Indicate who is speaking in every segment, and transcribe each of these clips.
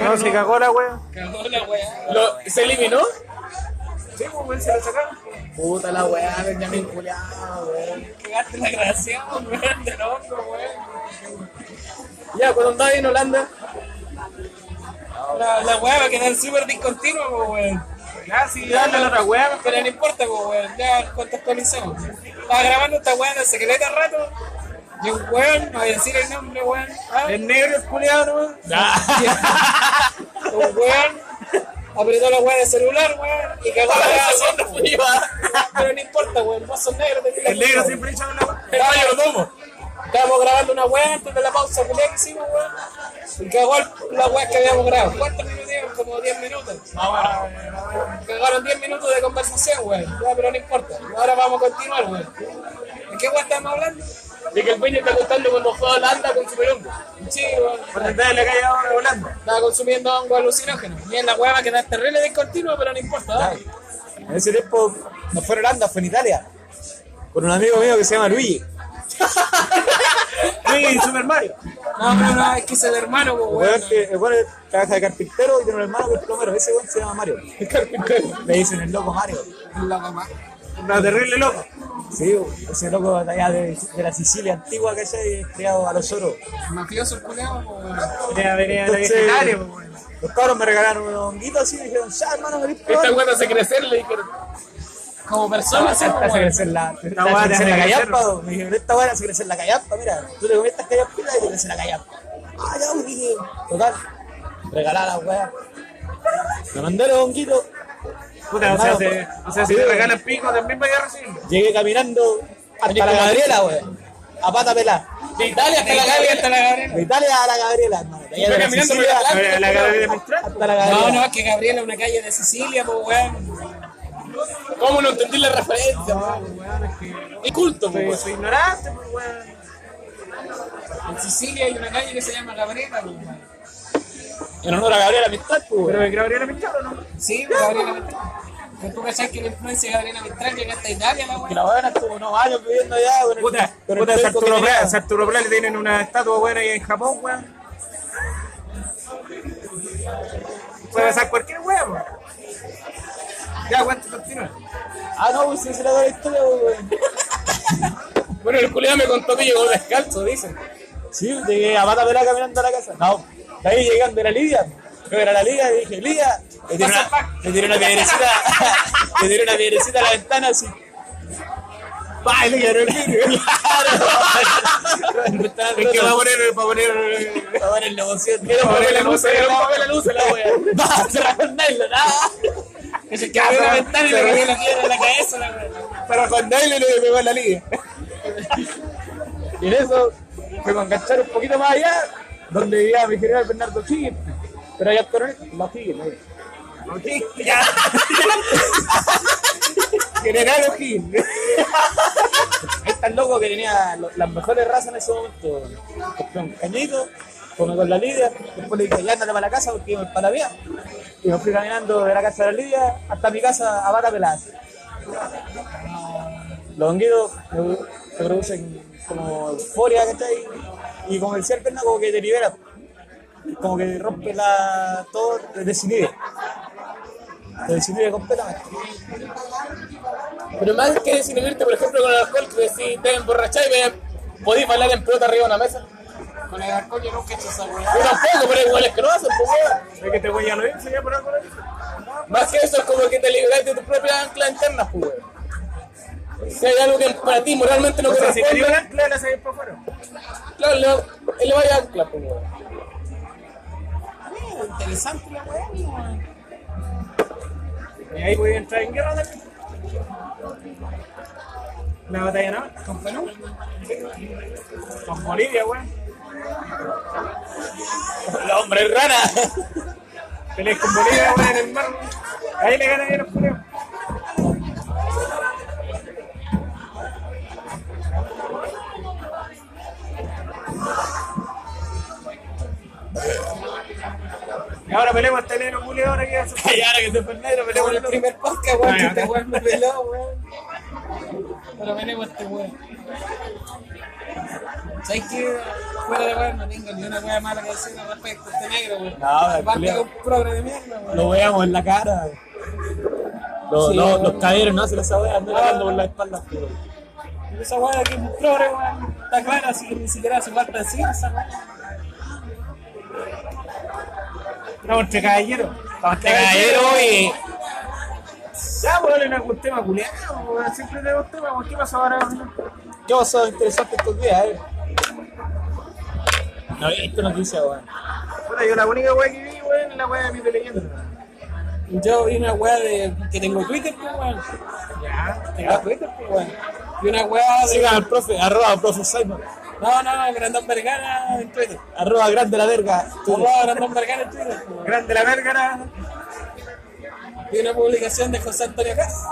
Speaker 1: No, se cagó la wea.
Speaker 2: Cagó la weá.
Speaker 3: Lo- ¿Se eliminó?
Speaker 1: Sí, pues, weón, se la sacaron.
Speaker 3: Puta la weá, Benjamín culiado, weón.
Speaker 2: Cagaste la grabación, weón, del hongo, weón.
Speaker 3: Ya,
Speaker 1: pues,
Speaker 3: cuando andaba en Holanda,
Speaker 2: La, la weá va a quedar súper discontinua, po, weón.
Speaker 1: Ya, sí, dale a la otra wea.
Speaker 2: Pero no importa, po, weón. Ya contextualizamos. Estaba grabando esta weá hace que le da rato. Y un weón, no voy a decir el nombre, weón. Ah,
Speaker 1: El negro es culiado, weón.
Speaker 2: un weón apretó la weá de celular, weón. Y cagó la grabación, po, weón. Pero no importa, weón. Vos sos negro, te tiras
Speaker 1: El negro
Speaker 2: todo,
Speaker 1: siempre echa la wea.
Speaker 2: El gallo lo tomo. Estábamos grabando una weá antes de la pausa que le hicimos, weón. Y cagó el- la weá que habíamos grabado. ¿Cuántos minutos llevan? Como 10 minutos. Cagaron 10 minutos de conversación, weón. Ya, pero no importa. Ahora vamos a continuar, weón. ¿De qué weá estamos hablando?
Speaker 3: de que el Peña está contando cuando fue a Holanda con su perón.
Speaker 2: Sí, weón.
Speaker 1: Por detrás de la calle ahora volando.
Speaker 2: Estaba consumiendo hongo alucinógeno. Y en la weá va a quedar terrible discontinuo, pero no importa, dale.
Speaker 1: En ese tiempo no fue en Holanda, fue en Italia. Con un amigo mío que se llama Luigi. Luigi Super Mario.
Speaker 2: No, no, no, es que es el hermano,
Speaker 1: El
Speaker 2: weón.
Speaker 1: weón que- el weón trabaja de carpintero y tiene un hermano que es plomero. Ese weón se llama Mario. El carpintero. Le dicen el loco Mario.
Speaker 2: La mamá.
Speaker 1: No, terrible loco. Sí, weón, ese loco de allá de, de la Sicilia antigua, ¿cachai? Criado a los oros.
Speaker 2: Mafioso el culeado, weón.
Speaker 1: Venía, venía de pues,
Speaker 3: veterinaria,
Speaker 1: Los cabros me regalaron unos honguitos así y dijeron, ya hermano, venís
Speaker 3: Esta
Speaker 1: probar.
Speaker 3: weá hace crecer, le dijeron.
Speaker 2: Como persona, sí,
Speaker 1: Te hace
Speaker 2: weón.
Speaker 1: crecer la, te
Speaker 4: Esta
Speaker 1: hace
Speaker 4: weá te
Speaker 1: crecer
Speaker 4: hace
Speaker 1: la
Speaker 4: crecer.
Speaker 1: callampa, weón. me dijeron, esta weá te hace crecer la callampa, mira, tú le comí estas callampitas y te crece la callampa. Ah, ya, weón, dije, total, regalada la weá. Me mandé los honguitos,
Speaker 4: Puta, o sea, se- o sea, si
Speaker 1: Sí.
Speaker 4: te regalan pico, también vaya a recibirlo.
Speaker 1: llegué caminando hasta la Gabriela, weón, a pata pelada.
Speaker 2: De Italia hasta la Gabriela. Hasta la Gabriela.
Speaker 1: De Italia a la Gabriela, hermano, de allá de la
Speaker 2: caminando por
Speaker 1: Sicilia
Speaker 2: el Atlántico.
Speaker 4: La, la Gabriela Mistral.
Speaker 1: hasta la
Speaker 2: No, no,
Speaker 1: Gabriela.
Speaker 2: es que Gabriela es una calle de Sicilia, pues weón.
Speaker 3: ¿Cómo no entendí la referencia,
Speaker 4: pues,
Speaker 3: weón? Es culto, po,
Speaker 4: Soy,
Speaker 3: weón.
Speaker 4: soy ignorante, pues, weón.
Speaker 2: En Sicilia hay una calle que se llama Gabriela, pues, weón.
Speaker 3: En honor a Gabriela Mistral, po,
Speaker 1: pues,
Speaker 3: weón.
Speaker 4: Pero me Gabriela Mistral, ¿o ¿no?
Speaker 2: Sí, pues, Gabriela Mistral. Pero tú cachás que la influencia de Gabriela Mistral llega hasta Italia, la
Speaker 1: Que
Speaker 2: weón.
Speaker 1: la weá estuvo unos años viviendo allá, weón.
Speaker 4: Puta,
Speaker 1: con el
Speaker 4: puta, si
Speaker 1: fresco que
Speaker 4: Arturo
Speaker 1: tenía.
Speaker 4: Pla- si Arturo Pla le tienen una estatua buena ahí en Japón, weón. Puede pasar cualquier weón, weón. Ya, weón, te continúa.
Speaker 1: Ah, no, weón, si se la da la historia, pues, weón.
Speaker 3: Bueno, el culiado me contó que llegó descalzo, dicen.
Speaker 1: Sí, llegué a pata pelada caminando a la casa. No, de ahí llegando era Lidia. Yo era la Lidia y dije, Lidia, le tiré una, le tiré una piedrecita, le tiré una piedrecita a la ventana así. Pa, y le quedaron el vidrio. Claro.
Speaker 4: Es que va a poner, eh, va a poner.
Speaker 1: Va a poner la eh. emoción.
Speaker 3: Quiero poner la luz, quiero poner la luz a la weá.
Speaker 1: Va a cerrar con nylon, ah.
Speaker 2: Que se queda la ventana y le cayó la piedra en la cabeza, la weón.
Speaker 3: Pero con Daily le pegó en la liga.
Speaker 1: Y en eso fue con enganchar un poquito más allá, donde vivía mi general Bernardo Higgins. Pero allá el coronel, no Higgins, ahí.
Speaker 3: General O'Higgins.
Speaker 1: Es tan loco que tenía lo- las mejores razas en ese momento. Compré un cañito, comí con la Lidia, después le dije, ya andate para la casa porque iba para la vía. Y me fui caminando de la casa de la Lidia hasta mi casa a pata pelada. Los honguitos te producen como euforia, ¿cachai? Y como decía el perna, como que te libera, como que rompe la, todo, te desinhibe. Te desinhibe completamente.
Speaker 3: Pero más que desinhibirte, por ejemplo, con el alcohol, que decís, te emborracháis y me podéis bailar en pelota arriba de una mesa.
Speaker 2: Con el alcohol yo nunca he hecho esa
Speaker 3: Yo
Speaker 2: weón.
Speaker 3: tampoco, pero igual es que no hacen, pues, weón.
Speaker 4: Es que te voy a lo hizo ya por algo. lo hizo.
Speaker 3: Más que eso, es como que te liberáis de tu propia ancla interna, pues, weón. Si hay algo que para ti moralmente no
Speaker 4: O sea, si te dio
Speaker 3: corresponde,
Speaker 4: una ancla, la sacas para afuera.
Speaker 3: claro, le- él le vaya ancla, pues, weón.
Speaker 2: Interesante la weón, weón.
Speaker 4: Y ahí voy a entrar en guerra también. La batalla naval.
Speaker 2: Con Perú.
Speaker 4: Con Bolivia, weón.
Speaker 3: La hombre rana.
Speaker 4: Peleas con Bolivia, weón, en el mar. weón. Ahí le ganan a los culeos. Y ahora peleamos hasta el negro culeo, ahora que hace.
Speaker 3: Y ahora que se fue el negro,
Speaker 2: Pero
Speaker 3: peleamos el
Speaker 2: en Este el
Speaker 3: otro.
Speaker 2: primer podcast, weón, que
Speaker 4: Ah,
Speaker 2: este
Speaker 4: ya.
Speaker 2: weón me peló, weón. Pero venimos a este weón. ¿Sabes qué? Fuera de weón, no tengo ni una wea mala que decir al respecto a este negro, weón.
Speaker 1: No,
Speaker 2: Aparte
Speaker 1: culiao.
Speaker 2: que un progre de mierda, weón.
Speaker 1: Lo veamos en la cara. Los,
Speaker 2: Sí,
Speaker 1: los-
Speaker 2: bueno.
Speaker 1: los caderos no hacen esa wea, andan hablando por la espalda.
Speaker 3: pues,
Speaker 2: Esa weá que es un progre, weón. Está clara, así que ni siquiera hace falta decir esa weá.
Speaker 4: No, entre caballeros.
Speaker 5: Este caballero y.
Speaker 4: Ya, pues dale un tema culiado, weón. Siempre tenemos tema, weón. ¿Qué pasó ahora?
Speaker 1: ¿Qué pasó interesante estos días, eh? No he visto noticias, weón.
Speaker 4: Puta, yo la única weá que vi, weón, es la weá de mi leyenda.
Speaker 2: Yo vi una weá de que tengo Twitter, pues, weón. Ya, tengo Twitter, pues, weón. Y una weá de.
Speaker 1: Sigan al profe, arroba profe Simon,
Speaker 2: No, no, Grandón Vergara en Twitter.
Speaker 1: arroba grande la verga.
Speaker 2: Arroba Grandón Vergara en Twitter, pues, weón.
Speaker 4: Grande la verga,
Speaker 2: Vi una publicación de José Antonio Cas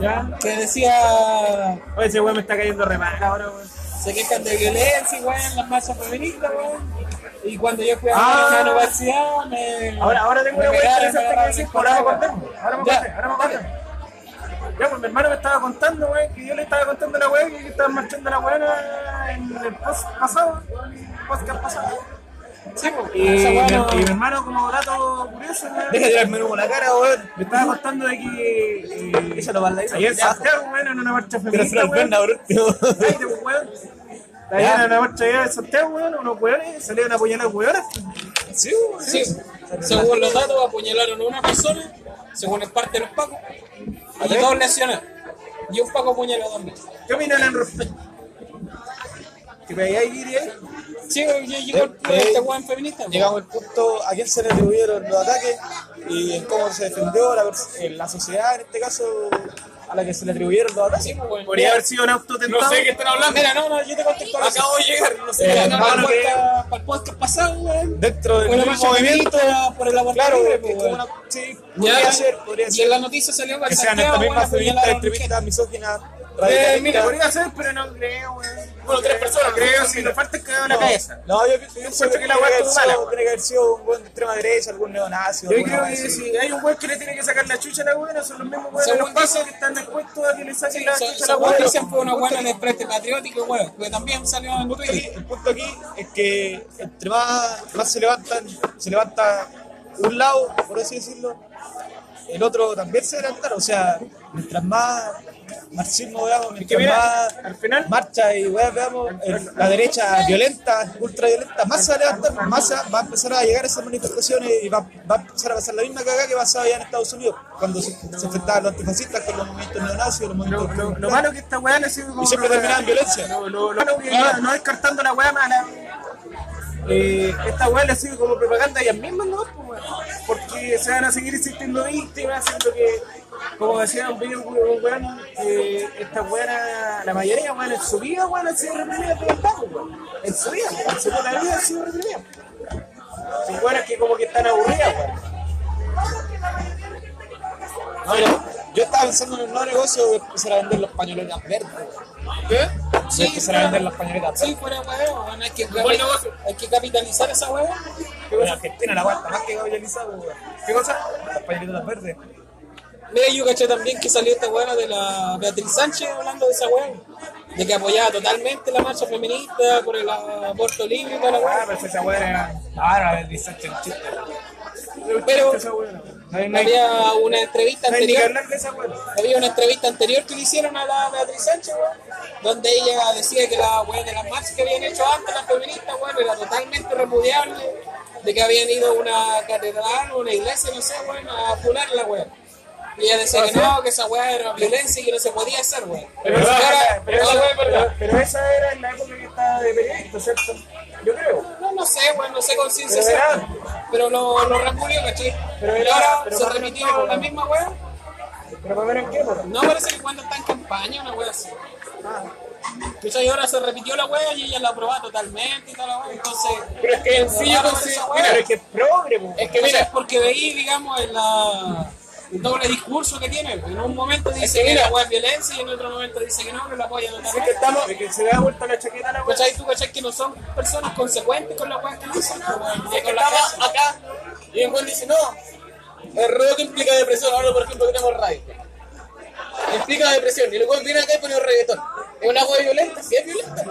Speaker 4: Ya.
Speaker 2: que decía.
Speaker 4: Oye, ese weón me está cayendo re mal ahora, weón.
Speaker 2: se quejan de violencia, weón, en las marchas feministas, weón. Y cuando yo fui a
Speaker 4: Ah.
Speaker 2: la universidad, me.
Speaker 4: Ahora, ahora tengo
Speaker 2: me
Speaker 4: una weá
Speaker 2: pegaron, me
Speaker 4: interesante que
Speaker 2: agarraron
Speaker 4: decir,
Speaker 2: el
Speaker 4: ahora me
Speaker 2: corazón.
Speaker 4: contamos. Ahora me
Speaker 2: Ya,
Speaker 4: conté, ahora me conté. Ya, pues mi hermano me estaba contando, weón, que yo le estaba contando a la weá que estaban marchando a la weá en el post pasado, podcast pasado. Ah,
Speaker 2: Sí, pues,
Speaker 4: Y,
Speaker 2: esa weá no-
Speaker 4: mi, y mi hermano, como dato curioso, weón,
Speaker 1: Deja de tirarme humo en la cara, weón.
Speaker 4: me estaba contando de que eh,
Speaker 1: Ella lo valoriza.
Speaker 4: ayer en Santiago, weón, en una marcha
Speaker 1: Pero se
Speaker 4: feminista,
Speaker 1: lo
Speaker 4: weón,
Speaker 1: por último.
Speaker 4: Cállate, pues, weón. Ayer en una marcha allá de Santiago, weón, unos weones salieron a apoyar a las weonas.
Speaker 2: Sí, weón, sí. Según los datos, apuñalaron a una persona, según el parte de los pacos, y dos lesionados. Y un paco apuñaló a dos más.
Speaker 4: ¿Qué opinan al respecto? ¿Que me ahí, diría?
Speaker 2: Sí, weón, yo llegó el-
Speaker 1: Eh,
Speaker 2: este weón feminista. weón.
Speaker 1: Llegamos al punto a quién se le atribuyeron los ataques y en cómo se defendió la, pers- eh, la sociedad, en este caso, a la que se le atribuyeron los
Speaker 2: Sí, pues,
Speaker 1: ataques.
Speaker 2: weón.
Speaker 4: Podría haber sido un autotentado.
Speaker 5: No sé qué están hablando.
Speaker 2: Mira, no, no, yo te contesto ahora.
Speaker 5: Acabo de llegar, no sé.
Speaker 2: Mira,
Speaker 1: Eh,
Speaker 2: no,
Speaker 4: hermano,
Speaker 2: para el
Speaker 4: que-
Speaker 2: podcast- para el podcast pasado, weón.
Speaker 1: Dentro del
Speaker 2: Fue la
Speaker 1: mismo
Speaker 2: marcha
Speaker 1: movimiento,
Speaker 2: feminista ah, por el aborto
Speaker 1: claro,
Speaker 2: libre,
Speaker 1: que es
Speaker 2: pues,
Speaker 1: como
Speaker 2: weón.
Speaker 1: una, sí,
Speaker 2: Ya,
Speaker 1: podría ser, podría
Speaker 2: y en
Speaker 1: ser.
Speaker 2: la noticia salió
Speaker 1: Que sean estas mismas feministas, extremistas, misóginas,
Speaker 2: Eh,
Speaker 1: radicalistas.
Speaker 2: mira,
Speaker 4: Podría ser, pero no creo, weón.
Speaker 5: Bueno, tres personas, no
Speaker 4: Creo,
Speaker 5: sé,
Speaker 4: si
Speaker 5: mira.
Speaker 4: nos falta el cagado en la cabeza.
Speaker 1: No, yo pienso que
Speaker 4: que la
Speaker 1: tiene
Speaker 4: weá
Speaker 1: que haber
Speaker 4: estuvo mala,
Speaker 1: sido-
Speaker 4: weón.
Speaker 1: tiene que haber sido un buen de extrema derecha, algún neonazi.
Speaker 4: Yo
Speaker 1: alguna
Speaker 4: creo
Speaker 1: weá
Speaker 4: que
Speaker 1: así.
Speaker 4: si hay un weón que le tiene que sacar la chucha a la weona, son los mismos weones de los
Speaker 2: Según
Speaker 4: pasos que están dispuestos a que le saquen la chucha a la
Speaker 2: La
Speaker 4: weona.
Speaker 2: dicen fue una buena en el preste patriótico, weón, que también salió en Twitter.
Speaker 1: El punto aquí es que entre más, más se levantan, se levanta un lado, por así decirlo, el otro también se levanta. O sea, mientras más marxismo veamos, mientras
Speaker 4: mira,
Speaker 1: más
Speaker 4: al final-
Speaker 1: marcha y weas veamos, el- la derecha violenta, ultraviolenta, más se va a levantar, más se va, va a empezar a llegar a esas manifestaciones y va, va a empezar a pasar la misma cagada que pasaba allá en Estados Unidos, cuando se, se enfrentaban los antifascistas con los movimientos neonazis, los
Speaker 4: Lo,
Speaker 1: movimientos.
Speaker 4: lo- lo malo que esta weá le sirve como.
Speaker 1: Y siempre termina en violencia.
Speaker 4: Lo, lo- lo malo que no, no descartando la weá mala. eh, esta weá le sirve como propaganda a ellas mismas, ¿no? Pues, weón. Porque se van a seguir existiendo víctimas, siendo que, como decía un video un weón, eh, esta weá, la mayoría, weón, en su vida, weón, han sido reprimidas por el Estado, weón. En su vida, en su puta vida han sido reprimidas. Son weones que como que están aburridas, weón.
Speaker 1: No, mira, yo estaba pensando en un nuevo negocio de empezar a vender las pañoletas verdes.
Speaker 5: ¿Qué?
Speaker 1: Sí, empezar a vender las pañoletas verdes.
Speaker 2: Sí, fuera weón, weón, hay que,
Speaker 5: Buen negocio.
Speaker 2: hay que capitalizar esa weón.
Speaker 1: En Argentina la aguanta más que capitalizado, weón.
Speaker 4: ¿Qué cosa?
Speaker 1: Las pañoletas verdes.
Speaker 2: Mira, yo caché también que salió esta weón de la Beatriz Sánchez hablando de esa weón. De que apoyaba totalmente la marcha feminista por el aborto libre y toda la
Speaker 4: Ah,
Speaker 2: weón.
Speaker 4: pero si esa weá era. No, no, el desastre, un chiste.
Speaker 2: Pero
Speaker 4: Esa weá, weón. No hay- no hay-
Speaker 2: había una entrevista
Speaker 4: No hay ni que
Speaker 2: anterior
Speaker 4: hablar de esa weá.
Speaker 2: Había una entrevista anterior que le hicieron a la Beatriz Sánchez, weón, donde ella decía que la weón de las marchas que habían hecho antes las feministas, weón, era totalmente repudiable, de que habían ido a una catedral o una iglesia, no sé, weón, a funarla, weón. Y ella
Speaker 4: ¿Ah,
Speaker 2: decía que no, que esa weá era violencia y que no se podía hacer, weón.
Speaker 4: Pero,
Speaker 2: Y
Speaker 4: esa,
Speaker 2: ahora-
Speaker 4: pero,
Speaker 2: no,
Speaker 4: esa-
Speaker 2: weón,
Speaker 4: pero,
Speaker 2: pero-
Speaker 4: pero esa era en la época que estaba de periodista, ¿cierto? Yo creo.
Speaker 2: no, no sé, weón, no sé con ciencia
Speaker 4: Pero era-
Speaker 2: cierta, pero lo, lo repudió, ¿cachai?
Speaker 4: Pero
Speaker 2: y
Speaker 4: era-
Speaker 2: ahora
Speaker 4: pero
Speaker 2: se
Speaker 4: más o menos
Speaker 2: repitió
Speaker 4: todo-
Speaker 2: con la misma weón.
Speaker 4: Pero para ver en qué época.
Speaker 2: No parece que cuando está en campaña una wea así. Entonces ahora se repitió la wea y ella la aprobaba totalmente y toda la wea. Entonces,
Speaker 5: Pero es que en sí yo
Speaker 2: Raro
Speaker 5: considero.
Speaker 2: esa weá.
Speaker 5: Mira,
Speaker 4: Pero es que es progre, po.
Speaker 2: es que
Speaker 5: mira.
Speaker 2: mira, es porque veí, digamos, en la, el doble discurso que tiene. En un momento dice que,
Speaker 5: mira.
Speaker 2: la wea es violencia y en otro momento dice que no, que la apoya
Speaker 4: Es que
Speaker 2: totalmente.
Speaker 4: estamos. Es que se le da vuelta la chaqueta a la weá.
Speaker 2: ¿Cachai? ¿Tú cachai que no son personas consecuentes con la wea que dicen? po, weón?
Speaker 5: Es que
Speaker 2: Con la
Speaker 5: estamos
Speaker 2: casa.
Speaker 5: acá y el buen dice, no, el rock implica depresión, ahora por ejemplo tenemos radio. Implica depresión, y luego viene acá y pone reggaetón. Es una hueá violenta, sí es violenta.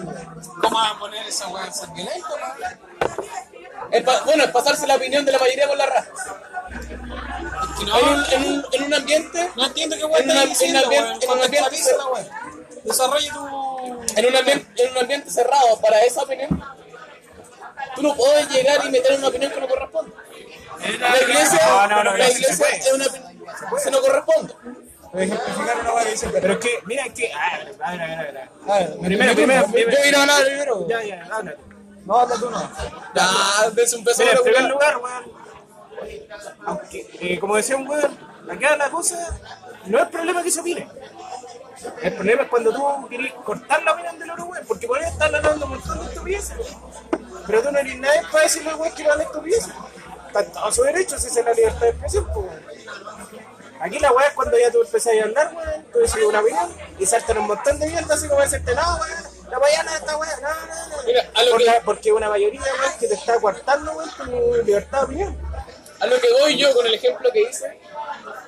Speaker 2: ¿Cómo van a poner esa weá en sanguinento, weón?
Speaker 1: El pa- bueno, es pasarse la opinión de la mayoría por la raja.
Speaker 2: Es que
Speaker 1: En, un,
Speaker 2: no,
Speaker 1: en un- en un ambiente,
Speaker 2: no entiendo qué weá
Speaker 1: en una-
Speaker 2: estás
Speaker 1: en
Speaker 2: diciendo,
Speaker 1: un ambiente-
Speaker 2: weón.
Speaker 1: en un ambiente-
Speaker 2: Contextualiza la weá. Desarrolla tu...
Speaker 1: en un, ambien- en un ambiente cerrado para esa opinión, tú no puedes llegar y meter una opinión que no corresponde. La iglesia,
Speaker 4: No, no, no, no,
Speaker 1: la
Speaker 4: sí se
Speaker 1: iglesia
Speaker 4: puede.
Speaker 1: es una opinión que no corresponde.
Speaker 4: Ejemplificar una weá que dice, pero es que, mira, es que. A ver, a ver, a ver, a ver.
Speaker 2: A ver,
Speaker 4: Primero, primero, primero.
Speaker 1: Yo vine a hablar primero.
Speaker 4: Ya, ya, háblate.
Speaker 2: no habla tú no.
Speaker 1: Ya, dense un peso
Speaker 4: Mira,
Speaker 1: a la
Speaker 4: en primer
Speaker 1: cultura.
Speaker 4: lugar, weón. Aunque, eh, como decía un weón, acá la cosa no es problema que se opine. El problema es cuando tú querés cortar la opinión del otro weón, porque por ahí están hablando un montón de estupideces. Pero tú no eres nadie para decirle al weón que vale estupideces. Tanto a su derecho, si esa es la libertad de expresión, pues, weón. Aquí la weá es cuando ya tú empezás a hablar, weón, tú decís una opinión y saltan un montón de mierda, así como decirte, no, weón, la mañana de esta weá, no, no, no.
Speaker 1: Mira, a lo
Speaker 4: Porque-
Speaker 1: que-
Speaker 4: porque una mayoría, weón, que te está coartando, weón, tu libertad de opinión.
Speaker 1: A lo que voy yo con el ejemplo que hice,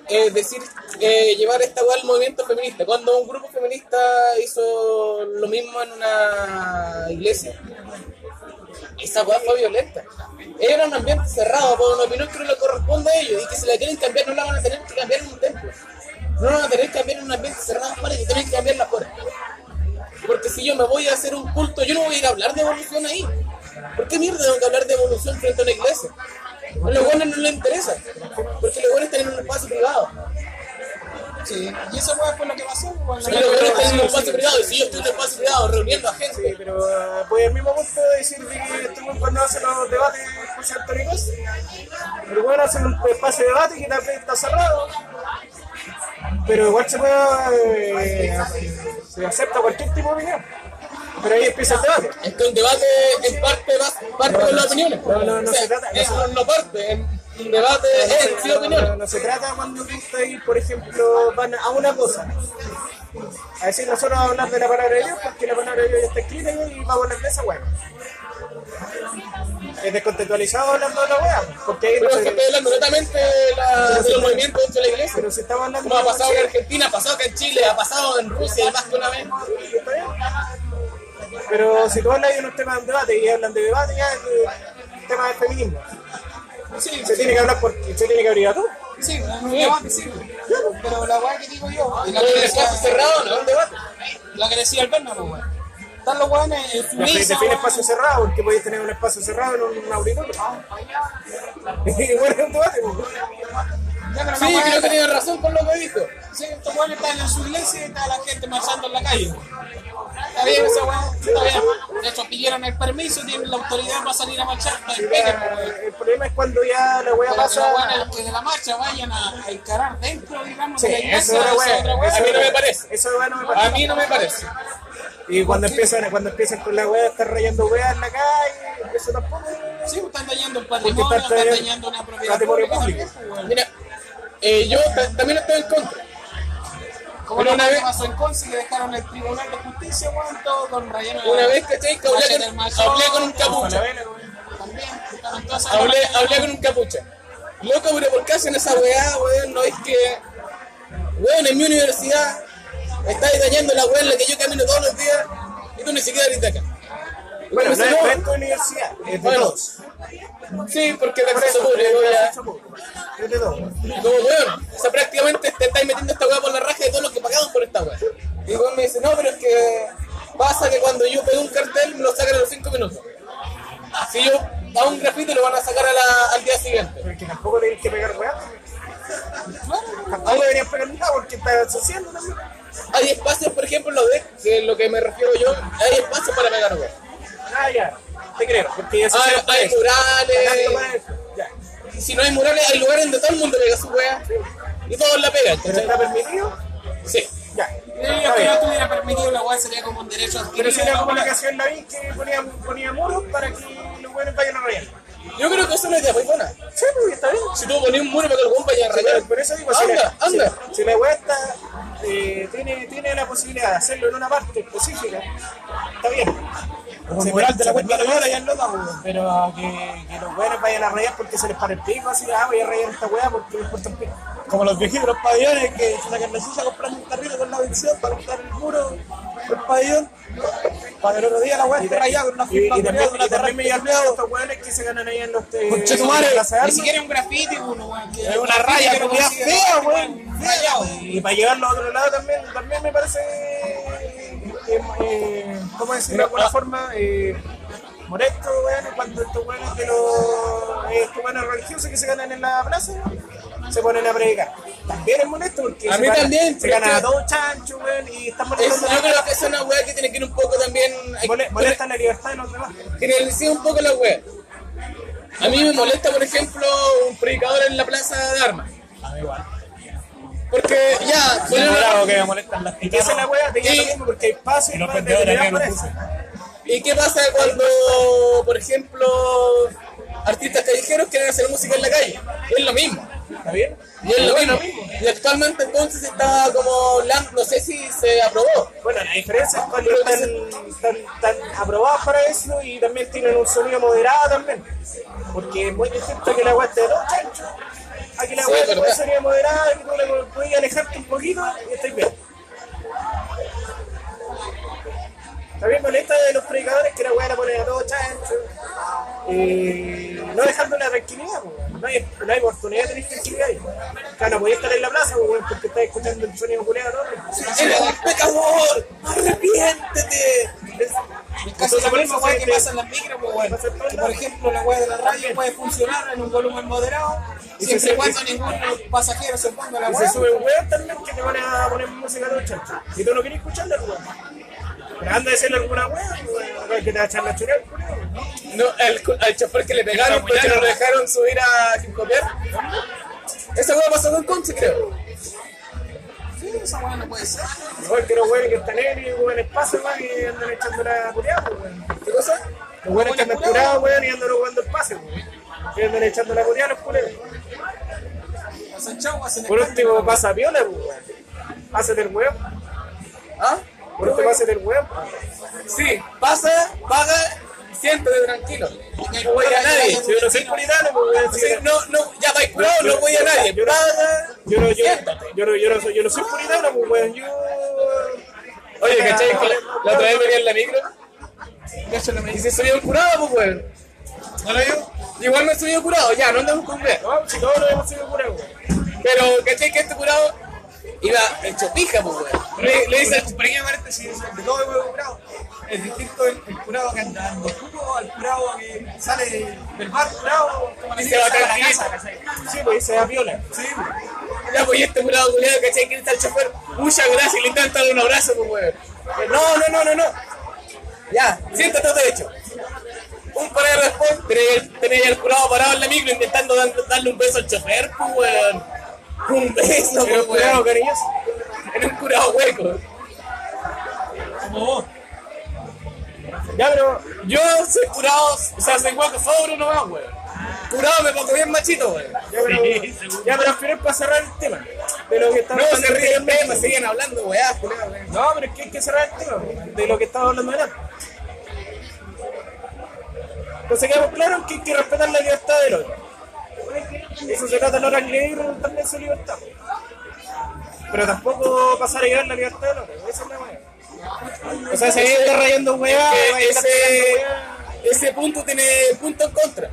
Speaker 1: es decir, eh, llevar esta weá al movimiento feminista. Cuando un grupo feminista hizo lo mismo en una iglesia, esa weá fue violenta. Era un ambiente cerrado por una opinión que no le corresponde a ellos y que si la quieren cambiar no la van a tener que cambiar en un templo. No la van a tener que cambiar en un ambiente cerrado para que tienen que cambiarla afuera. Porque si yo me voy a hacer un culto, yo no voy a ir a hablar de evolución ahí. ¿Por qué mierda tengo que hablar de evolución frente a una iglesia? A los buenos no les interesa. Porque los buenos tienen un espacio privado.
Speaker 2: Sí, y esa weá fue lo que pasó, pues, weón.
Speaker 1: Y los buenos tienen un espacio privado. Y si yo estoy en un espacio privado reuniendo a gente,
Speaker 4: Pero eh, voy al mismo punto de decir de que este weón cuando hace los debates pues, José Antonio Costa, el weón hace un espacio de debate que también está cerrado. Pero igual se puede eh, se acepta cualquier tipo de opinión. Pero ahí empieza el debate.
Speaker 1: Este es que un debate en parte va- parte con las opiniones.
Speaker 4: no, no, no
Speaker 1: O sea,
Speaker 4: se trata- no
Speaker 1: es
Speaker 4: se-
Speaker 1: un no parte, es un debate en sí
Speaker 4: No,
Speaker 1: opiniones.
Speaker 4: no se trata cuando tú estás, por ejemplo, van a una cosa. A decir, nosotros vamos a hablar de la palabra de Dios porque la palabra de Dios ya está escrita y vamos a hablar de esa hueá. Es descontextualizado hablando de la hueá, porque ahí no
Speaker 1: Pero es que
Speaker 4: se...
Speaker 1: estoy hablando netamente de, la- de los movimientos dentro de la iglesia.
Speaker 4: Pero si estamos hablando
Speaker 1: Como ha pasado en
Speaker 4: de...
Speaker 1: Argentina, ha pasado acá en Chile, ha pasado en Rusia y más que una vez.
Speaker 4: Está bien. Pero si tú hablas de unos temas de debate y hablan de debate, ya es de- tema del feminismo.
Speaker 2: Sí,
Speaker 4: Se tiene que hablar porque se tiene que abrir a tú.
Speaker 2: sí, un debate, sí. Pero la weá que digo yo, y la
Speaker 1: Pero
Speaker 2: que
Speaker 1: el
Speaker 2: decía,
Speaker 1: espacio cerrado no es un debate.
Speaker 2: la que decía el Bernardo, weón. Están los weones en
Speaker 4: No se
Speaker 2: Suiza,
Speaker 4: define
Speaker 2: weón.
Speaker 4: espacio cerrado, porque podéis tener un espacio cerrado en un auditorio. Y bueno, es un debate. pues.
Speaker 2: Ya, pero la
Speaker 1: Sí,
Speaker 2: weá-
Speaker 1: creo que tiene razón con lo que dijo.
Speaker 2: Sí, estos weones están en su iglesia y está la gente marchando en la calle. Está bien esa weá, está bien. De hecho, pidieron el permiso, tienen la autoridad para salir a marchar, está en pega, weón.
Speaker 4: El problema es cuando ya la wea
Speaker 2: Pero que los
Speaker 4: pasa.
Speaker 2: weones que de la marcha vayan a, a encarar dentro, digamos,
Speaker 4: Sí,
Speaker 2: de la
Speaker 4: eso es
Speaker 2: iglesia.
Speaker 4: otra
Speaker 2: esa es otra
Speaker 4: wea.
Speaker 2: weá.
Speaker 4: eso
Speaker 1: A mí no
Speaker 4: es-
Speaker 1: me parece.
Speaker 4: Eso de wea no me
Speaker 1: A
Speaker 4: parece.
Speaker 1: mí no me parece.
Speaker 4: Y cuando empiezan, cuando empiezan con la wea, estar rayando wea en la calle, eso tampoco.
Speaker 2: Sí, pues, están dañando el
Speaker 4: Porque
Speaker 2: patrimonio,
Speaker 4: están
Speaker 2: están
Speaker 4: trayendo-
Speaker 2: dañando una propiedad
Speaker 4: patrimonio
Speaker 2: pública.
Speaker 4: público.
Speaker 2: weón.
Speaker 1: Mira, eh, yo ta- también estoy en contra.
Speaker 2: Como
Speaker 1: Pero
Speaker 2: lo
Speaker 1: una
Speaker 2: que
Speaker 1: vez-
Speaker 2: pasó en Conce que dejaron el Tribunal de Justicia, weón, todo con relleno de-
Speaker 1: Una vez, ¿cachai? Que hablé
Speaker 2: Machete
Speaker 1: con,
Speaker 2: del mayor,
Speaker 1: hablé con un capucha.
Speaker 2: También, estaban todas esas-
Speaker 1: Hablé, hablé con un capucha. Loco, pero ¿por qué hacen esa weá, weón? No es que... Weón, en mi universidad me estáis dañando la weá en la que yo camino todos los días y tú ni siquiera eres de acá.
Speaker 4: Bueno,
Speaker 1: Pero
Speaker 4: no
Speaker 1: si
Speaker 4: es
Speaker 1: no-
Speaker 4: de tu universidad, es de
Speaker 1: Bueno,
Speaker 4: todos.
Speaker 1: Sí, porque de
Speaker 4: Por
Speaker 1: acceso
Speaker 4: eso,
Speaker 1: público
Speaker 4: es de
Speaker 1: ya...
Speaker 4: acceso público. Es de todos.
Speaker 1: Como weón, o sea, prácticamente te estáis metiendo esta weá por la raja de todos los que pagaron por esta weá. Y el weón me dice, no, pero es que pasa que cuando yo pego un cartel me lo sacan a los 5 minutos. Si yo hago un grafito lo van a sacar a la- al día siguiente.
Speaker 4: Porque tampoco tenéis que pegar wea. Tampoco deberías pegar nada porque estás haciendo también.
Speaker 1: Hay espacios, por ejemplo, lo de, de lo que me refiero yo, hay espacios para pegar weá.
Speaker 4: Ah, ya. Te creo, porque ya se
Speaker 1: Hay,
Speaker 4: hicieron
Speaker 1: hay
Speaker 4: por eso. Para
Speaker 1: murales,
Speaker 4: eso, ya.
Speaker 1: si no hay murales, hay lugares donde todo el mundo pega su weá. Y todos la pegan,
Speaker 4: ¿Pero
Speaker 1: ¿cachai?
Speaker 4: está permitido?
Speaker 1: Sí.
Speaker 4: Ya.
Speaker 2: Yo creo que no estuviera permitido la weá, sería como un derecho
Speaker 4: Pero
Speaker 2: adquirido.
Speaker 4: si era
Speaker 2: la
Speaker 4: como la
Speaker 2: weá.
Speaker 4: canción la vi que ponía, ponía muros para que los buenos vayan a rayar.
Speaker 1: Yo creo que eso es una idea muy buena.
Speaker 4: Sí, pues está bien.
Speaker 1: Si tú pones un muro para que el weón vaya a rayar.
Speaker 4: Pero por eso digo, si
Speaker 1: anda,
Speaker 4: la, si-
Speaker 1: anda.
Speaker 4: Si, la weá está, eh, tiene, tiene la posibilidad de hacerlo en una parte específica, está bien. Se
Speaker 2: mural
Speaker 4: per-
Speaker 2: de la
Speaker 4: se
Speaker 2: cuenta
Speaker 4: permite, Pero que, que los buenos vayan a rayar porque se les para el pico, así, ah, voy a rayar esta weá porque les cuesta el pico. Como los viejitos, los pabellones que sacan la suya comprando un carrito con la vencida para montar el muro
Speaker 1: el pabellón, para el otro día la weá esté rayada con una
Speaker 4: Y, y
Speaker 1: firma
Speaker 4: también,
Speaker 1: culiada, con una
Speaker 4: y también me llamé
Speaker 1: terraza
Speaker 4: a
Speaker 1: culiada.
Speaker 4: estos hueones que se ganan ahí en los te-
Speaker 6: Conche tu
Speaker 4: en
Speaker 6: madre,
Speaker 4: las
Speaker 6: ni
Speaker 4: armas.
Speaker 6: siquiera un grafiti, uno, weón. que
Speaker 4: Es
Speaker 6: Es una raya, pero
Speaker 4: culiada
Speaker 6: consigue-
Speaker 4: fea, weón.
Speaker 6: Rayado.
Speaker 4: Y para llevarlo a otro lado también, también me parece, eh, eh, ¿cómo decirlo de alguna forma? Eh, molesto, weón, cuando estos weones de los eh, estos weones religiosos que se ganan en la plaza, weón, se ponen a predicar. También es molesto porque
Speaker 6: A
Speaker 4: se
Speaker 6: mí
Speaker 4: ganan-
Speaker 6: también,
Speaker 4: se
Speaker 6: pero
Speaker 4: ganan
Speaker 6: que-
Speaker 4: a dos chanchos, weón, y están
Speaker 2: Es-
Speaker 4: molestando,
Speaker 2: yo creo que esa es una weá que tiene que ir un poco también. hay-
Speaker 4: mole- molestan la libertad de los demás.
Speaker 2: generalice un poco la wea. A mí me molesta, por ejemplo, un predicador en la plaza de armas. Porque ya, poner una-
Speaker 1: Claro que me molestan las
Speaker 4: Y que esa es la weá, te queda lo
Speaker 2: Y-
Speaker 4: mismo porque hay espacio
Speaker 1: y los
Speaker 4: para
Speaker 1: vendedores
Speaker 4: determinar
Speaker 1: negros,
Speaker 4: por eso.
Speaker 2: ¿y qué pasa cuando, por ejemplo, artistas callejeros quieren hacer música en la calle? Es lo mismo.
Speaker 4: ¿Está bien?
Speaker 2: Y es lo mismo. Y actualmente entonces está como, la- no sé si se aprobó.
Speaker 4: Bueno, la diferencia es cuando están, están, están aprobados para eso y también tienen un sonido moderado también. Porque es muy distinto que la agua esté de dos chanchos. Aquí la
Speaker 2: Sí,
Speaker 4: agua
Speaker 2: es
Speaker 4: tiene un
Speaker 2: verdad.
Speaker 4: sonido moderado, que tú le puedes alejarte un poquito y estáis bien. También molesta de los predicadores que la weá la ponen a todo chancho. Eh, no dejando la tranquilidad, po, weón. no hay, no hay oportunidad de tener tranquilidad ahí. Claro, no podía estar en la plaza po, weón, porque estás escuchando el sonido culeado, ¿no?
Speaker 2: ¡Eres un pecador! ¡Arrepiéntete!
Speaker 6: Casi la
Speaker 4: Entonces,
Speaker 6: misma
Speaker 4: por
Speaker 6: weá
Speaker 4: eso
Speaker 6: que
Speaker 4: te-
Speaker 6: pasa en las micros, pues, weón.
Speaker 4: pasa en todos
Speaker 6: Que, Por
Speaker 4: lados.
Speaker 6: ejemplo, la weá de la radio puede funcionar en un volumen moderado, siempre y
Speaker 4: se-
Speaker 6: cuando ningún pasajero se ponga la
Speaker 4: Y se
Speaker 6: weá.
Speaker 4: sube un weón también que te van a poner música de chancho. Y tú no quieres escucharla, pues, weón. Pero anda a decirle alguna weón, weón, que te va a echar la churra, weón.
Speaker 2: No, al, cu- al chofer que le pegaron
Speaker 4: pues,
Speaker 2: porque no lo dejaron subir a Gimcopiar. Esa hueá pasó con Conche, creo.
Speaker 6: Sí, esa weá no puede ser.
Speaker 4: Igual que los weones que están en el weón espacio, weón, y andan echando la culeada, weón.
Speaker 2: ¿Qué cosa?
Speaker 4: Los weones que andan curados, weón, y andan jugando el pase, weón. Y andan echando la culeada a los culeros.
Speaker 6: Pasan chaguas en el
Speaker 4: Por
Speaker 6: campo,
Speaker 4: último,
Speaker 6: weón.
Speaker 4: pasa viola, weón. Hacete el weón.
Speaker 2: ¿Ah?
Speaker 4: Por último, hacete el weón.
Speaker 2: Sí, pasa, paga, siéntate tranquilo. No voy a nadie.
Speaker 4: Si yo no soy puritano, pues, weón, si
Speaker 2: Sí,
Speaker 4: yo no-
Speaker 2: no, no, ya vais pro, no voy a nadie.
Speaker 4: Yo no-
Speaker 2: Paga.
Speaker 4: Yo no, yo,
Speaker 2: Siéntate.
Speaker 4: yo no, yo no soy, yo no soy puritano, pues, weón. Yo.
Speaker 2: Oye, ¿cachai? Con La la otra vez venía en la micro. Y se subió el curado, pues, weón. ¿No lo vio? Igual me subió el curado, ya, no andamos con weón.
Speaker 4: No, si todos nos hemos sido curados, weón.
Speaker 2: Pero, ¿cachai? Que este curado iba hecho pija, pues, weón. Le, le dice al
Speaker 6: Pequeño paréntesis, de todo el huevo curado. Es distinto el, el curado que anda dando jugo al curado que sale del- del bar curado. como le
Speaker 2: Y se
Speaker 6: dicen,
Speaker 2: va
Speaker 6: sale a la
Speaker 2: tranquilito.
Speaker 6: casa, ¿cachai?
Speaker 4: Sí, pues se da viola.
Speaker 6: Sí,
Speaker 2: Ya, pues, y este curado culiado, ¿cachai? Que está el chofer. Muchas gracias, le intenta dar un abrazo, pues, weón. Eh, No, no, no, no, no. Ya, siéntate derecho. Un par de después, tenés- tenés el curado parado en la micro intentando dan- darle un beso al chofer, pues, weón. Un
Speaker 4: Pero
Speaker 2: beso, pues,
Speaker 4: cuidado,
Speaker 2: weón.
Speaker 4: cariñoso.
Speaker 2: Era un curado hueco.
Speaker 6: como vos.
Speaker 4: Ya, pero.
Speaker 2: Yo soy curado, o sea, soy hueco sobre nomás, weón. Curado me pongo bien machito, weón.
Speaker 4: Ya, pero, ya, pero al final para cerrar el tema. De lo que estamos
Speaker 2: No, se
Speaker 4: hablando
Speaker 2: ríen,
Speaker 4: anteriormente.
Speaker 2: me siguen hablando, weá, culiao, weón.
Speaker 4: No, pero es que hay que cerrar el tema weón, de lo que estamos hablando antes. Entonces quedamos claros que hay que respetar la libertad del otro. Eso se trata de no transgredir también su libertad. Pero tampoco pasar a llevar la libertad del otro. Esa es la weá. O sea, se viene rayando weá,
Speaker 2: que
Speaker 4: weá, está tirando
Speaker 2: ese,
Speaker 4: weá.
Speaker 2: ese punto tiene punto en contra.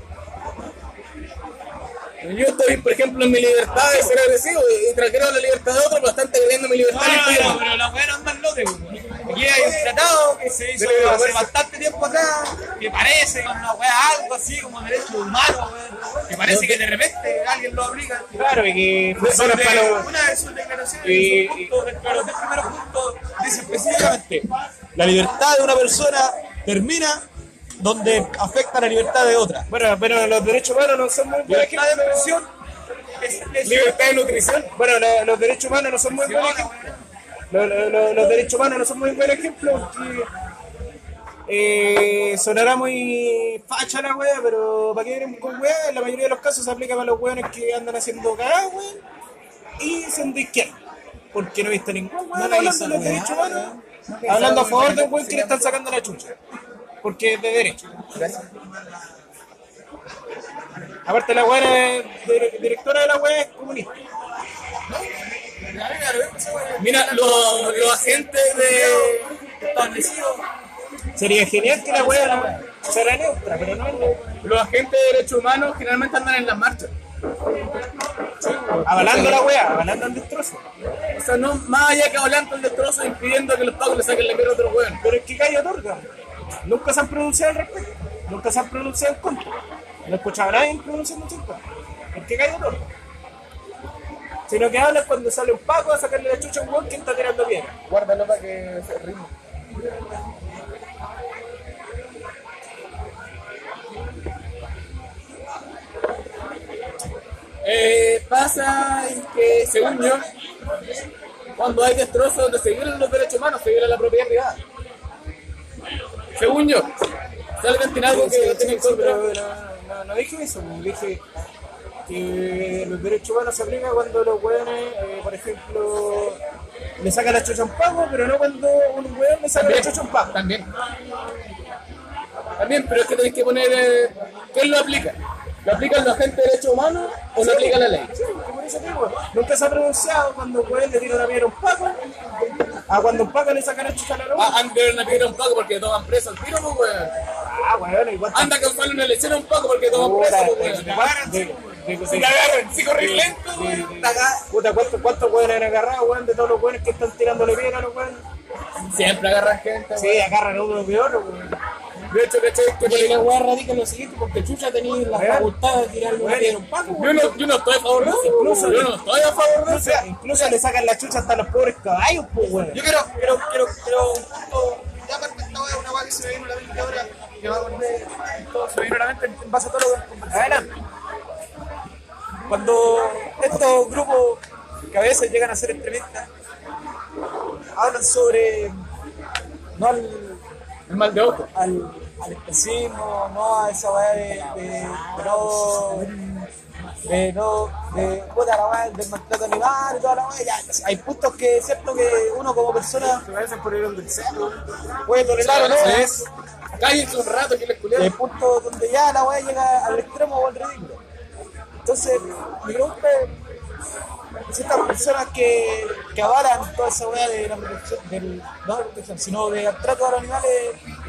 Speaker 2: Yo estoy, por ejemplo, en mi libertad de ser agresivo y, y transgrego la libertad de otro, pero están agrediendo mi libertad. y estoy
Speaker 6: No,
Speaker 2: en-
Speaker 6: pero la weá no anda al lote, weón. Aquí hay un tratado que se hizo
Speaker 4: Pero,
Speaker 6: hace
Speaker 4: pero-
Speaker 6: bastante tiempo atrás, que parece una weá algo así como derecho humano, weón. Que parece que de repente alguien lo aplica.
Speaker 4: Claro, y que funciona
Speaker 6: Donde
Speaker 4: para los-
Speaker 6: Una de sus declaraciones,
Speaker 4: Y-
Speaker 6: en su punto, dentro de los tres primeros puntos, dice específicamente.
Speaker 1: Específicamente, la libertad de una persona termina donde afecta la libertad de otra.
Speaker 4: Bueno, pero los derechos humanos no son muy buenos.
Speaker 6: Libertad de expresión
Speaker 4: Libertad de nutrición. Bueno, lo- los derechos humanos no son muy buenos ejemplos. Lo- lo- lo- los derechos humanos no son muy buenos ejemplos porque eh, sonará muy facha la wea, pero para que vienen con wea, en la mayoría de los casos se aplica para los weones que andan haciendo cagada, weón, y siendo izquierda. Porque no he visto ningún weón
Speaker 6: la
Speaker 4: hablando
Speaker 6: hizo,
Speaker 4: de los
Speaker 6: weá,
Speaker 4: derechos humanos,
Speaker 6: hizo,
Speaker 4: hablando a
Speaker 6: weá,
Speaker 4: favor de un
Speaker 6: que
Speaker 4: weón
Speaker 6: se
Speaker 4: que le
Speaker 6: llama-
Speaker 4: están sacando la chucha. Porque es de derecho. Aparte la weá es- dire- directora de la weá es comunista.
Speaker 2: Mira, los, los agentes de,
Speaker 4: establecido.
Speaker 1: Sería genial que la wea fuera neutra, pero no es neutra.
Speaker 2: Los agentes de derechos humanos generalmente andan en las marchas.
Speaker 1: Avalando la wea, avalando el destrozo.
Speaker 2: O sea, no, más allá que hablando el destrozo impidiendo que los pagos le saquen la mierda a otros hueones.
Speaker 1: Pero es que Calle otorga. Nunca se han pronunciado al respecto. Nunca se han pronunciado en contra. No escuchaba a nadie pronunciándose en contra. Es que Calle otorga. Sino que habla es cuando sale un paco a sacarle la chucha a un weón que está tirando piedra.
Speaker 2: Guárdalo para que se rima. Eh, pasa en que, según yo, cuando hay destrozos donde se violan los derechos humanos, se viola la propiedad privada. Según yo, solamente en algo que no tiene en contra.
Speaker 1: pero no, no, no dije eso, no, dije que los derechos humanos se aplican cuando los weones, eh, por ejemplo, le sacan la chucha a un paco, pero no cuando un weón le saca la chucha a un paco.
Speaker 2: Ah, También. También, pero es que tenéis que poner. Eh, ¿Quién lo aplica? ¿Lo aplican los agentes de derechos humanos o lo aplica la ley?
Speaker 1: Sí, porque por eso te digo, Nunca se ha pronunciado cuando un weón le tira una piedra a un paco, a cuando un paco le saca la chucha a la loba.
Speaker 2: Ah, han de una piedra a un poco porque toman preso al tiro, pues, weón.
Speaker 1: Ah, weón, igual.
Speaker 2: Anda a causarle una lesión a un poco porque toman
Speaker 1: Puta,
Speaker 2: preso, pues,
Speaker 1: de-
Speaker 2: weón.
Speaker 1: de- de- de- de-
Speaker 2: Si te agarran, si corres lento,
Speaker 1: de-
Speaker 2: weón.
Speaker 1: de- Puta, ¿cuántos cuántos weones han agarrado, weón, de todos los weones que están tirándole piedra a los weones?
Speaker 2: Siempre agarran gente,
Speaker 1: Sí, agarran uno peor, weón.
Speaker 2: weón. De hecho, ¿cachai? Que por
Speaker 6: Porque
Speaker 2: el-
Speaker 6: la weá radica en lo siguiente, porque Chucha tenéis la
Speaker 1: Weón.
Speaker 6: facultad de tirarle una
Speaker 1: Weón,
Speaker 6: piedra a un paco,
Speaker 2: Yo
Speaker 6: weón.
Speaker 2: no, yo no estoy a favor de eso.
Speaker 1: Incluso-
Speaker 2: yo no estoy a favor de eso.
Speaker 1: Incluso, incluso le sacan la chucha hasta los pobres caballos, pues, weón.
Speaker 4: Yo quiero, quiero, quiero, quiero un punto. Ya aparte esta weá es una weá que se me vino a la mente ahora, que va a volver. todo- Se me vino a la mente en base a todo lo que
Speaker 1: Adelante. Cuando estos grupos que a veces llegan a ser extremistas hablan sobre no al,
Speaker 2: El mal de ojo.
Speaker 1: al, al especismo, no a esa weá de, de, de no de no de puta la weá del maltrato animal y toda la weá, ya, hay puntos que es cierto que uno como persona
Speaker 4: a veces por ir donde sea.
Speaker 1: puede tolerar o no.
Speaker 2: es. Cállense un rato que les
Speaker 1: Y
Speaker 2: culé.
Speaker 1: hay puntos donde ya la weá llega al extremo o al ridículo. Entonces, mi pregunta es, si estas personas que, que avalan toda esa weá de la protección, del, no de la protección, sino de al trato a los animales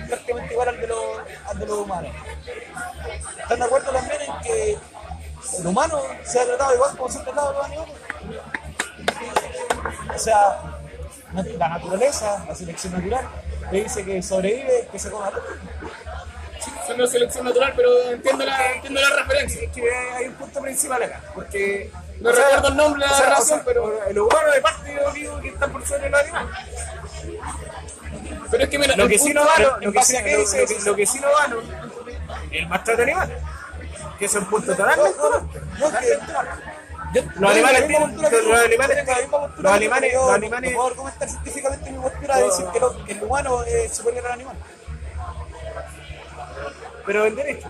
Speaker 1: prácticamente igual al de, los, al de los humanos. ¿Están de acuerdo también en que el humano sea tratado igual como se han tratado los animales? O sea, la naturaleza, la selección natural, le dice que sobrevive, que se coma todo.
Speaker 2: Son una selección natural, pero entiendo la, entiendo la referencia.
Speaker 1: que hay un punto principal acá, porque
Speaker 2: No recuerdo el nombre de
Speaker 1: o
Speaker 2: la
Speaker 1: sea, o
Speaker 2: relación,
Speaker 1: sea,
Speaker 2: pero.
Speaker 1: el humano de parte yo digo que está por sobre los animales.
Speaker 2: Pero es que mira,
Speaker 1: Lo
Speaker 2: el
Speaker 1: que sí
Speaker 2: punto-
Speaker 1: no valo,
Speaker 2: en
Speaker 1: lo que
Speaker 2: base
Speaker 1: sí,
Speaker 2: a qué
Speaker 1: lo-
Speaker 2: dice
Speaker 1: lo
Speaker 2: eso.
Speaker 1: que- lo que sí no valo, el maltrato animal, que es un punto totalmente moral. Los animales tienen, los animales tienen, los animales, los animales. puedo argumentar científicamente mi postura de decir que, el humano es superior al animal. Pero el derecho.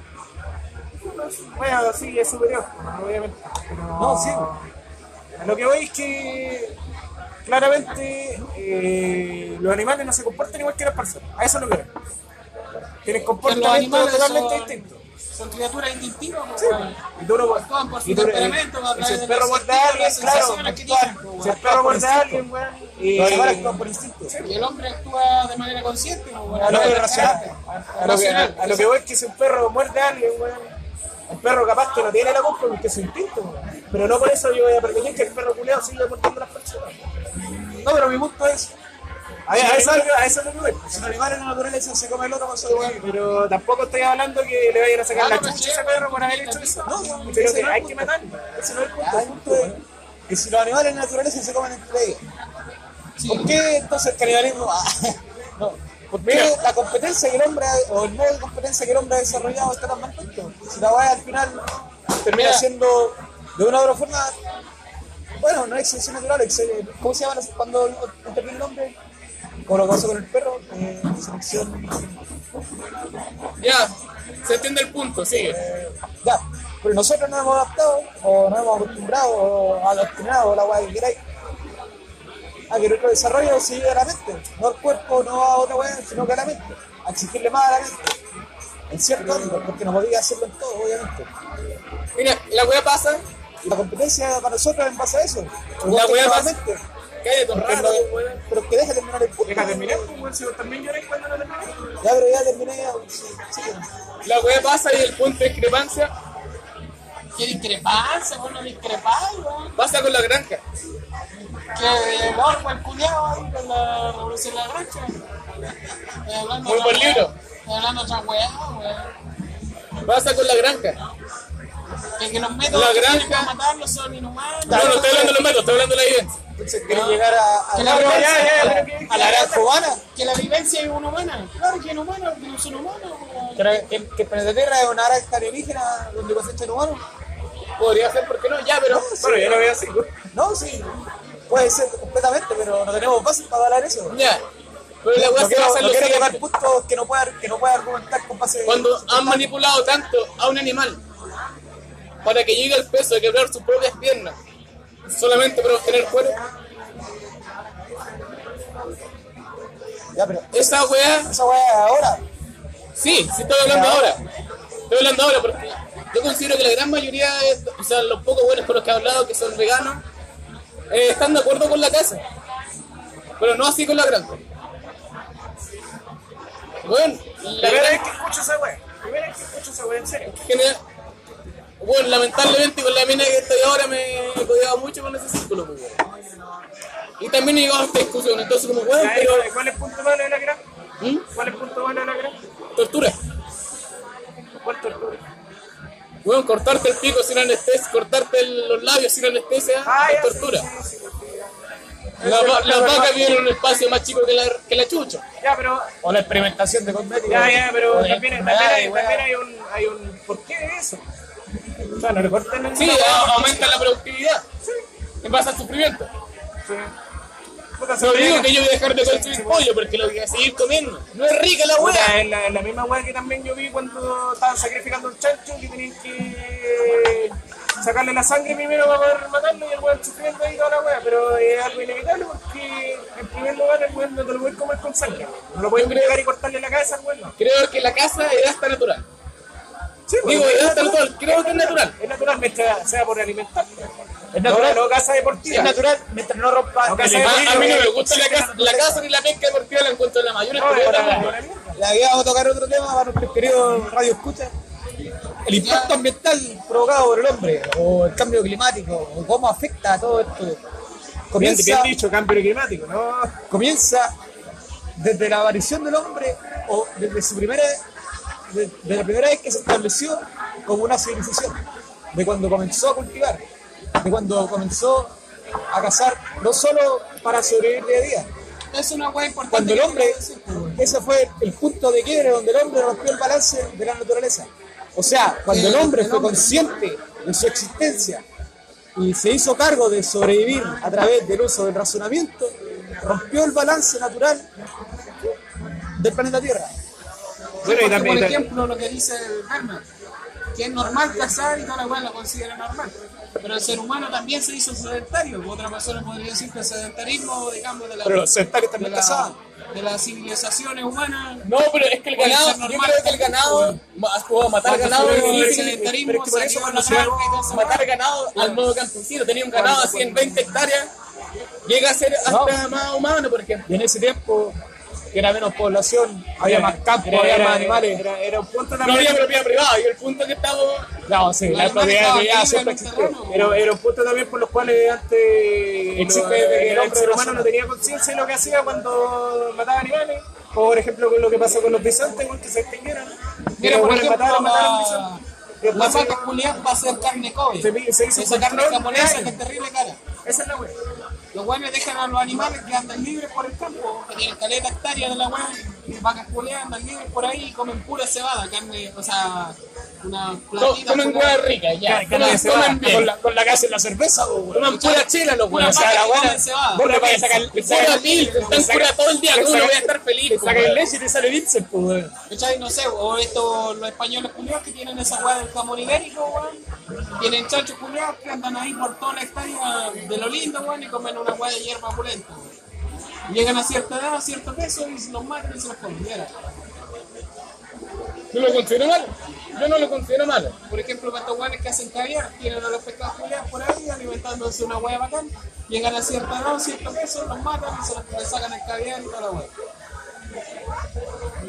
Speaker 4: Bueno, sí, es superior, obviamente.
Speaker 1: No, sí.
Speaker 4: A Lo que voy es que claramente eh, los animales no se comportan igual que las personas. A eso es lo que voy. Tienen comportamientos
Speaker 6: animales
Speaker 4: totalmente
Speaker 6: son-
Speaker 4: distintos.
Speaker 6: Son criaturas instintivas, pues, weón.
Speaker 4: Y tú no puedes-
Speaker 6: Actúan por
Speaker 4: Y
Speaker 6: su
Speaker 4: tú-
Speaker 6: temperamento, a
Speaker 4: y
Speaker 6: través
Speaker 4: si el
Speaker 6: de
Speaker 4: perro
Speaker 6: los
Speaker 4: muerde a
Speaker 6: sentidos,
Speaker 4: alguien,
Speaker 6: las
Speaker 4: claro,
Speaker 6: sensaciones que tienen, pues,
Speaker 4: Si el
Speaker 6: weón.
Speaker 4: perro muerde a alguien, weón. y-
Speaker 1: Los animales actúan por instinto.
Speaker 6: Y el hombre actúa de manera consciente, pues, weón.
Speaker 4: A lo, que,
Speaker 6: Racional.
Speaker 4: a, lo que, a lo que voy es que si un perro muerde a alguien, weón, el perro capaz que no tiene la culpa porque es su instinto, weón. Pero no por eso yo voy a permitir que el perro culeado siga mordiendo a las personas.
Speaker 1: No, pero mi punto es.
Speaker 4: A, a eso, es lo que- a eso es lo que voy.
Speaker 1: Si los animales en la naturaleza se come el otro, pues pasó
Speaker 4: Pero tampoco estoy hablando que le vayan a sacar
Speaker 6: Claro,
Speaker 4: la
Speaker 2: pues
Speaker 4: chucha
Speaker 6: pero
Speaker 4: a ese
Speaker 6: Ah, sí,
Speaker 4: perro por haber hecho eso.
Speaker 1: No, no,
Speaker 4: pero
Speaker 1: ese
Speaker 4: que
Speaker 1: no es
Speaker 4: hay
Speaker 1: el
Speaker 4: que
Speaker 1: punto.
Speaker 4: matarlo. Ese no es el punto.
Speaker 1: El punto es que si los animales en la naturaleza se comen entre ellos, ¿por qué entonces el canibalismo? Ah, no. ¿Por qué la competencia que el hombre ha- o el modo de competencia que el hombre ha desarrollado está tan mal puesto? Si la weá al final termina siendo de una u otra forma, bueno, no es excepción natural, ex- eh, ¿cómo se llama las- cuando interviene el hombre? Como lo pasó con el perro, eh, selección.
Speaker 2: Ya, se entiende el punto, sigue.
Speaker 1: Ya, pero nosotros nos hemos adaptado, o nos hemos acostumbrado, o adoctrinado, o la weá que queráis, a que nuestro desarrollo se lleve a la mente, no al cuerpo, no a otra weá, sino que a la mente, a exigirle más a la mente, en cierto ámbito, porque no podía hacerlo en todo, obviamente.
Speaker 2: Mira, la weá pasa
Speaker 1: Y la competencia para nosotros es en base a eso,
Speaker 2: La
Speaker 1: igual que
Speaker 2: weá
Speaker 1: para
Speaker 2: pasa-
Speaker 1: mente.
Speaker 6: Cállate, un
Speaker 1: Pero,
Speaker 6: rato, weón.
Speaker 1: pero es que deja terminar el punto.
Speaker 4: Deja terminar, pues, weón, si vos también lloráis cuando no termináis.
Speaker 1: Ya, pero ya terminé. ya, sí, sí, weón.
Speaker 6: La weá pasa y el punto de discrepancia. ¿Qué discrepancia? Bueno, discrepancia, Pasa con la granja. Que Morbo, el culiao ahí con la revolución de la granja. Eh, hablando
Speaker 2: Muy
Speaker 6: otra
Speaker 2: buen
Speaker 6: weá,
Speaker 2: libro.
Speaker 6: eh, Hablando otra weá, weá.
Speaker 2: Pasa con la granja.
Speaker 6: Que, que los métodos
Speaker 2: La
Speaker 6: que tienen
Speaker 2: granja.
Speaker 6: para matarlos son inhumanos.
Speaker 2: No, no estoy hablando de los métodos, estoy hablando de la vivencia.
Speaker 1: Entonces, ¿querés llegar a, a,
Speaker 6: Que la
Speaker 1: a-
Speaker 6: vivencia-
Speaker 1: a la- a la gran cubana?
Speaker 6: Que la vivencia es inhumana. Claro que es inhumana, que no son humanos. weá.
Speaker 1: ¿Que, que, que el planeta Tierra es una arca alienígena donde cosechan humanos?
Speaker 6: Podría ser, ¿por qué no? Ya, pero.
Speaker 4: Bueno, yo lo veo así, weón.
Speaker 1: No, sí, puede ser completamente, pero no tenemos base para hablar eso.
Speaker 6: Ya. Pero la weá
Speaker 1: no
Speaker 6: se
Speaker 1: quiero,
Speaker 6: basa en
Speaker 1: no
Speaker 6: lo
Speaker 1: quiero tocar
Speaker 6: siguiente.
Speaker 1: puntos que no pueda, que no pueda argumentar con base.
Speaker 6: cuando han manipulado tanto a un animal para que llegue al peso de quebrar sus propias piernas solamente para obtener cuero,
Speaker 1: Ya, pero
Speaker 6: esa weá,
Speaker 1: esa weá ahora.
Speaker 6: sí, sí estoy hablando ahora, estoy hablando ahora porque yo considero que la gran mayoría, de- o sea, los pocos buenos con los que he hablado que son veganos, eh, están de acuerdo con la casa, pero no así con la granja. Bueno, la
Speaker 4: Primera
Speaker 6: gran-
Speaker 4: vez que escucho esa weá. Primera vez que escucho esa weá, en serio.
Speaker 6: genera- Bueno, lamentablemente con la mina que estoy ahora me he codiado mucho con ese círculo, pues, weón. Y también he llegado a esta discusión, entonces como, weón,
Speaker 4: Ya,
Speaker 6: pero...
Speaker 4: ¿y ¿Cuál es el punto malo de la granja?
Speaker 6: ¿Mm?
Speaker 4: ¿Cuál es el punto malo de la granja?
Speaker 6: Tortura.
Speaker 4: ¿Cuál tortura?
Speaker 6: Weón, cortarte el pico sin anestesia, cortarte el- los labios sin anestesia,
Speaker 4: Ah,
Speaker 6: es
Speaker 4: ya,
Speaker 6: tortura.
Speaker 4: sí, sí, sí.
Speaker 6: La-
Speaker 4: Ese
Speaker 6: Las
Speaker 4: es el
Speaker 6: vacas
Speaker 4: más-
Speaker 6: viven en un espacio más chico que la, que la chucha.
Speaker 4: Ya, pero
Speaker 1: O la experimentación de cosméticos.
Speaker 4: Ya, ya, pero
Speaker 1: Joder,
Speaker 4: también, también, hay, también hay un, hay un... ¿Por qué eso? O sea, no le cortan el...
Speaker 6: Sí, ah, a- aumenta la productividad. En base al sufrimiento.
Speaker 4: Puta, se
Speaker 6: No
Speaker 4: pega.
Speaker 6: digo ah. que yo voy a dejar de consumir pollo porque lo voy a seguir comiendo. No es rica la weá.
Speaker 4: Puta, es la, la misma weá que también yo vi cuando estaban sacrificando el chancho, que tenían que sacarle la sangre primero para poder matarlo y el weón sufriendo ahí toda la weá, pero es algo inevitable porque en primer lugar el weón no te lo puedes comer con sangre, no lo puedes
Speaker 6: Yo creo-
Speaker 4: pegar y cortarle la cabeza al weón. no.
Speaker 6: Creo que la casa es hasta natural.
Speaker 4: Sí, pues,
Speaker 6: Digo,
Speaker 4: es
Speaker 6: es
Speaker 4: natural.
Speaker 6: natural, creo que es natural.
Speaker 4: Es natural mientras sea por alimentar.
Speaker 1: Es natural.
Speaker 4: No, no caza
Speaker 1: Es
Speaker 4: deportiva.
Speaker 1: natural mientras no rompa.
Speaker 4: No,
Speaker 1: el-
Speaker 4: Sí,
Speaker 6: A, a mí no me gusta
Speaker 4: sí,
Speaker 6: la
Speaker 4: sí,
Speaker 6: casa, la casa ni la pesca deportiva, la encuentro la mayor
Speaker 4: eh. No, es
Speaker 6: estupidez.
Speaker 4: para-
Speaker 6: weón.
Speaker 1: La idea vamos a tocar otro tema para nuestros queridos radio escucha. El impacto ambiental provocado por el hombre, o el cambio climático, o cómo afecta a todo esto.
Speaker 4: Bien,
Speaker 1: Comienza,
Speaker 4: bien dicho, cambio climático, ¿no?
Speaker 1: comienza desde la aparición del hombre, o desde su primera, de- desde la primera vez que se estableció como una civilización, de cuando comenzó a cultivar, de cuando comenzó a cazar, no solo para sobrevivir día a día,
Speaker 6: Es una hueá importante.
Speaker 1: cuando el
Speaker 6: que
Speaker 1: hombre,
Speaker 6: quiero decir.
Speaker 1: ese fue el punto de quiebre donde el hombre rompió el balance de la naturaleza. O sea, cuando el hombre fue consciente de su existencia y se hizo cargo de sobrevivir a través del uso del razonamiento, rompió el balance natural del planeta Tierra.
Speaker 4: Bueno, y
Speaker 6: Porque,
Speaker 4: también,
Speaker 6: por ejemplo, lo que dice Berman, que es normal casar y toda la hueá lo considera normal. Pero el ser humano también se hizo sedentario. Otra persona podría decir que el sedentarismo, digamos, de la,
Speaker 1: Pero los sedentarios
Speaker 6: de
Speaker 1: también
Speaker 6: la,
Speaker 1: cazaban.
Speaker 6: de las civilizaciones humanas.
Speaker 2: No, pero es que el
Speaker 6: Puede ser
Speaker 2: ganado, yo
Speaker 6: normal,
Speaker 2: creo que el ganado, ma- o matar
Speaker 6: Cuando
Speaker 2: ganado,
Speaker 6: se
Speaker 2: es
Speaker 6: ve el
Speaker 2: difícil,
Speaker 6: sedentarismo,
Speaker 2: pero es que por
Speaker 6: se
Speaker 2: eso
Speaker 6: dio
Speaker 2: cuando
Speaker 6: la
Speaker 2: se va-
Speaker 6: granja y todo eso.
Speaker 2: matar ganado al modo campesino, tenía un ganado así en 20 hectáreas, llega a ser hasta más humano, por ejemplo.
Speaker 1: Y en ese tiempo, que era menos población, había más campo, había más animales.
Speaker 4: Era, era un punto
Speaker 2: No había
Speaker 4: también,
Speaker 2: propiedad privada, y el punto que estamos...
Speaker 1: No, sí, la
Speaker 6: Los animales
Speaker 1: propiedad
Speaker 6: estaban
Speaker 1: privada
Speaker 6: libres
Speaker 1: siempre
Speaker 6: en el
Speaker 1: existió.
Speaker 6: terreno.
Speaker 4: era, era un punto también por los cuales antes
Speaker 1: Existe
Speaker 4: lo-
Speaker 1: desde que el
Speaker 4: el,
Speaker 1: hombre
Speaker 4: ser
Speaker 1: era
Speaker 4: humano
Speaker 1: solo.
Speaker 4: no tenía conciencia de lo que hacía cuando mataba animales. Como por ejemplo con lo que pasó con los bisontes, güey, que se extinguieron.
Speaker 6: Mira,
Speaker 4: Los
Speaker 6: por
Speaker 4: güeyes
Speaker 6: ejemplo,
Speaker 4: mataron, mataron
Speaker 6: la,
Speaker 4: bisontes.
Speaker 6: la
Speaker 4: Después
Speaker 6: vaca
Speaker 4: se-
Speaker 6: culiada va a ser carne Kobe.
Speaker 4: Se pi- se hizo
Speaker 6: Esa carne
Speaker 4: control
Speaker 6: japonesa
Speaker 4: diario.
Speaker 6: que es terrible cara.
Speaker 4: Esa es la wea.
Speaker 6: Los guanes dejan a los animales que andan libres por el campo, que tienen caleta hectárea de la hueá, vacas culeadas andan libres por ahí y comen pura cebada, carne, o sea, una
Speaker 2: co-
Speaker 6: platita.
Speaker 2: Comen
Speaker 6: pura-
Speaker 2: hueá rica, ya.
Speaker 4: Ca- carne
Speaker 2: Comen-
Speaker 4: de cebada.
Speaker 2: Comen
Speaker 1: Con
Speaker 2: bien.
Speaker 1: la, con la casa y la cerveza, pues, güey.
Speaker 2: Comen pura chela los
Speaker 6: Pura
Speaker 2: huevos.
Speaker 6: vaca
Speaker 1: la
Speaker 6: que
Speaker 1: buena-
Speaker 6: comen cebada.
Speaker 1: Vos le podés sacar
Speaker 2: Pura mil, están
Speaker 4: saca-
Speaker 2: pura todo el día,
Speaker 4: saca-
Speaker 2: uno voy a estar feliz.
Speaker 1: Saca el leche y te sale Vincent, pues, güey.
Speaker 6: ¿Cachai? No sé, o estos, los españoles culiados que tienen esa hueá del jamón ibérico, weón. Tienen chanchos culiados que andan ahí por toda la hectárea de lo lindo, weón, y comen una hueá de hierba pulenta, weón. Llegan a cierta edad, a cierto peso, y se los matan y se los comen. y era.
Speaker 2: Yo lo considero malo. Yo no lo considero malo.
Speaker 6: Por ejemplo, para estos guanes que hacen caviar, tienen a los pescados culiados por ahí alimentándose una hueá bacán. Llegan a cierta edad, ciertas personas los matan y se los les sacan el caviar y toda la weá.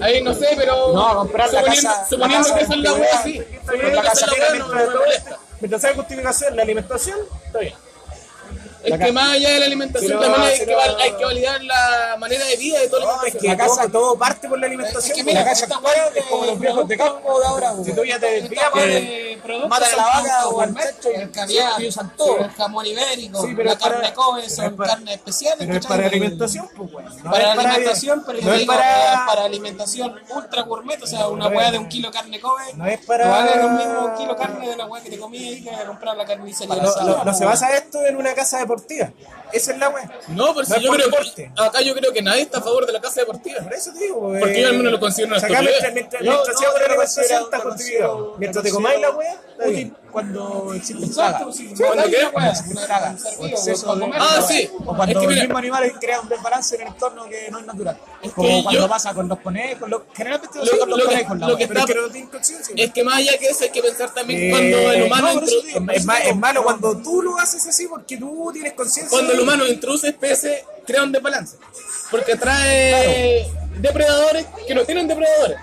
Speaker 6: Ahí no sé, pero.
Speaker 1: No, comprar la
Speaker 6: suponiendo,
Speaker 1: casa-
Speaker 6: suponiendo
Speaker 1: la casa
Speaker 6: que
Speaker 1: de
Speaker 6: son la
Speaker 1: antigüedad.
Speaker 6: weá, sí.
Speaker 4: bien,
Speaker 6: Suponiendo
Speaker 4: la
Speaker 6: que
Speaker 4: casa
Speaker 6: son
Speaker 4: tiene
Speaker 6: la weá, no
Speaker 4: mientras
Speaker 6: me
Speaker 4: todo
Speaker 6: molesta.
Speaker 4: Mientras haya justificación, la alimentación, está bien.
Speaker 6: Es que más allá de la alimentación,
Speaker 4: Si lo-
Speaker 6: también hay,
Speaker 4: si
Speaker 6: que
Speaker 4: lo-
Speaker 6: val- hay que validar la manera de vida de todo el mundo.
Speaker 4: es que la casa todo parte por la
Speaker 6: Es
Speaker 4: alimentación.
Speaker 6: que
Speaker 4: pues.
Speaker 6: mira,
Speaker 4: La casa-
Speaker 6: esta weá de-
Speaker 1: Es como los viejos de campo de ahora.
Speaker 4: si tú ya te desvías,
Speaker 6: Esta weá
Speaker 4: pues,
Speaker 2: Eh,
Speaker 6: de productos
Speaker 1: matan a la
Speaker 6: son
Speaker 1: vaca
Speaker 6: productos
Speaker 1: o al
Speaker 6: gourmet,
Speaker 1: chancho y-
Speaker 6: el caviar,
Speaker 1: y usan todo.
Speaker 6: el jamón ibérico,
Speaker 4: Sí, pero
Speaker 6: la
Speaker 4: es para-
Speaker 6: carne Kobe,
Speaker 4: pero
Speaker 6: son
Speaker 4: es para-
Speaker 6: carnes especiales.
Speaker 4: pero es
Speaker 6: ¿cachai?
Speaker 4: para alimentación, pues, weón. No
Speaker 6: para
Speaker 4: es para-
Speaker 6: alimentación, pero yo
Speaker 4: no es
Speaker 6: digo,
Speaker 4: para-
Speaker 6: eh, para alimentación ultra gourmet, o sea, una
Speaker 4: No es-
Speaker 6: hueá de un kilo de carne Kobe.
Speaker 4: no es para-
Speaker 6: no vale lo mismo un kilo de carne de la hueá que te comí ahí que comprar la carnicería.
Speaker 4: No,
Speaker 6: asada,
Speaker 4: no- no se
Speaker 6: weón.
Speaker 4: basa esto en una casa deportiva. Esa es la weá.
Speaker 2: No, pero si
Speaker 4: No es
Speaker 2: yo
Speaker 4: por
Speaker 2: creo
Speaker 4: deporte.
Speaker 2: acá yo creo que nadie está a favor de la casa deportiva.
Speaker 4: Por eso te digo,
Speaker 2: Porque
Speaker 4: eh,
Speaker 2: yo al menos lo considero una
Speaker 4: o sea, acá
Speaker 2: estupidez.
Speaker 4: Mientras, mientras,
Speaker 1: Yo-
Speaker 4: mientras
Speaker 1: no,
Speaker 4: sea por
Speaker 1: yo lo
Speaker 4: alimentación,
Speaker 1: considero-
Speaker 4: está
Speaker 1: lo
Speaker 4: justificado.
Speaker 1: considero-
Speaker 4: Mientras
Speaker 1: lo
Speaker 4: te comáis la
Speaker 1: considero
Speaker 4: wea, está bien.
Speaker 1: útil Cuando existe un
Speaker 6: Exacto,
Speaker 1: saga.
Speaker 4: Sí,
Speaker 6: sí, cuando
Speaker 4: ¿no?
Speaker 6: quieras, weón,
Speaker 1: Una
Speaker 6: una-
Speaker 1: saga.
Speaker 6: un ser
Speaker 1: O
Speaker 6: vivo,
Speaker 1: exceso
Speaker 6: weón,
Speaker 1: de-
Speaker 6: para comer,
Speaker 2: Ah,
Speaker 6: weón.
Speaker 2: sí.
Speaker 1: O cuando
Speaker 2: Es que
Speaker 1: los
Speaker 2: mira-
Speaker 1: mismos animales crean un desbalance en el entorno que no es natural. Como
Speaker 2: yo-
Speaker 1: cuando pasa con los conejos. lo- generalmente
Speaker 2: Lo-
Speaker 1: lo, con los
Speaker 2: lo que-
Speaker 1: conejos. la
Speaker 2: lo
Speaker 1: wea.
Speaker 2: que
Speaker 4: Pero es
Speaker 2: está-
Speaker 4: que no tiene conciencia.
Speaker 2: Es que más allá que eso hay que pensar también
Speaker 4: Eh,
Speaker 2: cuando el humano
Speaker 4: no, por eso
Speaker 2: intro-
Speaker 4: te digo, es, ma- es malo cuando tú lo haces así porque tú tienes conciencia.
Speaker 2: cuando el humano introduce especies crea un desbalance. Porque trae depredadores que no tienen depredadores.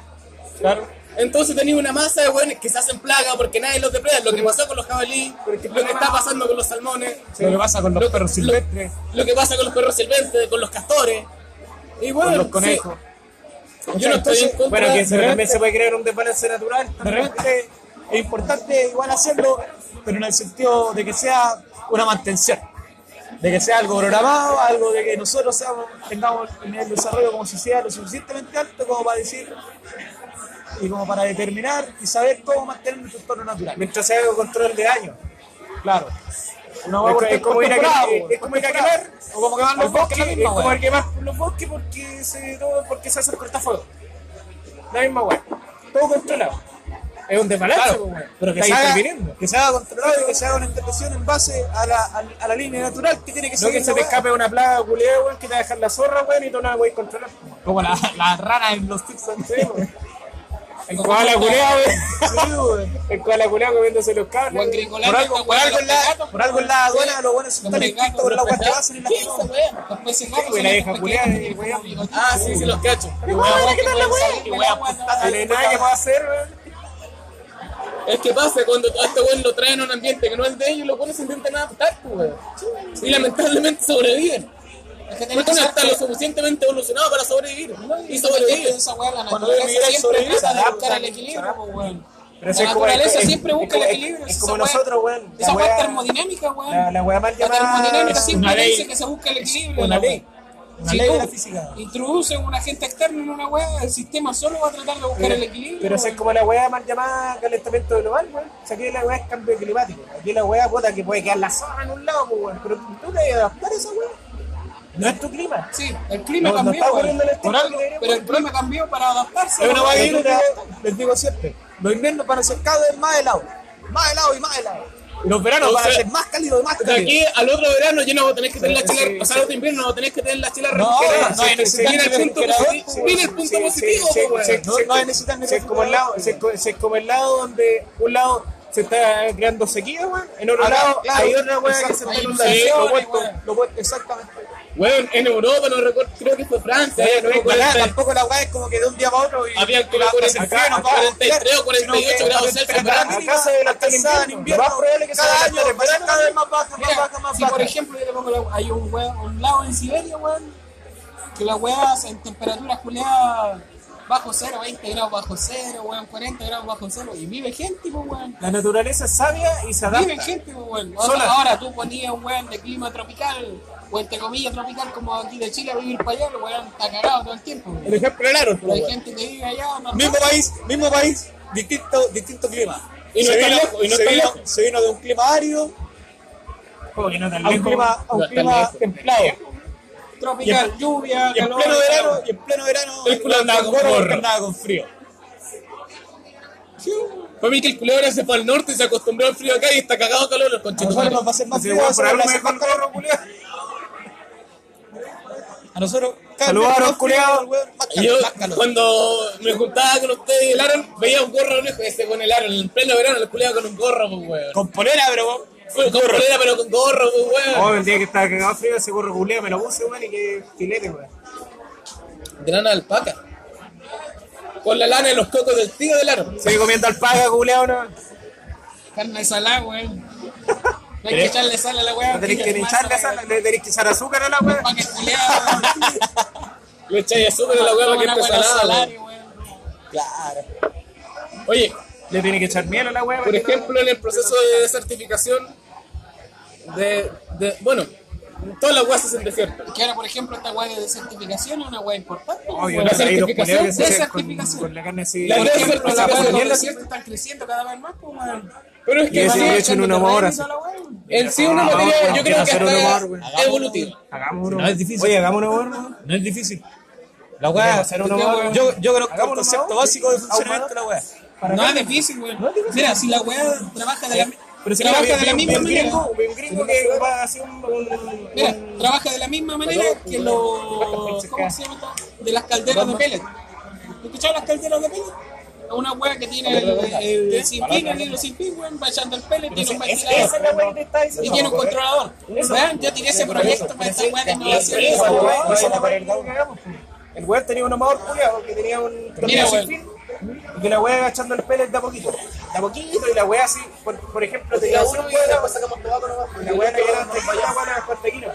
Speaker 1: Claro.
Speaker 2: Entonces tenés una masa de hueones que se hacen plaga porque nadie los depreda. Lo que pasó con los jabalíes, lo que está pasando con los salmones,
Speaker 1: Lo que pasa con los perros
Speaker 2: lo,
Speaker 1: silvestres,
Speaker 2: lo que pasa con los perros silvestres, con los castores. Y bueno,
Speaker 1: con los
Speaker 2: sí,
Speaker 1: conejos.
Speaker 2: yo no estoy en contra.
Speaker 4: Bueno, que se-
Speaker 1: de
Speaker 4: también
Speaker 1: repente-
Speaker 4: se puede crear un desbalance natural.
Speaker 1: De repente es importante igual hacerlo, pero en el sentido de que sea una mantención, de que sea algo programado, algo de que nosotros seamos, tengamos el nivel de desarrollo como sociedad lo suficientemente alto como para decir y como para determinar y saber cómo mantener nuestro entorno natural.
Speaker 4: Mientras se haga control de daño.
Speaker 1: Claro. No
Speaker 4: Es co-
Speaker 1: porque
Speaker 4: es como ir a
Speaker 1: temporada,
Speaker 4: quemar-
Speaker 1: po,
Speaker 4: es como ir a
Speaker 1: temporada.
Speaker 4: quemar-
Speaker 1: O como quemar los
Speaker 4: Al bosque,
Speaker 1: bosques la misma,
Speaker 4: es como
Speaker 1: weá.
Speaker 4: el que más los bosques porque se, todo, porque se hace el cortafuego. La misma weá. Todo controlado. Es un desbalance,
Speaker 1: Claro,
Speaker 4: pues, weá.
Speaker 1: pero que se,
Speaker 4: Está
Speaker 1: haga,
Speaker 4: interviniendo.
Speaker 1: que se haga controlado y que se haga una intervención en base a la, a, a la línea natural que tiene que
Speaker 4: No
Speaker 1: ser.
Speaker 4: que se te escape una plaga culea, weón, que te va a dejar la zorra, weón, y tú no la podés controlar. pues.
Speaker 1: Como la- las ranas en los Simpsons.
Speaker 4: Sí, weón. El koala culea, weón.
Speaker 1: Sí, güey.
Speaker 4: El koala culea comiéndose los cables.
Speaker 6: Juan
Speaker 4: weón.
Speaker 6: Gringolandia,
Speaker 1: Por algo,
Speaker 6: weón,
Speaker 1: por algo en
Speaker 6: los
Speaker 1: la,
Speaker 6: gatos,
Speaker 1: por algo en la aduana los buenos
Speaker 6: los
Speaker 1: están estrictos
Speaker 6: gatos,
Speaker 1: con la
Speaker 6: los
Speaker 1: weas que
Speaker 6: gatos.
Speaker 1: pasan y las
Speaker 6: ¿Qué
Speaker 1: que
Speaker 6: es
Speaker 1: no.
Speaker 6: esa weá? Los peces gatos
Speaker 4: güey,
Speaker 6: son
Speaker 4: la
Speaker 6: los
Speaker 4: vieja
Speaker 6: pequeños
Speaker 4: culiada,
Speaker 6: que
Speaker 4: eh,
Speaker 6: tienen
Speaker 4: güey.
Speaker 6: como
Speaker 2: Ah, sí, sí, los cacho.
Speaker 6: Y weá, weá, que pueden
Speaker 1: weá.
Speaker 6: salir,
Speaker 1: Y
Speaker 6: weá,
Speaker 1: weá,
Speaker 6: weá,
Speaker 1: apuntada.
Speaker 4: No hay nada que pueda hacer, weón.
Speaker 2: Es que pasa cuando a este weón lo traen a un ambiente que no es de ellos, los buenos se intentan adaptar, pues, weón. Y lamentablemente sobreviven.
Speaker 6: Es que
Speaker 2: Porque
Speaker 6: tenés que
Speaker 2: no están
Speaker 6: saber-
Speaker 2: lo suficientemente evolucionados para sobrevivir. Y sobreviven.
Speaker 6: Esa weá, la
Speaker 1: Cuando
Speaker 6: naturaleza
Speaker 1: emigráis,
Speaker 6: siempre
Speaker 1: sobrevivís,
Speaker 6: trata de
Speaker 1: adapta,
Speaker 6: buscar el
Speaker 1: adapta.
Speaker 6: equilibrio, pues, weón.
Speaker 4: Pero
Speaker 6: La
Speaker 4: es como-
Speaker 6: naturaleza
Speaker 4: es-
Speaker 6: siempre
Speaker 4: es
Speaker 6: busca el
Speaker 4: como-
Speaker 6: equilibrio.
Speaker 4: Es
Speaker 6: esa
Speaker 4: como
Speaker 6: weá-
Speaker 4: nosotros, weón.
Speaker 6: Esa weá
Speaker 4: weá-
Speaker 6: es termodinámica, weón.
Speaker 4: La, la weá mal
Speaker 6: La
Speaker 4: llamada.
Speaker 6: termodinámica siempre
Speaker 1: una ley.
Speaker 6: dice que se busca el equilibrio.
Speaker 1: Una
Speaker 6: la
Speaker 1: ley.
Speaker 6: weá.
Speaker 1: Una
Speaker 6: si
Speaker 1: ley de
Speaker 6: tú
Speaker 1: la física.
Speaker 6: introduces un agente externo en una weá, el sistema solo va a tratar de buscar el equilibrio.
Speaker 4: Pero esa es
Speaker 6: weón.
Speaker 4: como la weá mal llamada calentamiento global, weón. O sea, aquí la weá es cambio climático. Aquí la weá puta que puede quedar la zona en un lado, pues, weón. Pero tú- tú te vas a adaptar a esa weá. No es tu clima.
Speaker 6: Sí, el clima
Speaker 4: No, no
Speaker 6: cambió,
Speaker 4: está
Speaker 6: weón.
Speaker 4: poniendo el estilo
Speaker 6: Por algo,
Speaker 4: que queremos,
Speaker 6: pero el clima cambió para adaptarse.
Speaker 1: Es una
Speaker 6: weón.
Speaker 1: wea que yo
Speaker 4: Pero tú
Speaker 1: les
Speaker 4: te
Speaker 1: digo- les digo siempre. Los inviernos van a ser cada vez más helados. Más helados y más helados. Y Los veranos
Speaker 2: O
Speaker 1: van a
Speaker 2: sea,
Speaker 1: ser más cálidos y más
Speaker 2: De
Speaker 1: cálidos.
Speaker 2: aquí al otro verano ya no vos tenés que tener la
Speaker 4: Sí,
Speaker 2: chila,
Speaker 4: sí,
Speaker 2: o sea, al otro invierno no tenés que tener la chila
Speaker 1: No,
Speaker 2: refrigerada.
Speaker 1: no, en el
Speaker 2: Sí, mira el
Speaker 1: sentido
Speaker 2: punto
Speaker 1: de que
Speaker 2: positivo,
Speaker 1: la-
Speaker 2: mira el punto positivo,
Speaker 4: sí,
Speaker 2: pues, po,
Speaker 4: sí,
Speaker 2: weón.
Speaker 1: No-
Speaker 4: sí,
Speaker 1: no
Speaker 4: sí,
Speaker 1: es necesitan
Speaker 4: sí, es como el lado, sí, es co- sí, es como el lado donde un lado se está creando sequía, weón. En otro
Speaker 1: Ahora,
Speaker 4: lado
Speaker 1: claro,
Speaker 4: hay otra weá que
Speaker 1: exacto,
Speaker 4: se está
Speaker 1: hay
Speaker 4: inundando.
Speaker 2: sí,
Speaker 1: lo
Speaker 2: weón,
Speaker 1: opuesto,
Speaker 2: weón.
Speaker 1: lo opuesto, exactamente.
Speaker 2: Weón, en Europa, no recuerdo, creo que fue Francia,
Speaker 1: Sí,
Speaker 2: había
Speaker 1: no es
Speaker 2: como
Speaker 1: para nada,
Speaker 2: 40,
Speaker 1: tampoco la weá es como que de un día para otro y
Speaker 2: Habían como
Speaker 1: y la- la
Speaker 2: 40,
Speaker 1: frío, nos
Speaker 2: acá
Speaker 1: vamos a
Speaker 2: 43 o
Speaker 1: enfriar, sino que
Speaker 2: 48 grados
Speaker 1: la
Speaker 2: Celsius,
Speaker 1: temperatura
Speaker 2: ¿verdad?
Speaker 1: mínima
Speaker 4: Acá se adelanta el
Speaker 1: alcanzada en
Speaker 4: invierno. Lo
Speaker 1: invierno,
Speaker 4: más probable es que se
Speaker 1: cada
Speaker 4: adelante
Speaker 1: año
Speaker 4: el
Speaker 1: va a ser
Speaker 4: verano.
Speaker 1: cada vez más baja, más
Speaker 6: Mira,
Speaker 1: baja, más
Speaker 6: si por
Speaker 1: baja.
Speaker 6: ejemplo yo le pongo la- hay un, wea- un lago en Siberia, weón, que la weá hace en temperaturas culeadas bajo cero, 20 grados bajo cero, weón, 40 grados bajo cero, y vive gente, pues, weón.
Speaker 4: La naturaleza es sabia y se
Speaker 6: Vive
Speaker 4: adapta.
Speaker 6: gente, pues, weón. Ahora, ahora tú ponías un weón de clima tropical, o entre comillas tropical, como aquí de Chile, a vivir para allá, el weón está cagado todo el tiempo. weón.
Speaker 1: El ejemplo del Aaron,
Speaker 6: Pero hay gente que vive allá, normal.
Speaker 1: Mismo país, mismo país, distinto, distinto clima.
Speaker 2: Y no
Speaker 1: se,
Speaker 2: está
Speaker 1: vino,
Speaker 2: lejos, y no
Speaker 1: se,
Speaker 2: está
Speaker 1: vino,
Speaker 2: lejos.
Speaker 1: se vino de un clima árido
Speaker 4: Como que no tan
Speaker 1: a un
Speaker 4: lejos, weón.
Speaker 1: clima, a un
Speaker 2: No está
Speaker 1: clima
Speaker 2: lejos.
Speaker 1: templado.
Speaker 6: tropical, lluvia,
Speaker 1: Y en
Speaker 6: calor.
Speaker 1: pleno verano, y en pleno verano,
Speaker 2: El culo andaba con
Speaker 1: gorro,
Speaker 2: gorro.
Speaker 1: porque andaba con frío.
Speaker 2: Fue mi que el culebra se fue al norte y se acostumbró al frío acá y está cagado calor los
Speaker 1: A nosotros nos
Speaker 2: conchitos.
Speaker 1: va a hacer más
Speaker 4: Sí,
Speaker 1: frío,
Speaker 4: weón,
Speaker 1: a
Speaker 4: por algo
Speaker 1: nosotros
Speaker 4: me
Speaker 1: nos va a hacer
Speaker 4: dejó el
Speaker 1: más calor.
Speaker 4: gorro, culiao.
Speaker 1: A nosotros,
Speaker 4: Saludos,
Speaker 1: cada vez
Speaker 4: Aaron,
Speaker 1: más frío,
Speaker 4: culiao.
Speaker 1: weón, más
Speaker 2: Y yo,
Speaker 1: calor, más calor.
Speaker 2: cuando me juntaba con ustedes y el Aaron, veía un gorro lejos, ese con el Aaron, en pleno verano, el culebra con un gorro, pues, weón.
Speaker 1: Con polera, pero
Speaker 2: Con polera, pero con gorro, pues, weón.
Speaker 4: Oh, el día que estaba cagado frío, ese gorro culea me lo puse, weón, y qué filete, weón.
Speaker 2: De lana de alpaca. Con la lana de los cocos del tío del árbol.
Speaker 4: Estoy comiendo alpaca, culeado, ¿no?
Speaker 6: Carne salada, weón. No hay que echarle sal a la weá.
Speaker 4: Eh. No tenéis que ni echarle sal, le tenéis que echar azúcar a la weá.
Speaker 6: Pa' que culeado.
Speaker 2: Le echáis azúcar a la weá para que esté salada, weón. Oye,
Speaker 4: Le tiene que echar miel a la weá.
Speaker 2: por ejemplo, en el proceso de desertificación, de, de- bueno, todas las weas se hacen desierto.
Speaker 6: Que ahora, por ejemplo, esta weá de desertificación es una weá importante.
Speaker 4: Obvio,
Speaker 6: weón.
Speaker 4: no, ahí los
Speaker 6: certificación,
Speaker 4: culeados que se hacen con,
Speaker 6: certificación.
Speaker 4: con la carne así.
Speaker 2: La
Speaker 6: Por
Speaker 2: de
Speaker 6: ejemplo,
Speaker 2: certificación,
Speaker 6: la weá de
Speaker 2: mierda,
Speaker 6: los
Speaker 2: sí.
Speaker 6: desiertos están creciendo cada vez más, pues, weón.
Speaker 2: Pero es
Speaker 4: Y
Speaker 2: que
Speaker 4: ese
Speaker 2: sí,
Speaker 4: de hecho en una hora.
Speaker 2: en sí una
Speaker 4: Ah,
Speaker 2: materia,
Speaker 4: no, quiero
Speaker 2: yo creo que
Speaker 4: hacer un
Speaker 2: está
Speaker 4: humor, güey.
Speaker 2: evolutiva.
Speaker 4: Hagamos uno.
Speaker 1: No, es difícil.
Speaker 4: Oye, hagamos uno, weón.
Speaker 1: No es difícil. La weá,
Speaker 4: hacer uno más.
Speaker 1: yo, yo conozco el
Speaker 4: Hagamos uno
Speaker 1: concepto
Speaker 4: más.
Speaker 1: básico de funcionamiento de la weá.
Speaker 6: No es difícil, weón. Mira, si la weá trabaja de la,
Speaker 4: Pero si
Speaker 6: trabaja
Speaker 4: vi-
Speaker 6: de la
Speaker 4: vi- vi
Speaker 6: misma
Speaker 4: un
Speaker 6: manera.
Speaker 4: gringo, vi Oh, un gringo que va a hacer un. un-
Speaker 6: Mira,
Speaker 4: un-
Speaker 6: trabaja de la misma manera que los. ¿Cómo se llama? esto? De las calderas de pellet. ¿Has escuchado las calderas de pellet? Es Una wea que tiene el, el, sin fin, el hilo sin fin, weón, va echando el pellet, tiene un
Speaker 4: Esa es la
Speaker 6: ventilador
Speaker 4: weá que te está
Speaker 6: y
Speaker 4: diciendo.
Speaker 6: tiene un controlador. Weón, yo tiré ese proyecto para esta wea de innovación.
Speaker 4: Esa weá, esa es pues, la weá que hagamos, pues. El weón tenía un amador culiado que tenía un.
Speaker 6: Mira,
Speaker 4: sin
Speaker 6: weón.
Speaker 4: fin, Y que la weá agachando el pelo de a poquito. De a poquito y la weá así. Por, por ejemplo, tenía uno y la weá sacamos tabaco nomás. La weá no llegaba hasta aquí, la weá no dejó hasta aquí, no.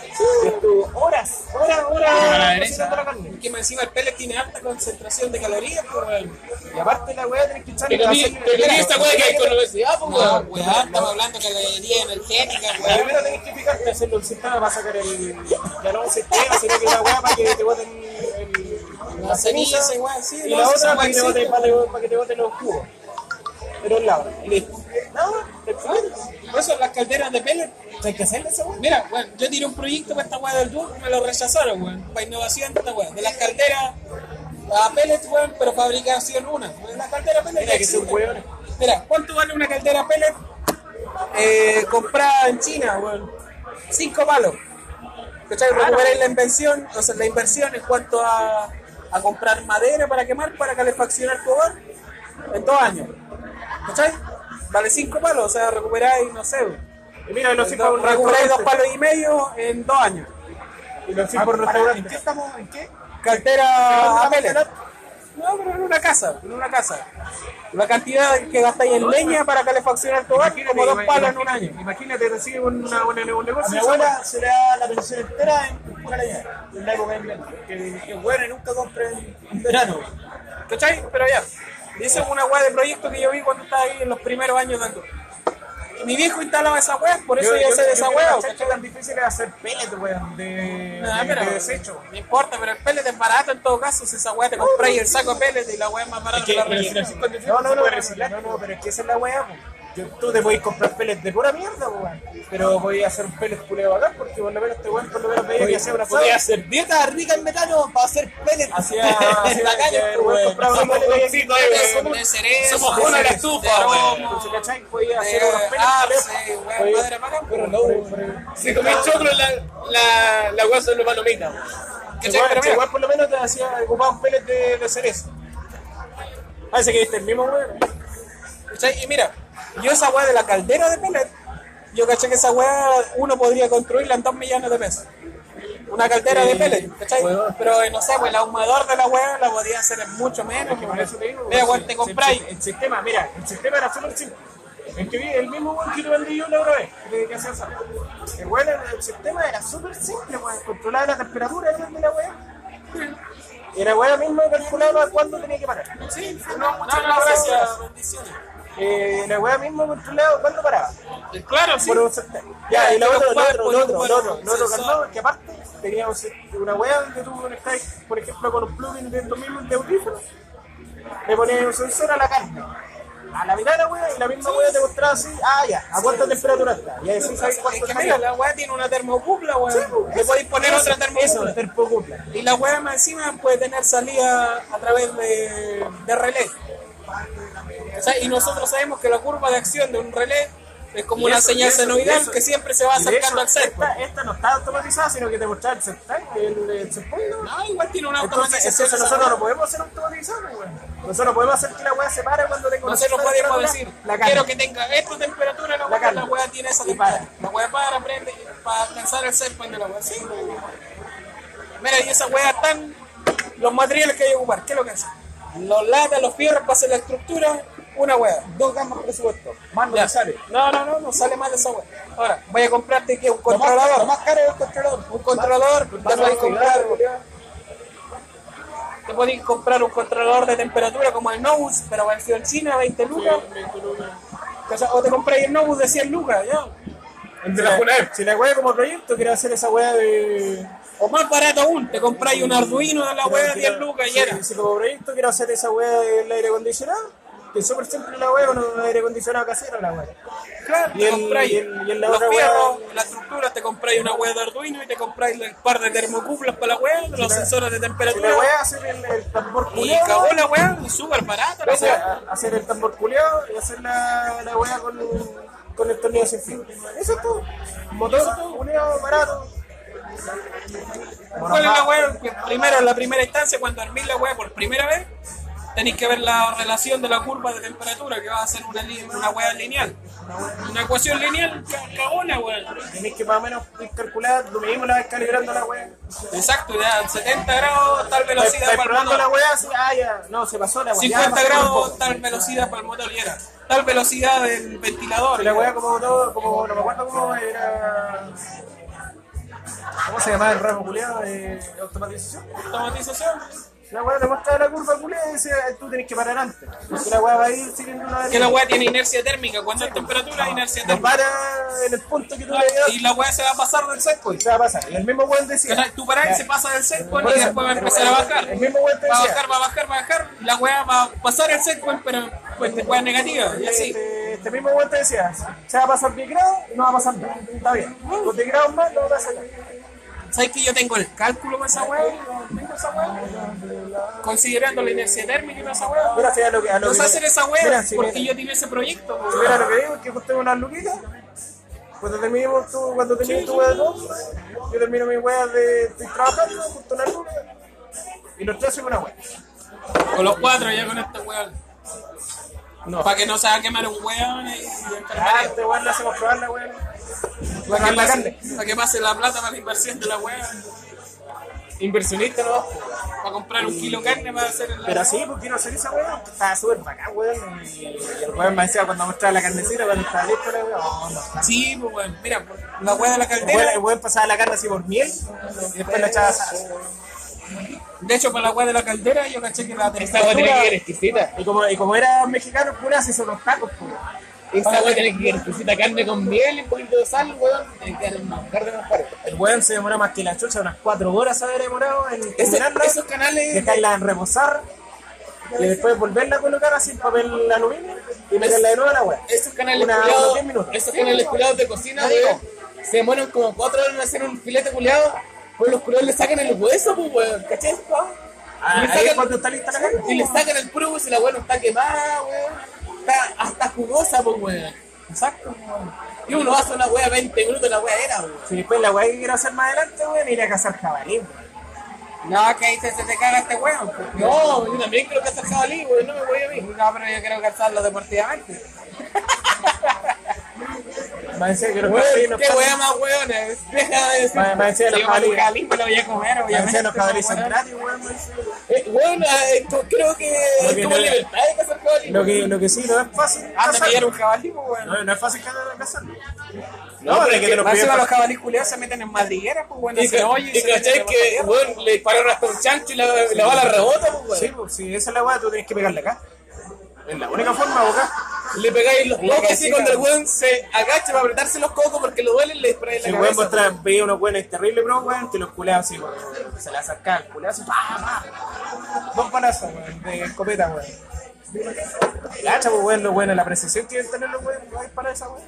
Speaker 4: Y estuvo horas, horas, horas cocinando la carne.
Speaker 6: Que más encima el pellet tiene alta concentración de calorías, pues, weón.
Speaker 4: Y aparte la weá tenés que echar
Speaker 2: Pero mira, pero mira esta wea que hay con la obesidad, pues,
Speaker 6: No,
Speaker 2: weón.
Speaker 6: weón, estamos hablando de calorías energéticas,
Speaker 4: La
Speaker 6: weón.
Speaker 4: primera tenés que fijarte hacerlo el sistema para sacar el. Ya no un sistema, sino que la weá para que te boten el.
Speaker 6: La ceniza, esa weá, sí,
Speaker 4: Y
Speaker 6: no,
Speaker 4: la
Speaker 6: esa
Speaker 4: otra
Speaker 6: weá
Speaker 4: para que, te
Speaker 6: existe.
Speaker 4: boten, para, para que te boten los cubos. Pero un lado. Y listo. No, te
Speaker 6: Por eso las calderas de pellet
Speaker 4: Hay que hacerle esa weá.
Speaker 6: Mira, weón, yo tiré un proyecto para esta weá del Duke, me lo rechazaron, weón. Para innovación, esta weá. De las calderas a pellets, weón, pero fabricación una. Weón, La caldera pellet.
Speaker 4: Mira
Speaker 6: ya
Speaker 4: que son
Speaker 6: existe.
Speaker 4: weones.
Speaker 6: Mira, ¿cuánto vale una caldera pellet?
Speaker 4: Eh,
Speaker 6: Comprada en China, weón. Cinco palos. ¿Cachai? Recuperáis la invención, o sea, la inversión en cuanto a, a comprar madera para quemar, para calefaccionar tu hogar en dos años. ¿Cachai? Vale cinco palos, o sea, recuperáis, no sé, weón.
Speaker 4: y mira, los
Speaker 6: Dos-
Speaker 4: un
Speaker 6: recuperáis dos
Speaker 2: este.
Speaker 4: restaurante.
Speaker 6: palos y medio en dos años.
Speaker 4: Y los fui por un restaurante.
Speaker 6: ¿En qué estamos? ¿En qué? Cartera a pellet.
Speaker 4: cartera?
Speaker 6: No, pero en una casa, en una casa. La cantidad que gastáis en leña para calefaccionar tu hogar, como dos palos en un año.
Speaker 4: Imagínate, recibe una, una, un negocio.
Speaker 1: A mi abuela se le da la pensión entera en pura leña, en la época de invierno. Que, que bueno, nunca compren en verano.
Speaker 6: ¿Cachai? Pero ya. Y esa es una weá de proyecto que yo vi cuando estaba ahí en los primeros años dando. Y mi viejo instalaba esa weá, por eso yo, sé de esa weá.
Speaker 4: ¿Qué tan difícil es hacer pellet, weón? De,
Speaker 6: Nah,
Speaker 4: de,
Speaker 6: pero
Speaker 4: de desecho.
Speaker 6: no importa, pero el pellet es barato en todo caso. Si esa weá te compráis el saco de pellet y la weá es más barata que la rellena.
Speaker 4: No, no, no, no, no, no, pero es que esa es la weá, po. Yo- Tú te podés comprar pellets de pura mierda, po, weón. Pero podías hacer un pellet culeado acá, porque por lo menos este weón por lo menos veía que hacía una
Speaker 1: Podría hacer
Speaker 6: Ah,
Speaker 1: dieta rica en verano para hacer pellets.
Speaker 4: Hacía, hacía
Speaker 1: la calle,
Speaker 6: pues,
Speaker 4: el weón compraba unos pellets de
Speaker 6: De cerezo,
Speaker 2: Somos una de la estufa, weón.
Speaker 4: ¿Se cachai? Podía hacer unos
Speaker 6: Eh,
Speaker 4: pellets
Speaker 6: arce, weón,
Speaker 4: Oye,
Speaker 6: madre bacán, weón.
Speaker 2: Si comí choclo, la, la, la wea son los palomitas.
Speaker 6: ¿Cachai?
Speaker 4: Igual,
Speaker 6: Pero mira,
Speaker 4: igual por lo menos te hacía ocupaba un pellet de, de cerezo. Parece que viste el mismo weón.
Speaker 6: ¿cachai? Y mira, yo esa weá de la caldera de pellet, yo caché que esa weá uno podría construirla en 2 millones de pesos. Una caldera de pellet, ¿cachai? Pero eh, no sé, pues el ahumador de la weá la podía hacer en mucho menos.
Speaker 4: Por eso te digo,
Speaker 6: Mira,
Speaker 4: weón,
Speaker 6: weón, te
Speaker 4: si-
Speaker 6: compráis.
Speaker 4: si- El, sistema, mira, el sistema era súper simple. El, que vi- el mismo weón que lo vendí yo la otra vez, que, que hacía esa. El, weón, el, el sistema era súper simple, weón. Controlaba la temperatura weón, de la weá. Y la weá misma calculaba cuándo tenía que parar.
Speaker 6: Sí, no, muchas
Speaker 4: no, gracias.
Speaker 6: gracias, bendiciones.
Speaker 4: Eh, la weá misma controlaba cuándo paraba.
Speaker 6: Claro, sí.
Speaker 4: Por un sector. Ya, y lo
Speaker 6: Pero
Speaker 4: otro, lo
Speaker 6: ocupaba
Speaker 4: otro,
Speaker 6: el
Speaker 4: lo otro, lo
Speaker 6: polígono,
Speaker 4: otro,
Speaker 6: el
Speaker 4: lo otro
Speaker 6: sensor.
Speaker 4: calmado, que aparte tenía un se- una weá donde tú conectáis, por ejemplo, con un plugin de estos mismos de audífonos, le ponías un sensor a la carne, a la mitad de la weá, y la misma weá te mostraba así, ah, ya, a cuánta temperatura está, y ahí sí sabes
Speaker 6: Es
Speaker 4: cuánto
Speaker 6: que
Speaker 4: está.
Speaker 6: mira, la weá tiene una termocupla,
Speaker 4: Sí,
Speaker 6: weón.
Speaker 4: pues,
Speaker 6: Le
Speaker 4: eso,
Speaker 6: podéis poner
Speaker 4: eso,
Speaker 6: otra
Speaker 4: Eso,
Speaker 6: termocupla.
Speaker 4: termocupla.
Speaker 6: Y la weá más encima puede tener salida a través de, de relé. O sea, y nosotros sabemos que la curva de acción de un relé Es como
Speaker 4: Y
Speaker 6: una
Speaker 4: eso,
Speaker 6: señal
Speaker 4: y eso, y
Speaker 6: senoidal
Speaker 4: eso.
Speaker 6: que siempre se va
Speaker 4: Y de
Speaker 6: acercando
Speaker 4: hecho,
Speaker 6: al pues. ser.
Speaker 4: Esta, esta no está automatizada, sino que te mostraba el septán, el, el septán, ¿no?
Speaker 6: No, igual tiene una
Speaker 4: Entonces,
Speaker 6: automatización.
Speaker 4: entonces nosotros no podemos hacer automatizado, güey. Nosotros no podemos hacer que la weá se pare cuando tengo
Speaker 6: Nosotros podemos decir,
Speaker 4: la
Speaker 6: quiero
Speaker 4: cara.
Speaker 6: que tenga esta temperatura, la
Speaker 4: La
Speaker 6: weá,
Speaker 4: carne.
Speaker 6: la weá tiene esa
Speaker 4: Y
Speaker 6: temperatura. La weá para, prende, para alcanzar el ser, prende la weá. Sí, weón. Mira, y esa weá están los materiales que hay que ocupar. ¿Qué es lo que hacen? Los latas, los fierros para hacer la estructura, una weá, dos gamas presupuesto.
Speaker 4: Más no
Speaker 6: Ya.
Speaker 4: te sale.
Speaker 6: No, no, no, no sale mal esa weá. Ahora, voy a comprarte ¿qué? un controlador.
Speaker 1: Lo más caro es el controlador.
Speaker 6: Un controlador, te
Speaker 4: Vas a pues.
Speaker 6: podéis comprar,
Speaker 4: configurar,
Speaker 6: te podéis comprar un controlador de temperatura como el Nobus, pero versión china, 20 lucas. O sea, O te compráis el Nobus de 100 lucas, ya.
Speaker 4: Si la- Si la weá como proyecto quiere hacer esa weá de.
Speaker 6: O más barato aún, te compráis un Arduino de la wea 10 lucas y era.
Speaker 4: Si, si como proyecto quiero hacer esa weá del aire acondicionado, que es súper simple la weá con un aire acondicionado casero la weá.
Speaker 6: Claro,
Speaker 4: Y
Speaker 6: te
Speaker 4: el-
Speaker 6: compráis
Speaker 4: y el- y el la
Speaker 6: los
Speaker 4: otra
Speaker 6: fierros,
Speaker 4: wea-
Speaker 6: la estructura, te compráis una wea de Arduino y te compráis el par de termocuplas para la wea, los sensores de
Speaker 4: Si la
Speaker 6: temperatura.
Speaker 4: weá hacer el, el tambor
Speaker 6: Y
Speaker 4: culiado.
Speaker 6: cagó la wea, y súper barata la
Speaker 4: hacer,
Speaker 6: wea.
Speaker 4: a- hacer el tambor culeado y hacer la, la weá con, con el tornillo sin fin. Eso es todo. Motor culeado barato.
Speaker 6: ¿Cuál es la wea? Que Primero, en la primera instancia, cuando armís la wea por primera vez, tenéis que ver la relación de la curva de temperatura, que va a ser una, li- una wea lineal. Una ecuación lineal, ca- cagona, wea.
Speaker 4: Tenés que más o menos ir calcular, lo mismo la vas calibrando la weá.
Speaker 6: Exacto, ya 70 grados, tal velocidad
Speaker 4: Estás
Speaker 6: para el
Speaker 4: probando
Speaker 6: motor.
Speaker 4: la weá, así, ah ya, no, se pasó la weá. ya,
Speaker 6: 50
Speaker 4: pasó un
Speaker 6: grados,
Speaker 4: poco.
Speaker 6: tal velocidad para el motor y era. Tal velocidad del ventilador.
Speaker 4: Y la
Speaker 6: ya.
Speaker 4: weá como todo, como no me acuerdo cómo era. ¿Cómo se llamaba el ramo culeado de automatización?
Speaker 6: Automatización.
Speaker 4: La weá te muestra la curva culeada y dice, "Eh, tú tenés que parar antes. Porque la weá va a ir siguiendo una
Speaker 6: Que la weá tiene inercia térmica. Cuando hay temperatura, hay inercia
Speaker 4: Nos
Speaker 6: térmica.
Speaker 4: para en el punto que tú le das
Speaker 6: Y la weá se va a pasar del pues.
Speaker 4: y
Speaker 6: setpoint.
Speaker 4: se va a pasar. Y el mismo weón decía.
Speaker 6: ¿Cachai? Tú parás y
Speaker 4: Ya.
Speaker 6: se pasa del setpoint
Speaker 4: Por
Speaker 6: y
Speaker 4: eso,
Speaker 6: después va a empezar a bajar.
Speaker 4: El mismo weón te
Speaker 6: Va a
Speaker 4: decía.
Speaker 6: bajar, va a bajar, va a bajar. La weá va a pasar el setpoint, pero pues de weá negativa. Y así.
Speaker 4: Este, este mismo weón te decía, se va a pasar 10 grados y no va a pasar nada. Está bien. Con 10 grados más no va a pasar nada.
Speaker 6: ¿Sabes que yo tengo el cálculo para esa weá? Tengo esa weá. Considerando la inercia térmica y toda esa weá.
Speaker 4: Mira, si a lo que- a lo
Speaker 6: No
Speaker 4: que-
Speaker 6: sé hacer esa
Speaker 4: Mira,
Speaker 6: weá
Speaker 4: si
Speaker 6: porque
Speaker 4: mira-
Speaker 6: yo tiré ese proyecto.
Speaker 4: si
Speaker 6: weón.
Speaker 4: mira lo que digo, es que justo unas luquitas. Cuando terminemos tu, cuando termines tu weá de dos, yo termino mi weá de estoy trabajando, justo una luna. Y los tres hacemos una weá.
Speaker 6: Con los cuatro ya con esta weá. Para que no se va a quemar un weón eh. y, y
Speaker 4: Ah,
Speaker 6: enfermaría.
Speaker 4: este weón le hacemos probar la weá.
Speaker 6: Para que,
Speaker 4: la
Speaker 6: pase,
Speaker 4: carne.
Speaker 6: pa' que pase la plata para la inversión de la weá.
Speaker 4: Inversionista no
Speaker 6: Para comprar un kilo de carne para hacer el
Speaker 4: Pero sí, pues quiero hacer esa weá, que estaba súper bacán, weón. Y el weón me decía cuando mostraba la carnecita, cuando estaba listo la weá, oh, no.
Speaker 6: Sí, pues weón. Mira, pues, la weá de la
Speaker 4: El weón,
Speaker 6: caldera.
Speaker 4: el weón pasaba la carne así por miel y después la echaba así.
Speaker 6: De hecho, para la weá de la caldera yo caché que la
Speaker 2: Esta weá tiene
Speaker 6: temperatura...
Speaker 2: que ser exquisita.
Speaker 4: Y como, y como era mexicano, pura se hizo los tacos, pues.
Speaker 2: Esta weá tiene que ser exquisita. Carne con miel y un poquito de sal, weón. Tiene que quedar más carne más caro.
Speaker 4: El weón se demoró más que la chucha, unas cuatro horas se había demorado en
Speaker 6: Ese-
Speaker 4: cocinarla,
Speaker 6: esos canales...
Speaker 4: dejarla en reposar y después volverla a colocar así en papel aluminio y meterla de nuevo a la weá.
Speaker 2: Esos canales
Speaker 4: Una-
Speaker 2: culiados,
Speaker 4: unos 10 minutos.
Speaker 2: esos canales culiados de cocina, weón, se demoran como cuatro horas en hacer un filete culiado, pues los culiados le sacan el hueso, pues, weón, ¿cachai?
Speaker 4: Ah,
Speaker 2: Y le
Speaker 4: ahí es
Speaker 2: sacan-
Speaker 4: cuando está lista la carne.
Speaker 2: Y le sacan el puro hueso y la weón está quemada, weón, está hasta jugosa, pues, weón.
Speaker 4: Exacto, weón.
Speaker 2: Y uno hace una weá 20 minutos, la weá era, weón.
Speaker 4: Si después pues la weá que quiero hacer más adelante, weón, ir a cazar jabalí, weón.
Speaker 6: No, que ahí se, se te caga este weón. pues.
Speaker 2: No, yo también creo que hacer jabalí, weón, no me voy a mí.
Speaker 6: No, pero yo quiero cazarlo deportivamente.
Speaker 4: Me decía que los jabalíes
Speaker 2: Weón,
Speaker 4: nos
Speaker 2: qué
Speaker 4: pasan-
Speaker 2: weá más weones, deja de decir.
Speaker 4: Me- me decía los
Speaker 6: Yo para el
Speaker 4: jabalíes.
Speaker 6: Cali me lo voy a comer,
Speaker 4: Me decía los jabalíes
Speaker 6: pues,
Speaker 4: son
Speaker 6: weón.
Speaker 4: gratis, weón. me decía.
Speaker 2: Eh, weón, eh, co- creo que
Speaker 4: Lo
Speaker 2: es
Speaker 4: que
Speaker 2: como
Speaker 4: no-
Speaker 2: libertad de cazar jabalí.
Speaker 4: Lo
Speaker 2: weón.
Speaker 4: que, lo que sí, no es fácil.
Speaker 6: Ah, te
Speaker 4: cazarlo.
Speaker 6: pillaron un jabalí, pues, weón.
Speaker 4: No, no es fácil cazar- cazarlo.
Speaker 2: No,
Speaker 4: No, de
Speaker 2: pero es
Speaker 4: que
Speaker 2: que
Speaker 4: te lo
Speaker 6: Más encima
Speaker 4: piden
Speaker 6: los jabalíes culiados se meten en madrigueras, pues, weón.
Speaker 2: Y,
Speaker 6: se
Speaker 2: ca-
Speaker 6: oye,
Speaker 2: y cachai que, weón, le dispararon hasta un chancho y la, la bala rebota, pues,
Speaker 4: Sí,
Speaker 2: weón.
Speaker 4: pues si esa es la weá, tú tenés que pegarle acá. Es la única forma, o acá.
Speaker 2: Le pegáis los
Speaker 6: Una
Speaker 2: cocos y
Speaker 6: cabecita.
Speaker 2: cuando el weón se agacha para apretarse los cocos porque lo duelen, le disparáis
Speaker 4: Si
Speaker 2: la
Speaker 4: el weón
Speaker 2: cabeza.
Speaker 6: pues.
Speaker 4: mostrar, veía unos weones terribles, bro, weón, que los culeados así, weón. Se la sacaban, culeados así, pa, pa. Dos balazos, weón, de escopeta, weón. El hacha, pues, weón, los weones, la precisión que deben tener los weones, no hay para esa weón.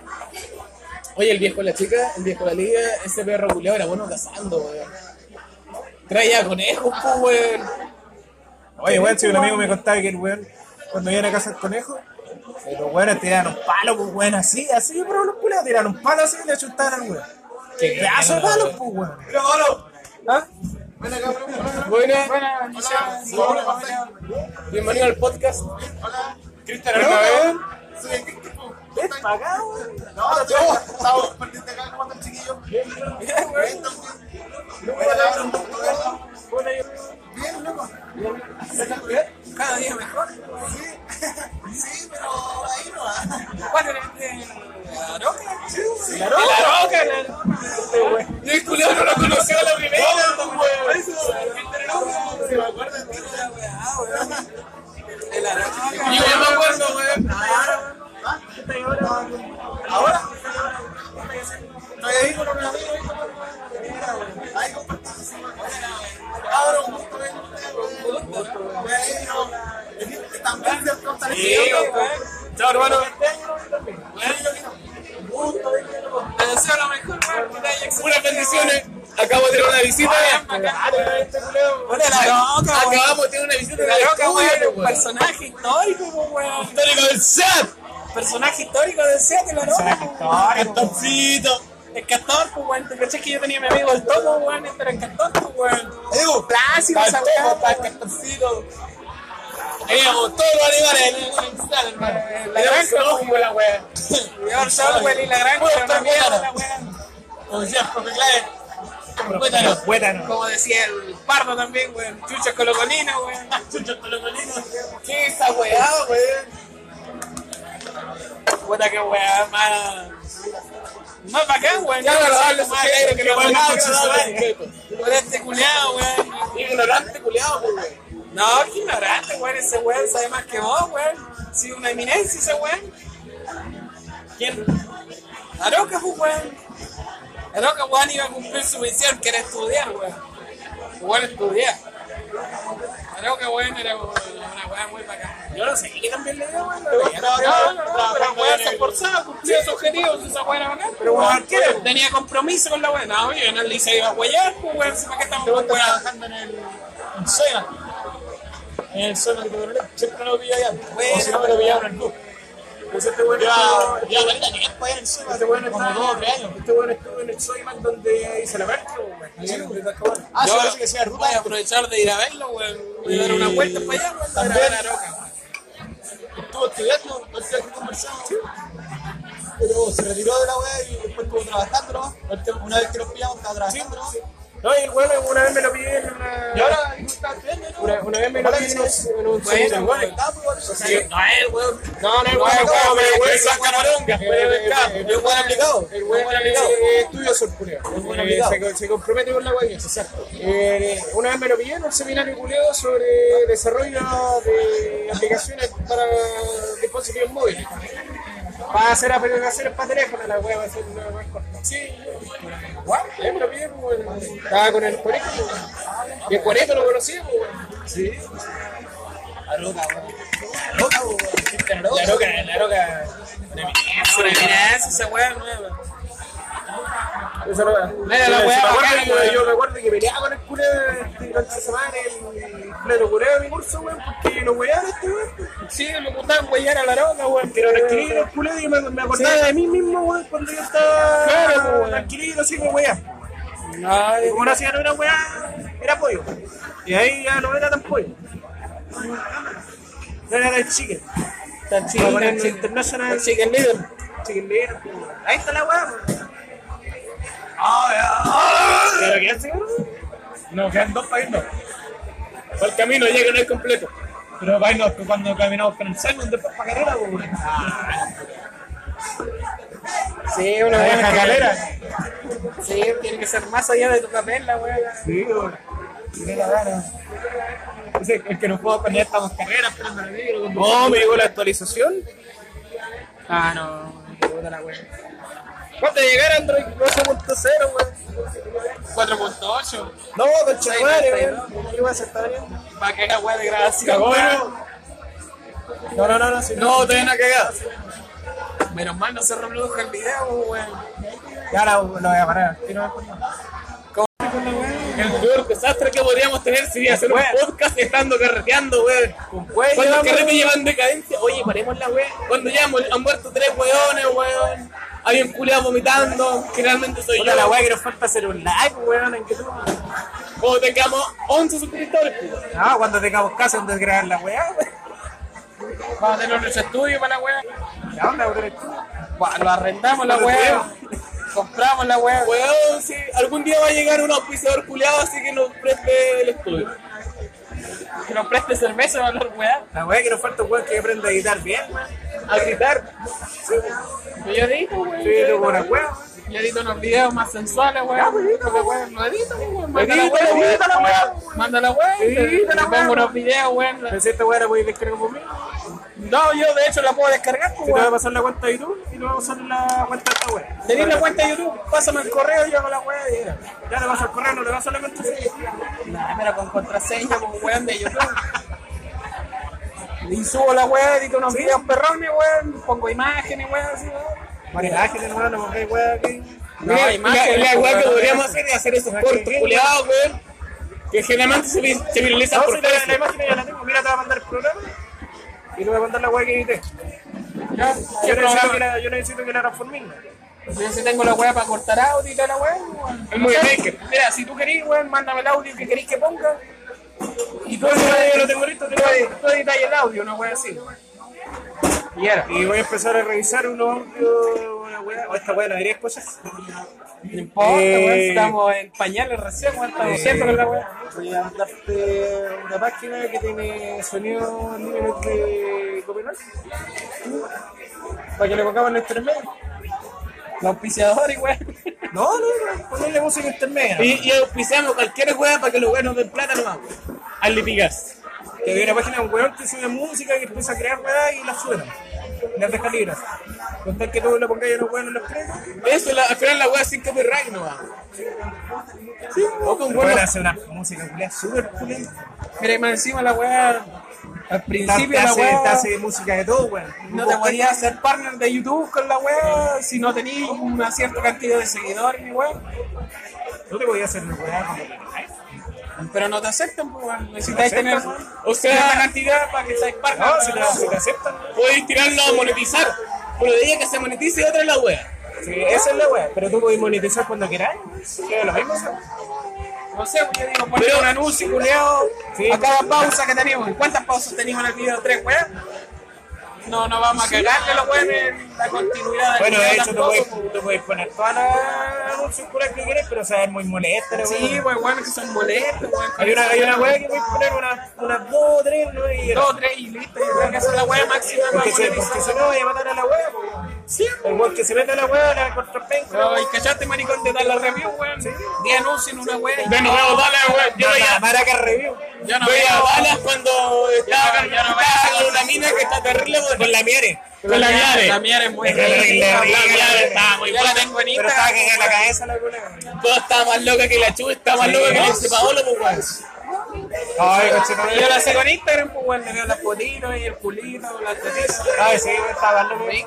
Speaker 2: Oye, el viejo de la chica, el viejo de la liga, ese perro culeado era bueno cazando, weón. Traía conejos, pues, weón.
Speaker 4: Oye, weón, si un amigo me contaba que el weón, cuando iban a cazar conejos, Pero bueno, tiraron palo, pues bueno, así, así, pero los culiados tiraron palo así y le chutaron, weón. Qué pedazo de palo, pues weón. ¿Ah?
Speaker 2: Buenas. Bienvenido al podcast.
Speaker 7: Cristian,
Speaker 4: No,
Speaker 7: ¿alguna vez?
Speaker 4: weón.
Speaker 7: Sí, ¿en qué equipo?
Speaker 4: Ven para acá, weón.
Speaker 7: No, no, Gustavo, perdiste acá, ¿cómo están, chiquillos? Bien, Bien, loco.
Speaker 2: Cada día mejor.
Speaker 7: Sí, pero ahí no va.
Speaker 2: ¿Cuál era este? ¿La roca?
Speaker 4: Claro.
Speaker 2: Yo el culiao no lo conocí a la primera. Y yo ya me acuerdo, weón.
Speaker 7: ¿Ahora? Estoy ahí con un amigo, ahí con un amigo. Ahí compartimos. Ahora, un gusto, ven, un gusto. Bueno, También se fortaleció.
Speaker 2: Chao, hermano. Te deseo lo mejor, weón. Que te haya éxito.
Speaker 8: Unas bendiciones. Acabo de tener una visita.
Speaker 2: Hola, la roca, weón.
Speaker 8: Acabamos de tener una visita de
Speaker 2: La Roca,
Speaker 8: estudio,
Speaker 2: weón,
Speaker 8: weón.
Speaker 2: personaje histórico, weón.
Speaker 8: Histórico del SAT.
Speaker 2: Personaje histórico de Seattle, la Roca.
Speaker 4: histórico,
Speaker 2: weón.
Speaker 8: Toncito.
Speaker 2: El Castor, pues, weón. ¿Te cachas que yo tenía a mi amigo el Topo, weón? Este era el Castor, pues, weón.
Speaker 8: Evo,
Speaker 2: Plácido,
Speaker 8: Al
Speaker 2: esa
Speaker 8: Topo,
Speaker 2: weá,
Speaker 8: al
Speaker 2: weón.
Speaker 8: Teníamos Eh, todos los animales en el SAT, hermano. La gran como la wea.
Speaker 2: Yo, el Sol, weón, y la gran,
Speaker 8: Puedo
Speaker 2: era una
Speaker 8: estar
Speaker 2: mierda,
Speaker 8: weón.
Speaker 2: weón.
Speaker 8: Como decía el profe Clave. Cuéntanos.
Speaker 4: Cuéntanos.
Speaker 2: Como decía el Pardo también, weón. Chucha Colocolina, weón.
Speaker 8: ¿Qué es esa weá, weón?
Speaker 2: Puta que weá, más. Más bacán, weón.
Speaker 8: Ya, agradable
Speaker 2: Más
Speaker 8: sujeto, que lo
Speaker 2: más
Speaker 8: mandaba
Speaker 2: bacán,
Speaker 8: agradable
Speaker 2: weón. Por este culiao, weón.
Speaker 8: Ignorante culiado, weón.
Speaker 2: No, qué ignorante, weón. Ese weón sabe más que vos, weón. Sí, una eminencia ese weón. ¿Quién? Aroca, pues, weón. Aroca, weón, iba a cumplir su misión, que era estudiar, weón. Weón, estudiar. Aroca, weón, era una weón muy bacán. Yo no sé qué también le dio, weón. No, no, no, pero weón se esforzaba, cumplía sus objetivos, esa weón era bacán. Pero weón, ¿qué? Tenía compromiso con la weón. No, yo no le hice iba a huellar, pues, weón. ¿Para qué estamos con weón?
Speaker 7: Trabajando en el...
Speaker 1: En Soima. En el Soima que te conecté. Siempre no lo pillo allá.
Speaker 2: Bueno,
Speaker 1: o si no me lo pillaron en el bus.
Speaker 4: Pues este weón
Speaker 1: Lleva,
Speaker 4: estuvo-
Speaker 1: lleva caleta tiempo ahí en el Soima.
Speaker 4: este weón
Speaker 1: como
Speaker 4: estaba-
Speaker 1: dos o tres años.
Speaker 4: Este weón estuvo en el Soyman donde hice la pues, marca, weón. Ahí en Talcahuano.
Speaker 1: Ah,
Speaker 2: Yo
Speaker 1: sí, parece que sea
Speaker 2: voy a
Speaker 1: ruta.
Speaker 2: aprovechar de ir a verlo, weón. Voy a dar una vuelta para allá, weón. para
Speaker 1: También.
Speaker 2: ver a Roca.
Speaker 1: Estuvo estudiando, no sé qué conversamos. Pero se retiró de la wea y después estuvo trabajando nomás. Una vez que los pillamos estaba trabajando nomás.
Speaker 4: No, y el weón una vez me lo pillé en una...
Speaker 1: Y ahora está estudiando, ¿no?
Speaker 4: Una, una vez me lo pillé en un- en un...
Speaker 2: Bueno,
Speaker 4: segundo,
Speaker 2: weón.
Speaker 4: weón.
Speaker 1: Está muy bueno.
Speaker 2: No, el weón.
Speaker 4: No, no, el weón,
Speaker 2: Bueno,
Speaker 4: no,
Speaker 2: bueno,
Speaker 4: pero el
Speaker 2: bueno,
Speaker 4: weón
Speaker 2: esa caronga,
Speaker 4: eh,
Speaker 2: pero
Speaker 4: eh,
Speaker 2: está,
Speaker 4: eh,
Speaker 2: es buen aplicado.
Speaker 4: El weón eh, estudia surculeo.
Speaker 1: buen
Speaker 4: Eh,
Speaker 1: aplicado.
Speaker 4: se, se compromete con la guayana. Exacto. Eh, una vez me lo pillé en un seminario culeo sobre desarrollo de aplicaciones para dispositivos móviles. Para hacer aplicaciones para teléfono, la wea va a ser una wea corta. Sí. Guau, ahí me lo pillé, pues, bueno. Estaba con el cuarito. pues. Y el cuarito lo conocía, pues, bueno. La roca, la roca.
Speaker 2: Una eminencia ese weón, weón.
Speaker 4: Esa no era.
Speaker 2: Mira, la
Speaker 4: Sí,
Speaker 2: weá
Speaker 4: sí, me
Speaker 2: bacana,
Speaker 4: acuerdo,
Speaker 2: weón.
Speaker 4: Yo me acuerdo que peleaba con el culero este, durante la semana, el culero culero de mi curso, weón, porque lo weaban este weón.
Speaker 2: Sí, me gustaban huellar a la roca, weón.
Speaker 4: Pero tranquilo, el culero, y me, me acordaba de mí mismo, weón, cuando yo estaba
Speaker 2: Claro, pues, weón.
Speaker 4: tranquilo, así como weá. Y como no hacía no era weá, era pollo. Y ahí ya no era tan pollo. No era tan chicken.
Speaker 2: Tan chica,
Speaker 4: Como en
Speaker 2: tan
Speaker 4: el
Speaker 2: chica.
Speaker 4: International
Speaker 2: Tan chica, el líder.
Speaker 4: Chicken Little, pues, weón. Ahí está la weá, pues. weón. ¿Pero qué hace, weón?
Speaker 1: No, quedan dos para irnos.
Speaker 8: Al camino llega, no es completo.
Speaker 1: Pero para irnos cuando caminamos con el Simon después para carrera, pues. weón.
Speaker 2: Sí, una
Speaker 4: Deja
Speaker 2: buena
Speaker 4: carrera.
Speaker 2: Sí, tiene que ser más allá de tu papel, la weón.
Speaker 1: Sí, güey. Tiene la gana. Ese es el que nos puedo poner estamos carreras, pero me alegro. con-
Speaker 4: No, me llegó la actualización.
Speaker 2: Ah, no. qué puta la weón.
Speaker 4: ¿Cuánto llegar Android 12.0, weón?
Speaker 2: 4.8.
Speaker 4: No, conchetumare,
Speaker 2: weón.
Speaker 4: weón. ¿Qué más está bien?
Speaker 2: Va que la weón de grabación, weón.
Speaker 4: No, no, no, no, sí.
Speaker 2: No, todavía no ha cagado. Menos mal no se reprodujo el video, weón.
Speaker 4: Ya la- lo voy a parar.
Speaker 2: Ya,
Speaker 6: El peor desastre que podríamos tener sería hacer un
Speaker 4: Weón.
Speaker 6: podcast estando carreteando, weón.
Speaker 4: Weón,
Speaker 6: Cuando
Speaker 4: llevamos-
Speaker 6: carrete llevan decadencia, oye, paremos la weón. Cuando ya mu- han muerto tres weones, weón. Hay un culiao vomitando, generalmente soy
Speaker 4: Puta,
Speaker 6: yo.
Speaker 4: la weá que nos falta hacer un live, weón, en YouTube.
Speaker 6: Cuando tengamos 11 suscriptores, pues.
Speaker 4: No, cuando tengamos casa donde grabar la weá, weón.
Speaker 6: Vamos a tener nuestro estudio para la weón.
Speaker 4: ¿Qué onda, weón?
Speaker 6: Lo arrendamos la weón. Compramos la weón. Weón, sí. Algún día va a llegar un auspiciador culiado, así que nos preste el estudio. Que nos preste cerveza, valor weón.
Speaker 4: La weá que nos falta un weón que aprenda a editar bien, weón.
Speaker 6: A gritar. Yo ya edito, weón.
Speaker 4: Sí, tú, una weá.
Speaker 6: Yo edito unos videos más sensuales, weón. Porque, weón, no edito, weón. Manda la
Speaker 4: Edita la
Speaker 6: weá,
Speaker 4: weá,
Speaker 6: edita la weá. Manda la weá.
Speaker 4: Edita
Speaker 6: y te-
Speaker 4: la
Speaker 6: te
Speaker 4: weá,
Speaker 6: Pongo unos
Speaker 4: weón.
Speaker 6: videos, weón.
Speaker 4: Pero si esta weá la podéis descargar conmigo.
Speaker 6: No, yo de hecho la puedo descargar, pues,
Speaker 4: Te voy a
Speaker 6: weón.
Speaker 4: pasar la cuenta de YouTube y te voy a pasar la cuenta de esta weá.
Speaker 6: Tenés la cuenta de YouTube, pásame el correo y yo hago la weá y era.
Speaker 4: Ya le paso el correo, no le paso la cuenta.
Speaker 6: Nah, pero con contraseña, con weón de YouTube. Y subo la weá, edito unos videos perrones, weón. Pongo imágenes, weón, así, weón.
Speaker 4: Maridaje, hermano, no pongáis weá aquí.
Speaker 6: No, la,
Speaker 4: imagen,
Speaker 6: la
Speaker 4: pues,
Speaker 6: weá que
Speaker 4: weón.
Speaker 6: podríamos hacer es hacer esos cortos culiados, weón. Que generalmente se, vi- se viralizan
Speaker 4: No,
Speaker 6: por
Speaker 4: si la, la
Speaker 6: Facebook.
Speaker 4: imagen ya la tengo. Mira, te voy a mandar el programa y te voy a mandar la weá que edité. Yo necesito que la, yo necesito que la transformen.
Speaker 6: Yo sí tengo la weá para cortar audio y toda la weá. El movie maker. Mira, si tú querís, weón, mándame el audio que querís que ponga. Y tú editas
Speaker 4: yo lo tengo listo, te lo doy.
Speaker 6: el audio, una weá así. Y era.
Speaker 4: Y voy a empezar a revisar unos audios, una weá. O esta weá no diría cosas.
Speaker 6: No importa,
Speaker 4: Eh,
Speaker 6: weón, estamos en pañales recién, weón, estamos siempre con la weá.
Speaker 4: Voy a mandarte una página que tiene sonido límites de copyright. Para que le pongamos en el intermedio.
Speaker 6: Los auspiciadores, weón.
Speaker 4: No, no, no, ponerle música intermedia.
Speaker 6: Y, y auspiciamos cualquier weá para que los weones nos den plata nomás, weón. Al lipigas.
Speaker 4: Que había una página de un weón que sube música que empieza a crear weá y la suena. Las deja libres. Con tal que tú lo pongas y los weones los crean.
Speaker 6: Eso, la, al final la weá sin copyright nomás. Sí, o con
Speaker 4: Pero bueno,
Speaker 6: buenos
Speaker 4: hace una música culiada súper pulenta.
Speaker 6: Mira, y más encima la weá. Al principio
Speaker 4: te,
Speaker 6: la
Speaker 4: hace, te
Speaker 6: weá.
Speaker 4: hace música de todo, weón.
Speaker 6: No te podías hacer partner de YouTube con la weá si no tenías una cierta cantidad de seguidores, mi weá.
Speaker 4: No te podías hacer weá como
Speaker 6: Pero no te aceptan, pues, weón. Necesitáis tener.
Speaker 4: aceptan,
Speaker 6: O sea, la cantidad para que seáis partner.
Speaker 4: No, si te, si te aceptan.
Speaker 6: Podéis tirarlo a monetizar. Una de ellas que se monetice y otra es la weá.
Speaker 4: Sí, esa es la weá. Pero tú podés monetizar cuando querás. Que es lo mismo, ¿sabes?
Speaker 6: No sé, pues, yo digo, poner un anuncio, culeado.
Speaker 4: Sí.
Speaker 6: A cada pausa que tenemos. ¿Cuántas pausas teníamos en el video? ¿Tres, weá? No, no vamos a cagarle los weón en la continuidad del
Speaker 4: Bueno,
Speaker 6: video
Speaker 4: de hecho, tú
Speaker 6: tampoco,
Speaker 4: podés,
Speaker 6: pues.
Speaker 4: tú podés poner todas las anuncios culiadas que querés, pero o sea, es muy molesta, la weá.
Speaker 6: Sí, pues, weón, que son molestos, weón.
Speaker 4: Hay una, hay una weá que voy a poner unas unas dos, tres, no y
Speaker 6: Dos, tres y listo. Yo creo que esa es la weá máxima para
Speaker 4: Porque, se, porque si
Speaker 6: monetizar.
Speaker 4: no, vaya a matar a la wea. po. El weón que se mete a la wea, la contra penca.
Speaker 6: No, y cachate, maricón, de dar la review, weón. De anuncio en una weá.
Speaker 2: De nuevo, dale, weón. Yo
Speaker 4: La
Speaker 2: ya
Speaker 4: maraca review.
Speaker 6: Yo no
Speaker 2: veía
Speaker 6: veo.
Speaker 2: balas cuando estaba
Speaker 6: ya
Speaker 2: estaba
Speaker 6: no veo.
Speaker 2: con una mina que está terrible, weón. Con la miere. Con la miere.
Speaker 6: La mierda es muy
Speaker 2: Con la miere.
Speaker 6: rica.
Speaker 2: La miere estaba muy
Speaker 6: Yo la
Speaker 2: buena.
Speaker 6: tengo en
Speaker 4: Pero estaba
Speaker 6: Instagram.
Speaker 4: que en la cabeza la culera.
Speaker 2: Todo estaba más loca que la chuva, estaba más loca que el Paolo, pues, weón.
Speaker 4: Ay, conchetumare.
Speaker 6: Yo la sigo en Instagram, pues, weón. Le veo las fotitos y el culito, las tetas.
Speaker 4: Ay, sí, weón, estaba hablando bien.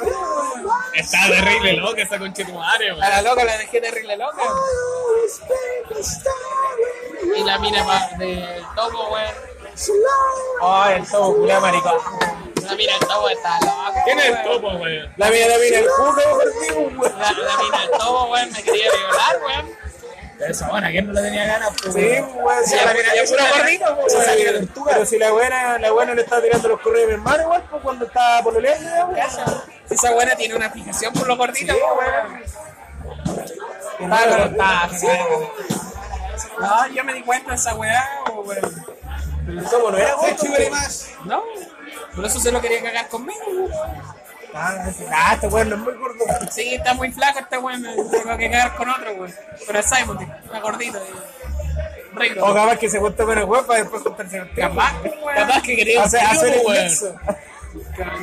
Speaker 2: Estaba terrible loca esa conchetumare, weón.
Speaker 6: A la loca la dejé terrible loca. Y la mina pa- del topo, weón.
Speaker 4: Ay, el topo culiao maricón.
Speaker 6: La mina del topo está loca.
Speaker 2: ¿Quién es el
Speaker 6: weón.
Speaker 2: topo, weón?
Speaker 4: La mía, la mía, el culo, gordito, weón.
Speaker 6: La, la mina del topo, weón, me quería violar, weón.
Speaker 2: Esa buena, ¿quién no la tenía ganas, pues,
Speaker 4: Sí, weón, si
Speaker 6: Ya,
Speaker 4: la mira,
Speaker 6: ya
Speaker 4: yo
Speaker 6: pura pues, gordita, po, weón.
Speaker 4: Pero si la buena, la buena le estaba tirando los correos a mi hermano, igual, pues cuando estaba pololeando, weón.
Speaker 6: Esa buena tiene una fijación por los gorditos, pues, Ah, weón.
Speaker 4: Estaba
Speaker 6: pero
Speaker 4: con-
Speaker 6: está- No, yo me di cuenta de esa weá, weón.
Speaker 4: El topo no era gordo, weón.
Speaker 6: No, por eso se lo quería cagar conmigo, weón.
Speaker 4: Ah, ah, este weón no es muy gordo.
Speaker 6: Sí, está muy flaco este weón, me tengo que cagar con otro, weón. Pero es Simon, está gordito. y- Rico.
Speaker 4: O capaz que se juntó con el weón para después juntarse con
Speaker 6: Capaz, weón.
Speaker 2: Capaz que quería un
Speaker 4: Hacer,
Speaker 2: trío, pues,
Speaker 4: hacer el
Speaker 2: weón.
Speaker 4: nexo.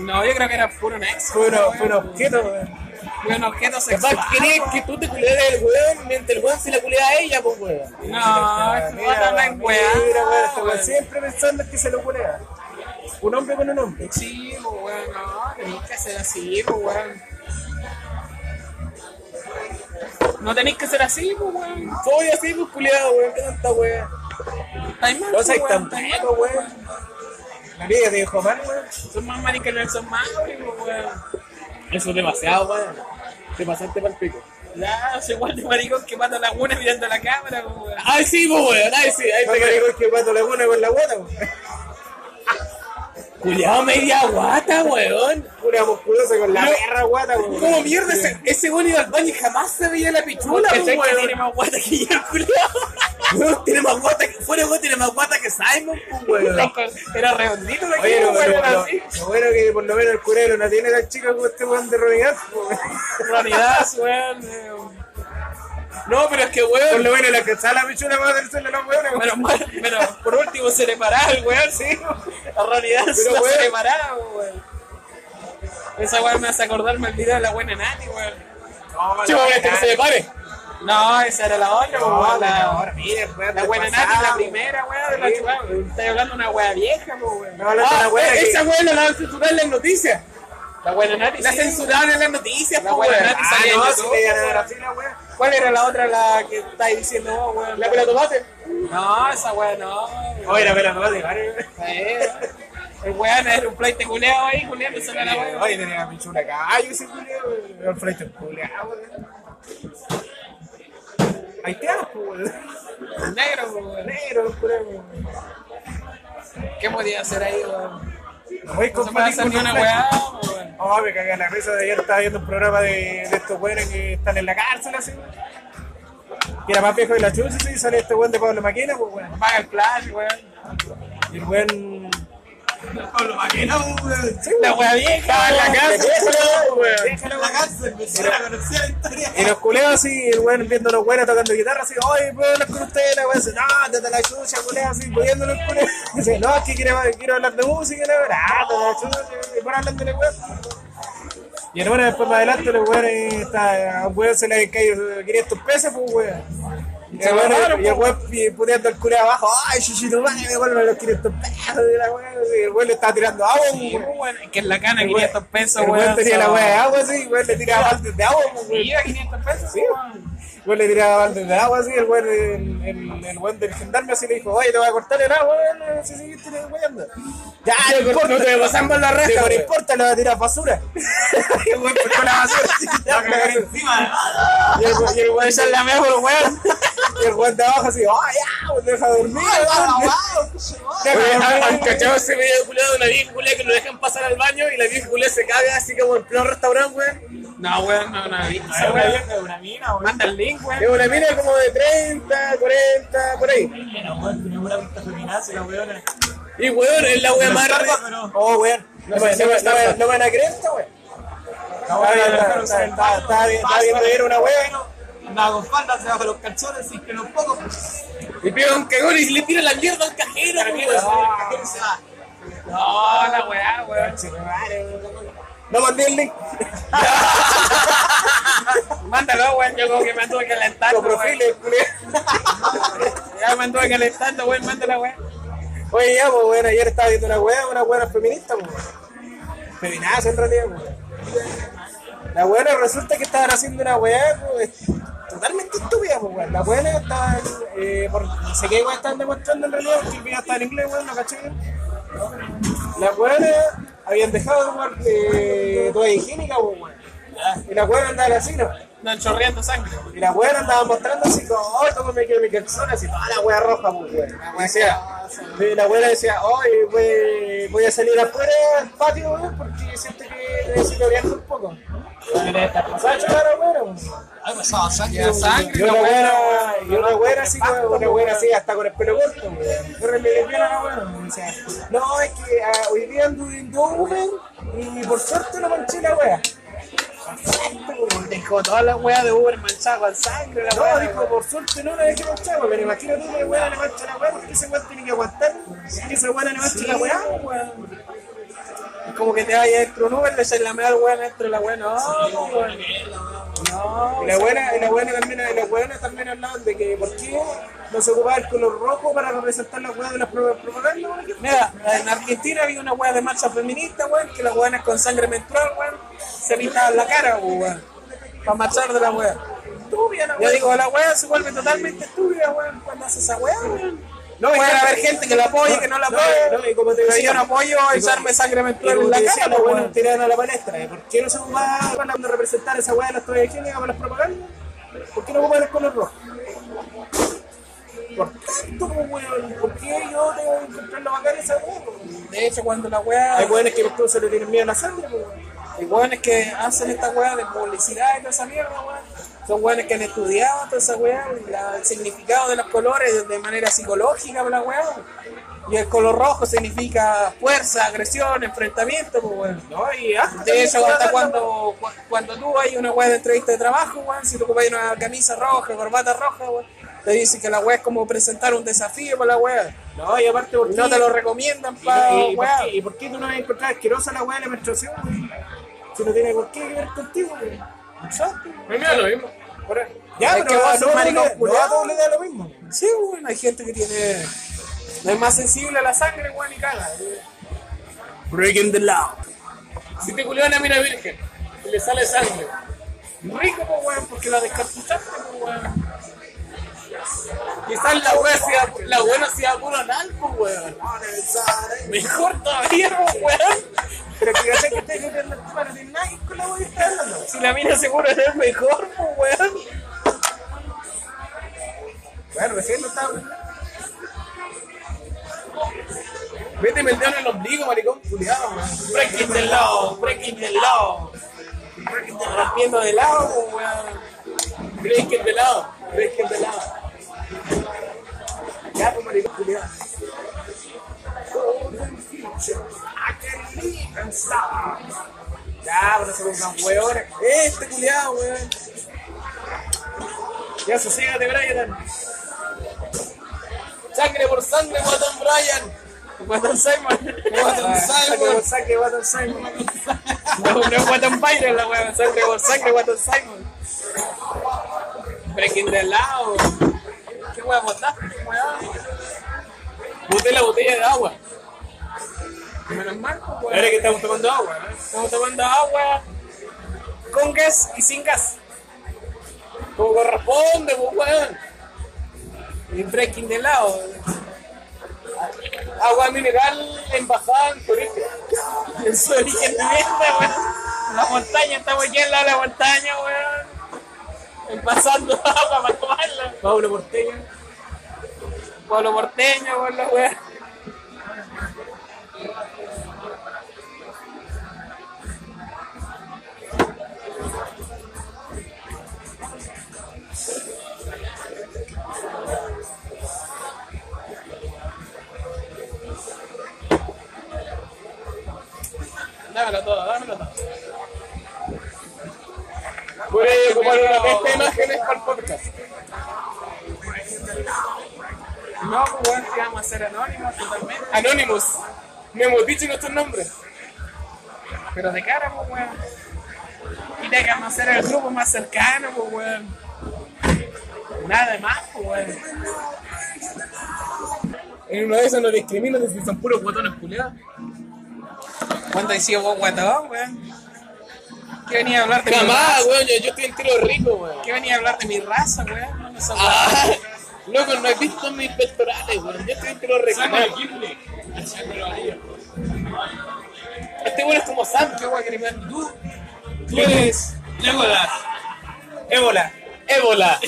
Speaker 6: No, yo creo que era puro nexo.
Speaker 4: Fue uno- fue un
Speaker 6: weón.
Speaker 4: objeto, weón.
Speaker 6: Fue un objeto sexual.
Speaker 2: Capaz quería que tú te culiaras el weón mientras el weón se la culiaba a ella, pues, weón.
Speaker 6: No,
Speaker 4: Ah,
Speaker 6: esto no
Speaker 4: Mira,
Speaker 6: habla
Speaker 4: weón,
Speaker 6: en weá.
Speaker 4: mira, weón, este weón
Speaker 6: weón.
Speaker 4: siempre pensando que se lo culea. Un hombre con un hombre.
Speaker 6: Sí, pues, weón, no, tenés que hacer así, pues, weón. No tenéis que ser así, pues, weón.
Speaker 2: Soy así, pues, culiado, weón. ¿Qué tanta weón?
Speaker 6: Estáis mal,
Speaker 2: No
Speaker 6: pues,
Speaker 2: soy
Speaker 6: weón.
Speaker 2: tan
Speaker 6: estáis mal.
Speaker 2: malo, weón. La vida te dejó mal, weón.
Speaker 6: Son más maricas que Nelson Mauri, pues, weón.
Speaker 2: Eso es demasiado, weón. Te pasaste para el pico.
Speaker 6: Ya, soy igual de maricón que mata la buena mirando la cámara, pues, weón.
Speaker 2: Ay, sí, pues, weón. Ay, sí. Ahí
Speaker 4: No me digo que Pato Laguna con la guata, po.
Speaker 2: Culiado media guata, weón.
Speaker 4: Pura musculosa con la perra guata, po.
Speaker 2: ¿Cómo mierda ese, ese weón iba al baño y jamás se veía la pichula,
Speaker 6: Porque
Speaker 2: pues,
Speaker 6: sé que
Speaker 2: weón?
Speaker 6: tiene más guata que yo, culiao.
Speaker 2: Weón, tiene más guata que... Fuera, weón, tiene más guata que Simon, pues, weón.
Speaker 6: Era redondito de aquí,
Speaker 4: Oye, lo,
Speaker 6: pues, weón,
Speaker 4: lo-
Speaker 6: era
Speaker 4: lo-
Speaker 6: así.
Speaker 4: lo bueno es que por lo menos el curero no tiene tan chica como este weón de Rodríguez.
Speaker 6: Realidad, weón. eh,
Speaker 2: No, pero es que,
Speaker 4: Por
Speaker 2: weón...
Speaker 4: lo menos la que está la pichula va a hacerse la weona.
Speaker 6: Menos mal, menos, por último se le paraba el weón, sí. La realidad
Speaker 4: Pero,
Speaker 6: la se
Speaker 4: weón.
Speaker 6: le paraba, weón. Esa weón me hace acordarme el video de la buena Nati, weón.
Speaker 2: Chico,
Speaker 4: este
Speaker 2: weón, que se le pare.
Speaker 6: No, esa era la otra,
Speaker 4: No,
Speaker 6: weón.
Speaker 4: la-
Speaker 6: La,
Speaker 4: ahora, mire, weón,
Speaker 6: la
Speaker 4: te
Speaker 6: buena
Speaker 4: pasaba,
Speaker 6: Nati, Ah, la
Speaker 4: po.
Speaker 6: primera, weón, de la chupaba. weón. Estoy hablando de una weá vieja, po, weón.
Speaker 4: No, la otra
Speaker 2: Ah,
Speaker 4: weona
Speaker 2: eh,
Speaker 4: que-
Speaker 2: esa weón la van a censurar en las noticias.
Speaker 6: La buena Nati.
Speaker 2: La
Speaker 6: sí.
Speaker 2: censuraron en las noticias,
Speaker 6: La
Speaker 2: pues,
Speaker 6: buena
Speaker 2: weón.
Speaker 6: Nati
Speaker 4: Ah,
Speaker 6: salía en
Speaker 4: no,
Speaker 6: YouTube,
Speaker 4: si le iban a
Speaker 6: weón.
Speaker 4: dar así la weá.
Speaker 6: ¿Cuál era la otra la que estáis diciendo vos, weón?
Speaker 2: La pela tomate.
Speaker 6: No, esa weá no. weón.
Speaker 4: Oye, la pera, no, de vale.
Speaker 6: Eh, El weón era un pleite culeado ahí, culeando solo la weá.
Speaker 4: Oye, tenía la pichula callo ese culiao. El frente culiao, weón. Ahí te das, po, weón.
Speaker 6: Negro, weón.
Speaker 4: Negro, el culiao, weón.
Speaker 6: ¿Qué podía hacer ahí, weón?
Speaker 4: No voy a
Speaker 6: No se puede
Speaker 4: confundir
Speaker 6: hacer
Speaker 4: con
Speaker 6: ni una
Speaker 4: un flaco.
Speaker 6: weá, weón.
Speaker 4: No, me cagué en la risa de ayer, estaba viendo un programa de, de estos güeyes que están en la cárcel, así. Y era más viejo de la chucha, sí, y sale este güey de Pablo Maquena, pues, güey.
Speaker 6: Apaga el flash, weón.
Speaker 4: Y el güey... Pablo Maquena, güey. Sí,
Speaker 6: La weá vieja,
Speaker 4: en la
Speaker 6: weón.
Speaker 4: cárcel, güey.
Speaker 2: La cárcel, me suena conocida la historia.
Speaker 4: Y los culeos así, el güey viendo a los güeyes tocando guitarra, así, oye, puedo hablar con ustedes, la güey, dice, no, desde la chucha, culeo, así, pudiéndolo el culeo. Dice, no, es que quiero, quiero hablar de música, la verdad, desde la chucha, y por hablando de güey. Y hermano, después más adelante, los güeyes, está, a un güey se le han caído 500 pesos, pues, güey. Y el güey- y el güey puteando el culeo abajo, ay, chichito, madre, me vuelven los 500 pesos, y la güey, y el güey le estaba tirando agua, pues,
Speaker 6: Sí,
Speaker 4: güey.
Speaker 6: Uh, weón, es Que en la cana
Speaker 4: El güey-
Speaker 6: 500 pesos,
Speaker 4: el
Speaker 6: weón.
Speaker 4: güey tenía la
Speaker 6: son-
Speaker 4: güey de agua, así, y el güey le tiraba baldes de agua, pues, güey.
Speaker 6: Sí, era 500 pesos,
Speaker 4: Sí.
Speaker 6: weón.
Speaker 4: Yo le tiraba balde de agua así, el weón el, el, el weón del gendarme así le dijo, oye, te voy a cortar el agua, weón, eh, si seguís tirando weando. Ya, no importa,
Speaker 2: No te pasan por la
Speaker 4: Sí,
Speaker 2: raja,
Speaker 4: pero no
Speaker 2: weón.
Speaker 4: importa, le voy a tirar basura. Y el weón cortó la basura. así, ya, la basura. Y el weón- y el weón-
Speaker 6: Esa es la mejor, weón.
Speaker 4: y el weón de abajo así, oh, ya, weón, deja dormir, weón.
Speaker 2: Ah,
Speaker 4: Deja
Speaker 2: Oye, ¿han- ¿Han
Speaker 4: dormir, weón.
Speaker 2: cachado ese video culiado de una vieja culiada que lo dejan pasar al baño y la vieja culiada se caga así como en pleno restaurante, weón?
Speaker 6: No, weón, no, no. Esa
Speaker 1: Esa weá
Speaker 6: weón.
Speaker 1: vieja es una mina, weón.
Speaker 6: Manda el link, weón.
Speaker 2: Es una mina como de 30, 40, por ahí.
Speaker 1: Era, weón, tenía una vista feminazi, la weona.
Speaker 2: Y weón, es la wea más
Speaker 1: Tarda,
Speaker 2: rara.
Speaker 1: pero-
Speaker 4: Oh, weón. No me no me- no me- no me van a creer esta, weón.
Speaker 1: La weá
Speaker 4: Está bien,
Speaker 1: la dejaron
Speaker 4: está-
Speaker 1: sentada,
Speaker 4: está- está bien, está bien,
Speaker 1: paso,
Speaker 4: era una weá.
Speaker 1: Andaba con faldas debajo de los calzones, sin que un poco.
Speaker 2: Y pega un cagón y le tira la mierda al cajero, pues, weón.
Speaker 1: ¿Quién se va?
Speaker 6: No, la weá, weón.
Speaker 4: No mandé el link.
Speaker 6: Mándalo, weón. Yo como que me anduve calentando,
Speaker 4: Los
Speaker 6: weón.
Speaker 4: profiles, culiao.
Speaker 6: Ya me anduve calentando, weón. Mándala, weón.
Speaker 4: Oye, ya, pues, bueno, ayer estaba viendo una weá, una weá feminista, pues. Feminaza, en realidad, pues. La weá resulta que estaban haciendo una weá, pues, totalmente estúpida, pues, weón. La weá estaba, eh, por, no sé qué weá estaban demostrando en realidad, porque el video estaba en inglés, weón, no caché bien. Las weones habían dejado de tomar eh, toalla higiénica, pues, weón. Y las weones andaban así, ¿no?
Speaker 6: Andan chorreando sangre.
Speaker 4: Y la weá andaba mostrando así, como, oh, cómo me quedó mi calzón, así, toda la weá roja, pues, weón. Y decía, y la abuela decía, hoy voy, voy a salir afuera al patio, weón, porque siento que necesito viajar un poco. ¿Sabes chocar a weá, weón?
Speaker 1: Ay, pasaba sangre.
Speaker 6: La sangre,
Speaker 4: Y
Speaker 6: la
Speaker 4: una
Speaker 6: weá.
Speaker 4: weá, y una weá así, weón, una weá así, hasta con el pelo corto, weón. Corre mi lesbiana la weá, weón. Y decía, no, es que ah, hoy día anduve en Dublin y por suerte no manché la weá.
Speaker 6: Dejó toda la weá de Uber manchada con sangre, la
Speaker 4: No,
Speaker 6: weá.
Speaker 4: dijo, por suerte no la dejé manchar, weón, pero imagínate que weá le mancha la weá, porque ese weón tiene que aguantar, que esa weá le mancha la pues. weá, weón.
Speaker 6: Es como que te vaya dentro un Uber, le echas la media al weón dentro de la weá. No, weón. No.
Speaker 4: pues, Y la buena, y la buena también, y las buenas también hablaban de que por qué no se ocupaba el color rojo para representar la weá de las pro- propaganda, weón. que-
Speaker 6: Mira, en Argentina había una weá de marcha feminista, weón, que las weonas con sangre menstrual, weón, se pintaban la cara, weón, para marchar de la weá.
Speaker 4: Tú,
Speaker 6: estúpida la
Speaker 2: Yo
Speaker 6: weá.
Speaker 2: digo, la weá se vuelve
Speaker 6: totalmente estúpida, weón, cuando haces esa weá, weón.
Speaker 4: No,
Speaker 2: Puede haber gente que la apoye, que no la apoye.
Speaker 4: No, y como te
Speaker 2: Pero
Speaker 4: decía,
Speaker 2: yo no apoyo echarme sangre menstrual
Speaker 4: Pero
Speaker 2: en la cara, pues,
Speaker 4: bueno,
Speaker 2: weón.
Speaker 4: tiraron a la palestra. ¿eh? ¿Por qué no se ocupaba para representar esa weá de las toallas higiénicas para las propagandas? ¿Por qué no ocupan el color rojo? Por tanto, pues, weón, ¿por qué yo tengo que encontrar la bacana esa weá? pues? weón?
Speaker 6: De hecho, cuando la weá.
Speaker 4: Hay weones que incluso le tienen miedo a la sangre, pues, weón.
Speaker 6: Hay weones que hacen esta weá de publicidad y toda esa mierda, weón. Son weones que han estudiado toda esa weá, la- el significado de los colores de manera psicológica, la weá. Y el color rojo significa fuerza, agresión, enfrentamiento, pues weón.
Speaker 4: No, y hasta
Speaker 6: De hecho, hasta cuando, cu- cuando tú hay una weá de entrevista de trabajo, weón, si tú ocupas una camisa roja, corbata roja, weón, te dicen que la weá es como presentar un desafío para la weá.
Speaker 4: No, y aparte, ¿por qué?
Speaker 6: No te lo recomiendan
Speaker 4: y, no-
Speaker 6: para
Speaker 4: y- y por
Speaker 6: weá.
Speaker 4: qué, ¿Y por qué tú no vas a encontrar asquerosa la weá de la menstruación, weón? Si no tiene por qué ver contigo, weón. Exacto.
Speaker 2: Primero lo mismo.
Speaker 4: Ahora- Ya,
Speaker 6: Es que
Speaker 4: pero
Speaker 6: va a
Speaker 4: a
Speaker 6: ser
Speaker 4: todos
Speaker 6: maricón
Speaker 4: le- no a
Speaker 6: culiao.
Speaker 4: todos le da lo mismo. weón.
Speaker 6: Sí, weón, hay gente que tiene. No es más sensible a la sangre, weón, y caga.
Speaker 4: Breaking the law.
Speaker 2: Si te culió una mina virgen y le sale sangre,
Speaker 6: Rico, pues, weón, porque la descartuchaste, pues, weón.
Speaker 2: quizás la wea sea, la buena sea puro anal, pues, weón.
Speaker 6: Mejor todavía, pues, weón.
Speaker 4: Pero que sé que estáis metiendo el tema, no tiene nada que ver con la weá que estás hablando.
Speaker 6: Si la mina seguro es mejor, pues, weón.
Speaker 4: Bueno, recién lo estaba.
Speaker 2: Méteme el dedo en el ombligo, maricón, culiado, weón.
Speaker 6: Breaking the law, breaking the law. Rompiendo de lado, pues, weón.
Speaker 2: Breaking the law, breaking the law.
Speaker 4: Ya, pues, maricón, culiao. Ya, pero se pongan weones. Este culiado, weón. Ya, sosígate, Brian.
Speaker 2: Sangre por sangre, Watton Bryan.
Speaker 6: Guatón Simon. Ah,
Speaker 2: Watton Simon.
Speaker 4: Saque, Watson Simon.
Speaker 6: No, no es Guatón Byron, la weón. Sangre por sangre, Guatón Simon. Breaking the law. ¿Qué weón botaste, weón?
Speaker 2: Boté la botella de agua.
Speaker 6: Menos mal, pues, weón.
Speaker 4: Ahora que estamos tomando agua, ¿eh?
Speaker 6: Estamos tomando agua con gas y sin gas.
Speaker 2: Como corresponde, pues, weón.
Speaker 6: Y breaking de lado.
Speaker 2: Agua mineral embajada en Corea.
Speaker 6: En su origen de mierda, weón. La montaña, estamos aquí al lado de la montaña, weón. Pasando agua para tomarla.
Speaker 4: Pablo Porteño.
Speaker 6: Pueblo porteño, weón, la weón.
Speaker 2: Dámelo todo, dámelo todo. Voy
Speaker 6: Este
Speaker 2: a ocupar una peste de imágenes para el podcast.
Speaker 6: No, pues, weón, que vamos a ser anónimos totalmente.
Speaker 2: Anonymous. No hemos dicho nuestros nombres.
Speaker 6: Pero de cara, pues, weón. Y te que hacer el grupo más cercano, pues, weón. Nada de más, pues, weón.
Speaker 2: En uno de esos nos discriminan si son puros guatones culiados.
Speaker 6: ¿Cuánto has sido vos, guatón, weón? ¿Qué venía a hablar de mi
Speaker 2: Jamás,
Speaker 6: raza?
Speaker 2: weón, yo, yo estoy en tiro rico, weón.
Speaker 6: ¿Qué venía a hablar de mi raza, weón? No, no son
Speaker 2: Ah, loco, no he visto mis pectorales, weón. Yo estoy en tiro rico. Este weón es como Sam, qué weón que le Tú, tú eres
Speaker 4: Ébola.
Speaker 2: ébola.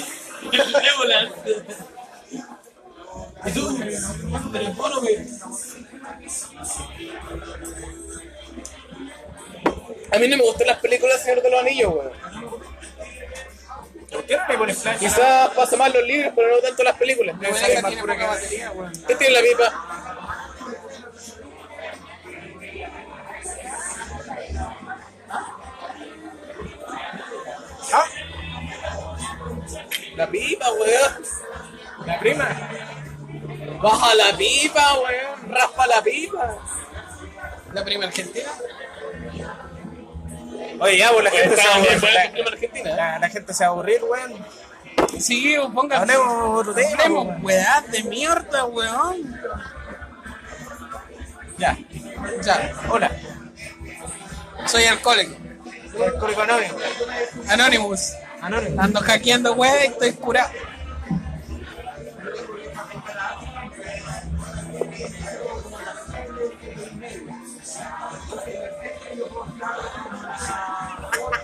Speaker 2: A mí no me gustan las películas Señor de los Anillos, weón.
Speaker 4: ¿Por qué no le pones flash?
Speaker 2: Quizás pasa más los libros, pero no tanto las películas.
Speaker 6: La
Speaker 4: sale
Speaker 6: oveja
Speaker 4: más
Speaker 6: tiene
Speaker 4: pura
Speaker 6: poca
Speaker 4: que-
Speaker 6: batería, weón.
Speaker 2: ¿Qué tiene la pipa?
Speaker 4: ¿Ah?
Speaker 2: La pipa, weón.
Speaker 4: La prima.
Speaker 2: Baja la pipa, weón. Raspa la pipa. La prima argentina.
Speaker 4: Oye, ya, pues la gente se va a
Speaker 2: Estaba
Speaker 4: aburrir.
Speaker 2: bien, weón, la
Speaker 4: La,
Speaker 2: prima argentina.
Speaker 4: la- la gente se va a aburrir, weón.
Speaker 6: Sí, weón, pongan.
Speaker 4: Hablemos otro tema,
Speaker 6: Hablemos,
Speaker 4: weón.
Speaker 6: weón, de mierda, weón.
Speaker 4: Ya.
Speaker 6: Ya,
Speaker 4: Hola.
Speaker 6: soy alcohólico.
Speaker 4: Alcohólico anónimo.
Speaker 6: Anonymous.
Speaker 2: Anónimo.
Speaker 6: Ando hackeando, weón, y estoy curado.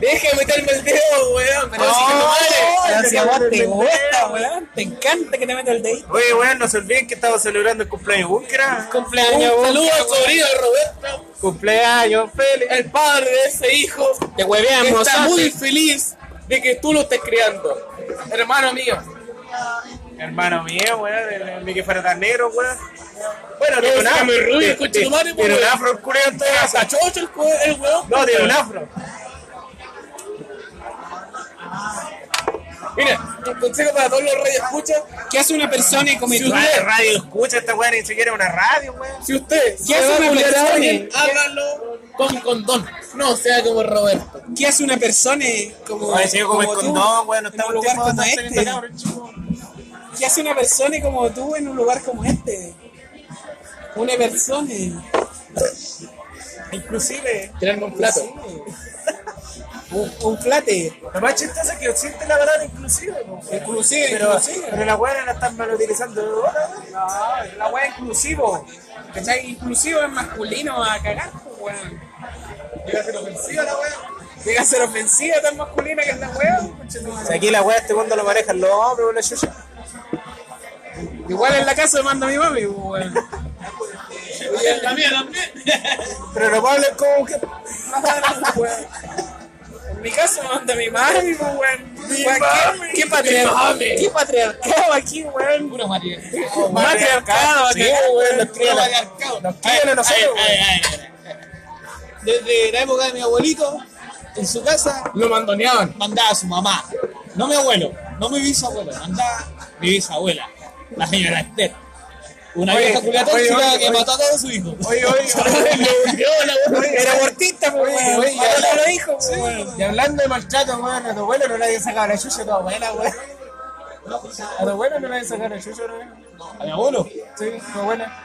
Speaker 6: Deja de meterme el dedo, weón. Pero si no vale.
Speaker 2: el
Speaker 6: Pero si a vos te
Speaker 2: dedo,
Speaker 6: gusta, weón. Te encanta que te meta el dedito.
Speaker 1: Oye, weón, no se olviden que estamos celebrando el cumpleaños de Búnquera.
Speaker 6: Cumpleaños, Un saludo al sobrino de Roberto.
Speaker 1: Cumpleaños, Félix.
Speaker 6: El padre de ese hijo.
Speaker 4: Te
Speaker 6: que
Speaker 4: hueveamos,
Speaker 6: está
Speaker 4: ¿sabes?
Speaker 6: muy feliz de que tú lo estés criando. Hermano mío.
Speaker 1: Hermano mío, weón, ni que fuera tan negro, weón. Bueno,
Speaker 6: Pero
Speaker 1: tiene un
Speaker 6: se
Speaker 1: afro.
Speaker 6: llama el Rubio,
Speaker 1: Tiene-
Speaker 6: conche
Speaker 4: pues.
Speaker 6: tu madre,
Speaker 1: Tiene un
Speaker 6: weón.
Speaker 1: afro, el culiao, en toda la
Speaker 6: Hasta
Speaker 1: casa.
Speaker 6: chocho el, cue- el weón.
Speaker 1: No, tiene un afro.
Speaker 6: Mira, un consejo para todos los reyes escucha.
Speaker 4: ¿Qué hace una persona y come
Speaker 6: Si
Speaker 4: tu-
Speaker 1: Radio, radio escucha esta weón, ni siquiera una radio, weón.
Speaker 6: Si usted
Speaker 4: ¿Qué
Speaker 6: se
Speaker 4: hace
Speaker 6: va a
Speaker 4: una
Speaker 6: culiar a
Speaker 4: persona?
Speaker 6: alguien, hágalo con condón. No sea como Roberto.
Speaker 4: ¿Qué hace una persona eh, como,
Speaker 1: Oye, si yo como el
Speaker 4: como tú,
Speaker 1: condón, weón, no
Speaker 4: en
Speaker 1: estamos
Speaker 4: un lugar
Speaker 1: tiempo de
Speaker 4: como
Speaker 1: estar
Speaker 4: este?
Speaker 1: saliendo cabros, chico.
Speaker 4: ¿Qué hace una persona como tú en un lugar como este? Una persona.
Speaker 1: Inclusive,
Speaker 6: Tirarme un plato.
Speaker 4: Un, un plate.
Speaker 1: lo más chistoso es que existe la palabra inclusive, weón.
Speaker 4: Inclusive,
Speaker 1: Pero,
Speaker 4: inclusive.
Speaker 1: pero la weá no la están mal utilizando ahora, weón. No, la weá es inclusivo.
Speaker 4: ¿Cachai? Inclusivo es masculino a cagar, pues, weón.
Speaker 1: Llega a ser ofensiva la weá.
Speaker 4: Llega a ser ofensiva tan masculina que es la weón, conchetumare.
Speaker 1: aquí la weá este cuando lo manejan los hombres, weón, la chucha.
Speaker 4: Igual en la casa me manda mi mami, pues, weón.
Speaker 6: La mía también.
Speaker 1: Pero no hablen como que.
Speaker 4: pues, En mi casa me manda mi mami, pues, weón. Weón,
Speaker 6: mami.
Speaker 4: ¿Qué, qué patriar-
Speaker 6: Mi mami.
Speaker 4: qué patriarcado aquí, weón?
Speaker 6: Puro María.
Speaker 4: Patriarcado,
Speaker 1: Sí, weón, los crían a-
Speaker 6: Nos
Speaker 1: crían a nosotros,
Speaker 2: Desde la época de mi abuelito, en su casa,
Speaker 6: Lo mandoneaban.
Speaker 2: mandaba a su mamá. No mi abuelo, no mi bisabuelo, mandaba mi bisabuela, la señora Esther. Una
Speaker 1: Oye,
Speaker 2: vieja culia
Speaker 1: oye,
Speaker 2: tóxica
Speaker 1: oye,
Speaker 2: que
Speaker 1: oye.
Speaker 2: mató a todos sus hijos.
Speaker 1: Oye, oye, oye.
Speaker 4: Era abortista, pues,
Speaker 1: Oye,
Speaker 4: weón.
Speaker 1: oye,
Speaker 4: Ahora
Speaker 1: ya-
Speaker 4: lo dijo, pues, weón.
Speaker 1: Y hablando de maltrato, weón, a tu abuelo no le había sacado la chucha a tu abuela, weón. A tu abuelo no le había sacado la chucha, ¿no?
Speaker 2: A mi abuelo.
Speaker 1: Sí, tu abuela.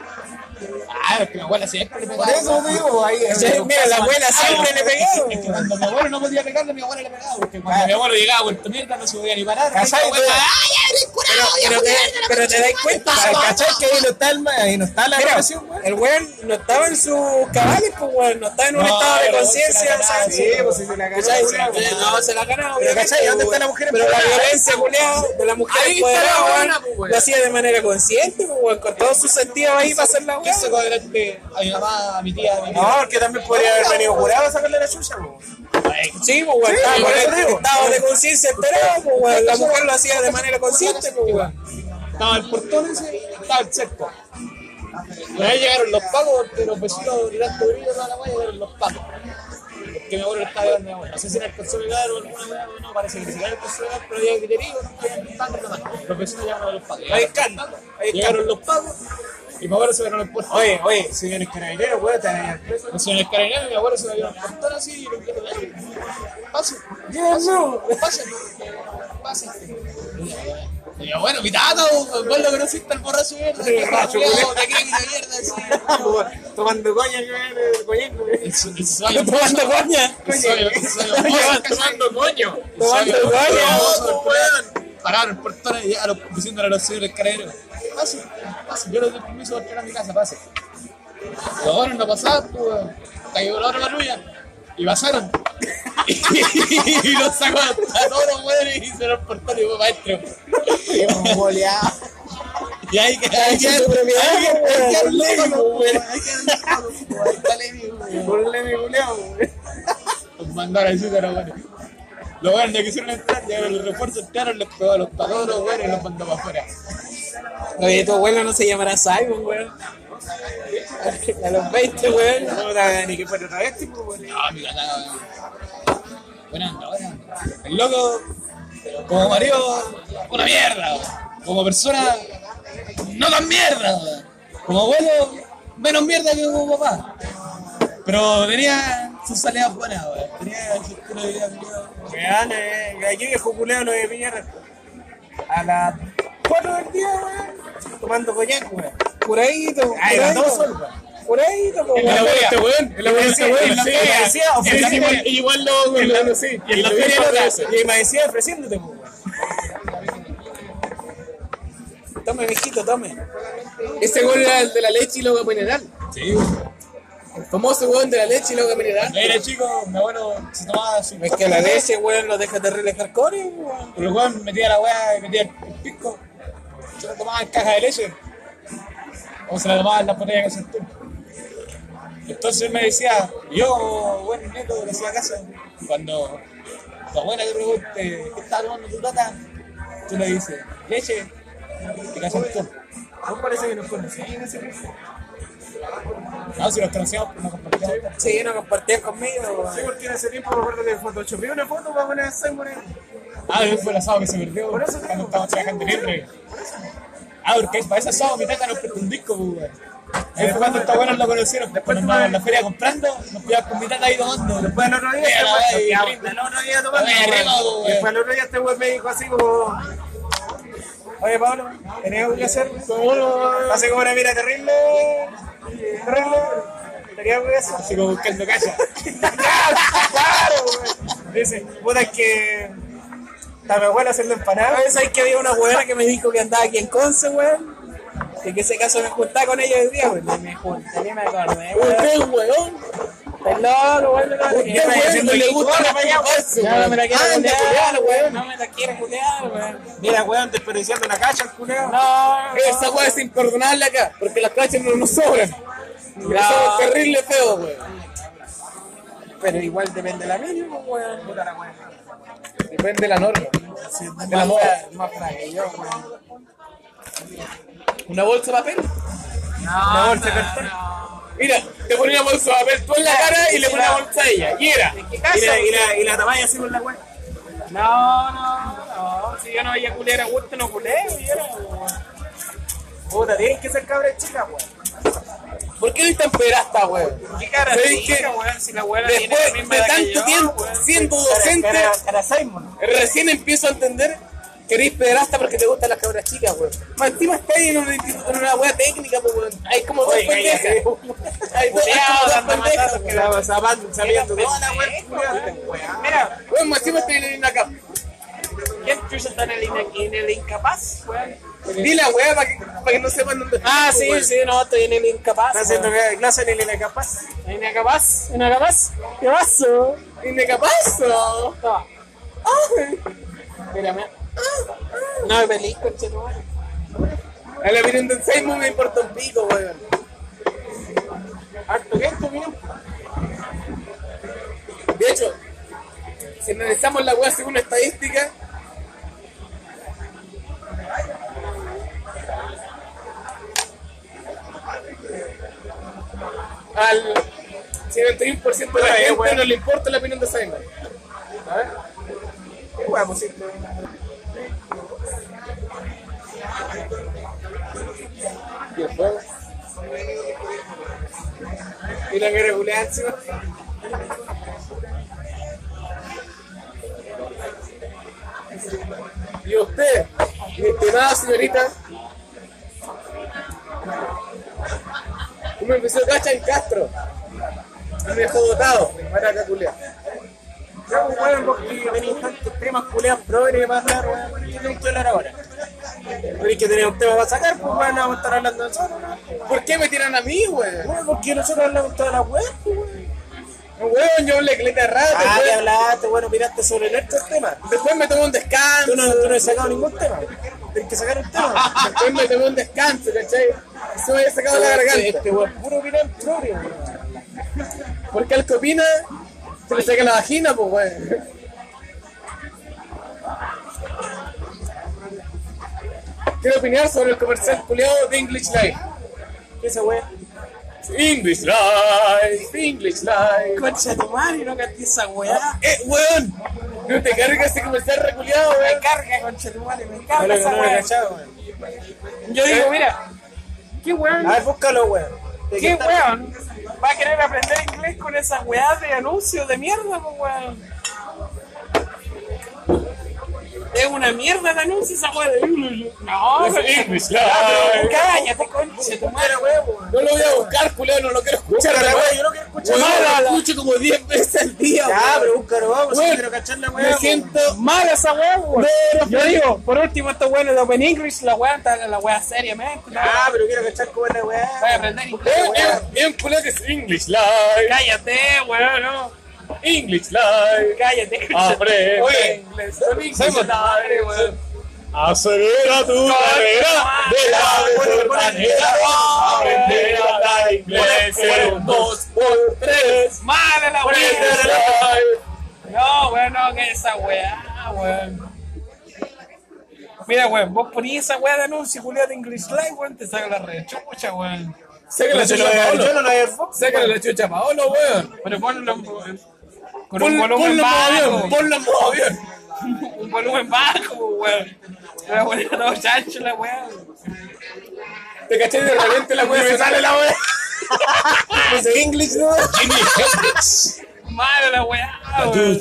Speaker 2: Ah, es que mi abuela siempre le
Speaker 1: Por
Speaker 2: pegaba.
Speaker 1: eso te digo, ahí. eh,
Speaker 4: Sí, Mira, la abuela siempre le pegaba.
Speaker 2: Es que cuando mi abuelo no podía pegarle, mi abuela le pegaba. Porque cuando mi abuelo llegaba vuelto mierda, no se podía ni parar.
Speaker 1: ¿Cachai?
Speaker 2: Mi
Speaker 4: pues.
Speaker 2: abuela,
Speaker 1: Pero-
Speaker 2: ¡Ay, eres curado!
Speaker 4: Pero te, pero te das cuenta,
Speaker 1: ¿Cachai que ahí no está el ma- ahí no está la
Speaker 4: Mira,
Speaker 1: relación, weón?
Speaker 4: el weón no estaba en sus cabales, pues weón, no estaba en un
Speaker 2: No,
Speaker 4: estado de
Speaker 2: pero se la
Speaker 4: conciencia,
Speaker 2: ganaba,
Speaker 4: ¿sabes?
Speaker 1: Sí, pues si se la
Speaker 4: ¿Cachai?
Speaker 1: cagó,
Speaker 4: Se la-
Speaker 2: pues.
Speaker 1: weón.
Speaker 4: No, se la ha ganado,
Speaker 1: Pero,
Speaker 4: obviamente,
Speaker 1: ¿cachai? ¿Dónde
Speaker 4: pues,
Speaker 1: está la
Speaker 4: weón.
Speaker 1: mujer
Speaker 4: Pero la
Speaker 1: empoderada?
Speaker 4: violencia, culiao, de la mujer
Speaker 6: Ahí está la
Speaker 4: empoderada, weón,
Speaker 6: buena, pues, weón.
Speaker 4: lo hacía de manera consciente, pues weón, con todos sus sentidos ahí para hacer la
Speaker 2: ¿Qué
Speaker 4: weón.
Speaker 2: sacó adelante a mi mamá, a mi tía, a mi
Speaker 1: No, porque también podría haber venido curado a sacarle la chucha, weón.
Speaker 4: Sí, pues weón,
Speaker 1: Sí,
Speaker 4: estaba
Speaker 1: por
Speaker 4: con
Speaker 1: eso
Speaker 4: el
Speaker 1: digo.
Speaker 4: estado de conciencia enterado, pues weón, la mujer lo hacía de manera consciente, pues weón.
Speaker 2: Estaba el portón ese, estaba el cerco. Y ahí llegaron los pagos, porque los vecinos gritaron tu brillo toda la guay, llegaron los pagos. Porque mi abuelo le estaba llevando a mi abuelo. No sé si era el consolidar o alguna weá, no parece que ni siquiera era el consolidar, pero había griterío, no había pagos, nada más. Los vecinos llegaron a los pagos. Llegaron, llegaron los pagos y mi abuelo se vieron el puerto.
Speaker 1: Oye, oye, señores carabineros, weón, están ahí al preso.
Speaker 2: Los señores carabineros, mi abuelo se vieron el portón así y lo dijeron, "Eh, pase,
Speaker 1: no.
Speaker 2: pase, pase. Y yo, bueno, mi tata, vos lo conociste al borracho mierda, que está
Speaker 1: borracho,
Speaker 2: culiao, de aquí, de mierda, así.
Speaker 4: Ah,
Speaker 1: Tomando coña, weón, coñando, weón.
Speaker 2: Y soy un
Speaker 4: Tomando coña.
Speaker 2: soy- soy un
Speaker 6: Llevan
Speaker 2: monstruo,
Speaker 6: tomando coño.
Speaker 2: soy
Speaker 4: tomando
Speaker 2: un
Speaker 4: coña,
Speaker 2: monstruo, weón. Pararon por todas y a los, diciéndole a los señores carabineros, pase, pase, yo les doy permiso para entrar a mi casa, pase. Los ahora no pasaban, pues, weón. cayó la hora la patrulla y pasaron. y los sacó a todos los weones y hicieron el portón y fue maestro. Y ahí que ahí que pues,
Speaker 1: Ponle mi culiao,
Speaker 2: pues,
Speaker 1: weón.
Speaker 2: Mandar al sitio, los buenos. Los buenos no quisieron entrar, llegaron los refuerzos, entraron, les pegó a los pagos, los buenos y los mandó para afuera.
Speaker 4: Oye, tu abuelo no se llamará Simon, weón. A los 20, weón.
Speaker 1: Puta, Ni que fuera travesti, pues, weón.
Speaker 2: No, mi cagada, weón. Buena onda, buena onda. El loco, como marido, una mierda, weón. Como persona, no tan mierda, weón. Como abuelo, menos mierda que como papá. Pero tenía sus salidas buenas, weón. Tenía su estilo de vida, culiao.
Speaker 1: Weón, eh, aquí viejo culeo lo de Piñera. A las 4 del día, weón. Tomando coñac, weón.
Speaker 4: Curadito,
Speaker 1: Ah, era
Speaker 4: curadito.
Speaker 1: dos sol, weón.
Speaker 6: Por ahí, po,
Speaker 9: El abuelo este weón. El abuelo este weón.
Speaker 1: la
Speaker 9: sí.
Speaker 1: feria,
Speaker 9: Sí,
Speaker 1: ofreciéndote-
Speaker 9: igual- Igual lo. lo- sí,
Speaker 1: Y en la
Speaker 9: lo
Speaker 1: feria
Speaker 9: hizo
Speaker 1: nota,
Speaker 9: veces.
Speaker 1: y me decía ofreciéndote, pues, weón. Tome, mijito, tome.
Speaker 6: Ese gol era el de la leche y loca mineral.
Speaker 9: Sí, weón.
Speaker 6: El famoso weón de la leche y loca mineral.
Speaker 1: Era chico, mi abuelo se tomaba así.
Speaker 6: Es que la leche, weón, lo deja
Speaker 1: terrible hardcore, weón. Pero el weón metía la weá, metía el pico. Se la tomaba en caja de leche. O se la tomaba en la botella que haces tú. Entonces él me decía, y yo como buen nieto le hacía casa, cuando tu abuela te pregunte qué está tomando tu plata, tú le dices, leche y la haces tú.
Speaker 4: Aún parece que nos conocían.
Speaker 2: Ah,
Speaker 1: No, si los conocíamos, pero no compartíamos.
Speaker 6: Sí, no compartían conmigo.
Speaker 4: Sí, porque en ese tiempo me acuerdo que photoshopeé una foto para poner a Simon ahí.
Speaker 1: Ah, después fue el asado que se perdió.
Speaker 4: Por eso te
Speaker 1: cuando
Speaker 4: digo.
Speaker 1: estábamos trabajando libre. Ah, porque para ese asado mi tata nos prestó un disco, pues, weón. Ahí fue cuando estos buenos lo conocieron. Después nos mandaban en la feria comprando, nos pillamos con mi tata ahí tomando.
Speaker 4: Después al otro día,
Speaker 1: Mira,
Speaker 4: este weón-
Speaker 1: ahí,
Speaker 4: Ya,
Speaker 1: primo.
Speaker 4: al otro día tomando,
Speaker 1: Oye,
Speaker 4: weón.
Speaker 1: arriba, weón.
Speaker 4: Después al otro día este weón me dijo así como... Oye, Pablo, ¿tenés algo que hacer? Hace como una mira terrible. Terrible. ¿Tenía algo que hacer?
Speaker 1: Así como buscando casa.
Speaker 4: claro, güey. Dice, puta, es que está mi abuela haciendo empanadas.
Speaker 6: ¿Sabes que había una weona que me dijo que andaba aquí en Conce, weón? Que en ese caso me juntaba con ellos hoy día, weón. No me junté, ni me acordé, weón.
Speaker 2: Usted, weón.
Speaker 6: Estás loco, weón. No, no,
Speaker 2: Usted, weón, no le gusta la preocuparse,
Speaker 6: no, no me la quiero
Speaker 2: Anda,
Speaker 6: culear,
Speaker 2: culiao,
Speaker 6: weón. No me la quiero culear, weón.
Speaker 4: Mira, weón, desperdiciando la cacha, el culeo.
Speaker 6: No,
Speaker 2: Esa weá es imperdonable acá, porque las cachas no nos sobran. Porque Somos terrible feos, weón.
Speaker 6: pero igual depende de la mínima, weón.
Speaker 2: Depende de la norma. De la
Speaker 6: Más
Speaker 2: moda.
Speaker 6: fra- Más fraga que yo, weón.
Speaker 2: ¿Una bolsa de papel?
Speaker 4: Una bolsa de cartón.
Speaker 2: Mira, te ponía una bolsa de papel tú en la cara y le ponía
Speaker 6: Ah,
Speaker 2: una bolsa a ella. Y era.
Speaker 4: Y la, y la, y la tapaña así con la weón.
Speaker 6: No, no, no. Si yo no veía culear a gusto, no culeo. Yo era, weón.
Speaker 4: Puta, tienes que ser cabra chica, weón.
Speaker 2: ¿Por qué eres tan perasta, weón?
Speaker 6: ¿Qué cara
Speaker 2: ¿Sabes
Speaker 6: chica,
Speaker 2: qué?
Speaker 6: weón? Si la weona tiene la
Speaker 2: Después
Speaker 6: misma
Speaker 2: de
Speaker 6: edad que
Speaker 2: tanto
Speaker 6: yo,
Speaker 2: tiempo
Speaker 6: weón.
Speaker 2: siendo
Speaker 4: Era,
Speaker 2: docente,
Speaker 4: era, era Simon.
Speaker 2: recién empiezo a entender que eres pederasta porque te gustan las cabras chicas, weón. Más encima estás en una, en una weá técnica, pues, weón. Hay como dos
Speaker 4: Oye,
Speaker 2: pendejas. Hay, dos- hay como dos pendejas,
Speaker 4: Que
Speaker 2: weón.
Speaker 4: la zapato saliendo toda la weón.
Speaker 6: Mira,
Speaker 2: Weón, más encima estás en la acá.
Speaker 6: ¿quién chucha está en el, ina- en el incapaz, weón?
Speaker 2: Di la weá para que, pa' que no sepan dónde
Speaker 6: Ah,
Speaker 2: estás,
Speaker 6: sí,
Speaker 2: weón.
Speaker 6: sí, no, estoy en el incapaz.
Speaker 4: Está haciendo
Speaker 6: weón.
Speaker 4: que- clase en el capaz.
Speaker 6: En el incapaz, en el incapaz. ¿Qué pasó?
Speaker 2: Indecapazo.
Speaker 6: No. Mírame. No me peleé, conchetumare.
Speaker 2: A la opinión de Simon me importa un pico, weón.
Speaker 6: Harto que esto, mira.
Speaker 2: De hecho, si analizamos la weá según estadística, al 71% de la
Speaker 4: Oye,
Speaker 2: gente
Speaker 4: weón.
Speaker 2: no le importa la opinión de Simon.
Speaker 4: ¿Qué weón,
Speaker 2: pues,
Speaker 4: pusiste?
Speaker 2: Y la que regular encima. Y usted, mi estimada señorita, ¿cómo empezó Cacha en Castro? Me dejó votado, maraca culia.
Speaker 4: Ya, pues, weón, porque venís tantos temas culeas progres para hablar, weón. ¿Qué tenés que hablar ahora? Tenés que tener un tema para sacar, pues, weón, no vamos a estar hablando de eso, ¿no?
Speaker 2: ¿Por qué me tiran a mí, weón?
Speaker 4: Bueno, porque nosotros hablamos todas las weas, pues, weón.
Speaker 2: Weón, yo hablé cleta rato,
Speaker 4: Ah, ya
Speaker 2: weón.
Speaker 4: hablaste, bueno, miraste sobre nuestros temas.
Speaker 2: Después me tomé un
Speaker 4: Tú no,
Speaker 2: descanso,
Speaker 4: tú no has sacado ningún tema. Tienes que sacar un tema.
Speaker 2: después me tomé un descanso, ¿cachai? Se me había sacado la garganta.
Speaker 4: Este weón, puro opinar propio, weón.
Speaker 2: Porque al que opina, se le saca la vagina, pues, weón. Quiero opinar sobre el comercial culiado de English Life.
Speaker 4: Esa wea.
Speaker 2: English Life, English Life.
Speaker 6: Concha tu madre, no canté esa weá.
Speaker 2: Eh, weón, no te cargas ese comercial reculiado,
Speaker 6: Me
Speaker 2: weón.
Speaker 6: carga, concha tu madre, me
Speaker 4: No
Speaker 6: carga
Speaker 4: lo no
Speaker 6: esa
Speaker 4: lo he
Speaker 6: weá.
Speaker 4: cachado, weón.
Speaker 6: Yo digo, mira, qué
Speaker 4: A
Speaker 6: weón,
Speaker 4: ver, búscalo, weón. ¿De
Speaker 6: qué
Speaker 4: está?
Speaker 6: weón. Va a querer aprender inglés con esas weá de anuncios de mierda, pues weón.
Speaker 4: Es una mierda de anuncio esa weá. No,
Speaker 10: English, la-
Speaker 4: cállate, conche, tu madre.
Speaker 2: No lo voy a buscar, culero, no lo quiero escuchar.
Speaker 1: Búscala,
Speaker 2: la
Speaker 1: weón,
Speaker 2: weá.
Speaker 1: yo no quiero escuchar
Speaker 2: Weón,
Speaker 1: nada.
Speaker 2: lo escucho como 10 veces al día,
Speaker 1: Ya,
Speaker 2: weón.
Speaker 1: pero búscalo, vamos,
Speaker 2: Weón,
Speaker 1: si quiero cachar la weá.
Speaker 2: Me siento
Speaker 4: Mala esa weá, weón. Yo digo, por último, estos weones de Open English, la weá está la weá seriamente. la
Speaker 1: Ah,
Speaker 4: weá.
Speaker 1: pero quiero cachar cómo es la weá.
Speaker 4: Voy a aprender inglés.
Speaker 10: Eh, eh, eh, un culero es English Live.
Speaker 4: Cállate, weón, no.
Speaker 10: English Live.
Speaker 4: Cállate.
Speaker 10: Aprende.
Speaker 4: Oye, inglés, son inglés, dale, weón.
Speaker 10: Acelera tu carrera de la mejor manera. Aprender a hablar inglés en un dos por tres.
Speaker 4: Mala la
Speaker 10: English
Speaker 4: weá.
Speaker 10: Live.
Speaker 4: No, weón, no, que esa weá, weón. Mira, weón, vos ponías esa weá de anuncio, Julián de English Live, weón, te saca la rechucha, weón.
Speaker 2: Sácale la chucha a Paolo.
Speaker 1: lo había visto.
Speaker 2: Sácale la chucha a Paolo, weón.
Speaker 4: Pero ponlo en- con un
Speaker 2: Pon- Ponlo en
Speaker 4: volumen
Speaker 2: modo avión,
Speaker 4: bajo,
Speaker 2: ponlo en modo avión.
Speaker 4: un volumen bajo, weón. Me voy a poner todo chancho la weá.
Speaker 2: Te caché de repente la weá se sale la weá. Pues en English, ¿no?
Speaker 4: Mala la weá, weón.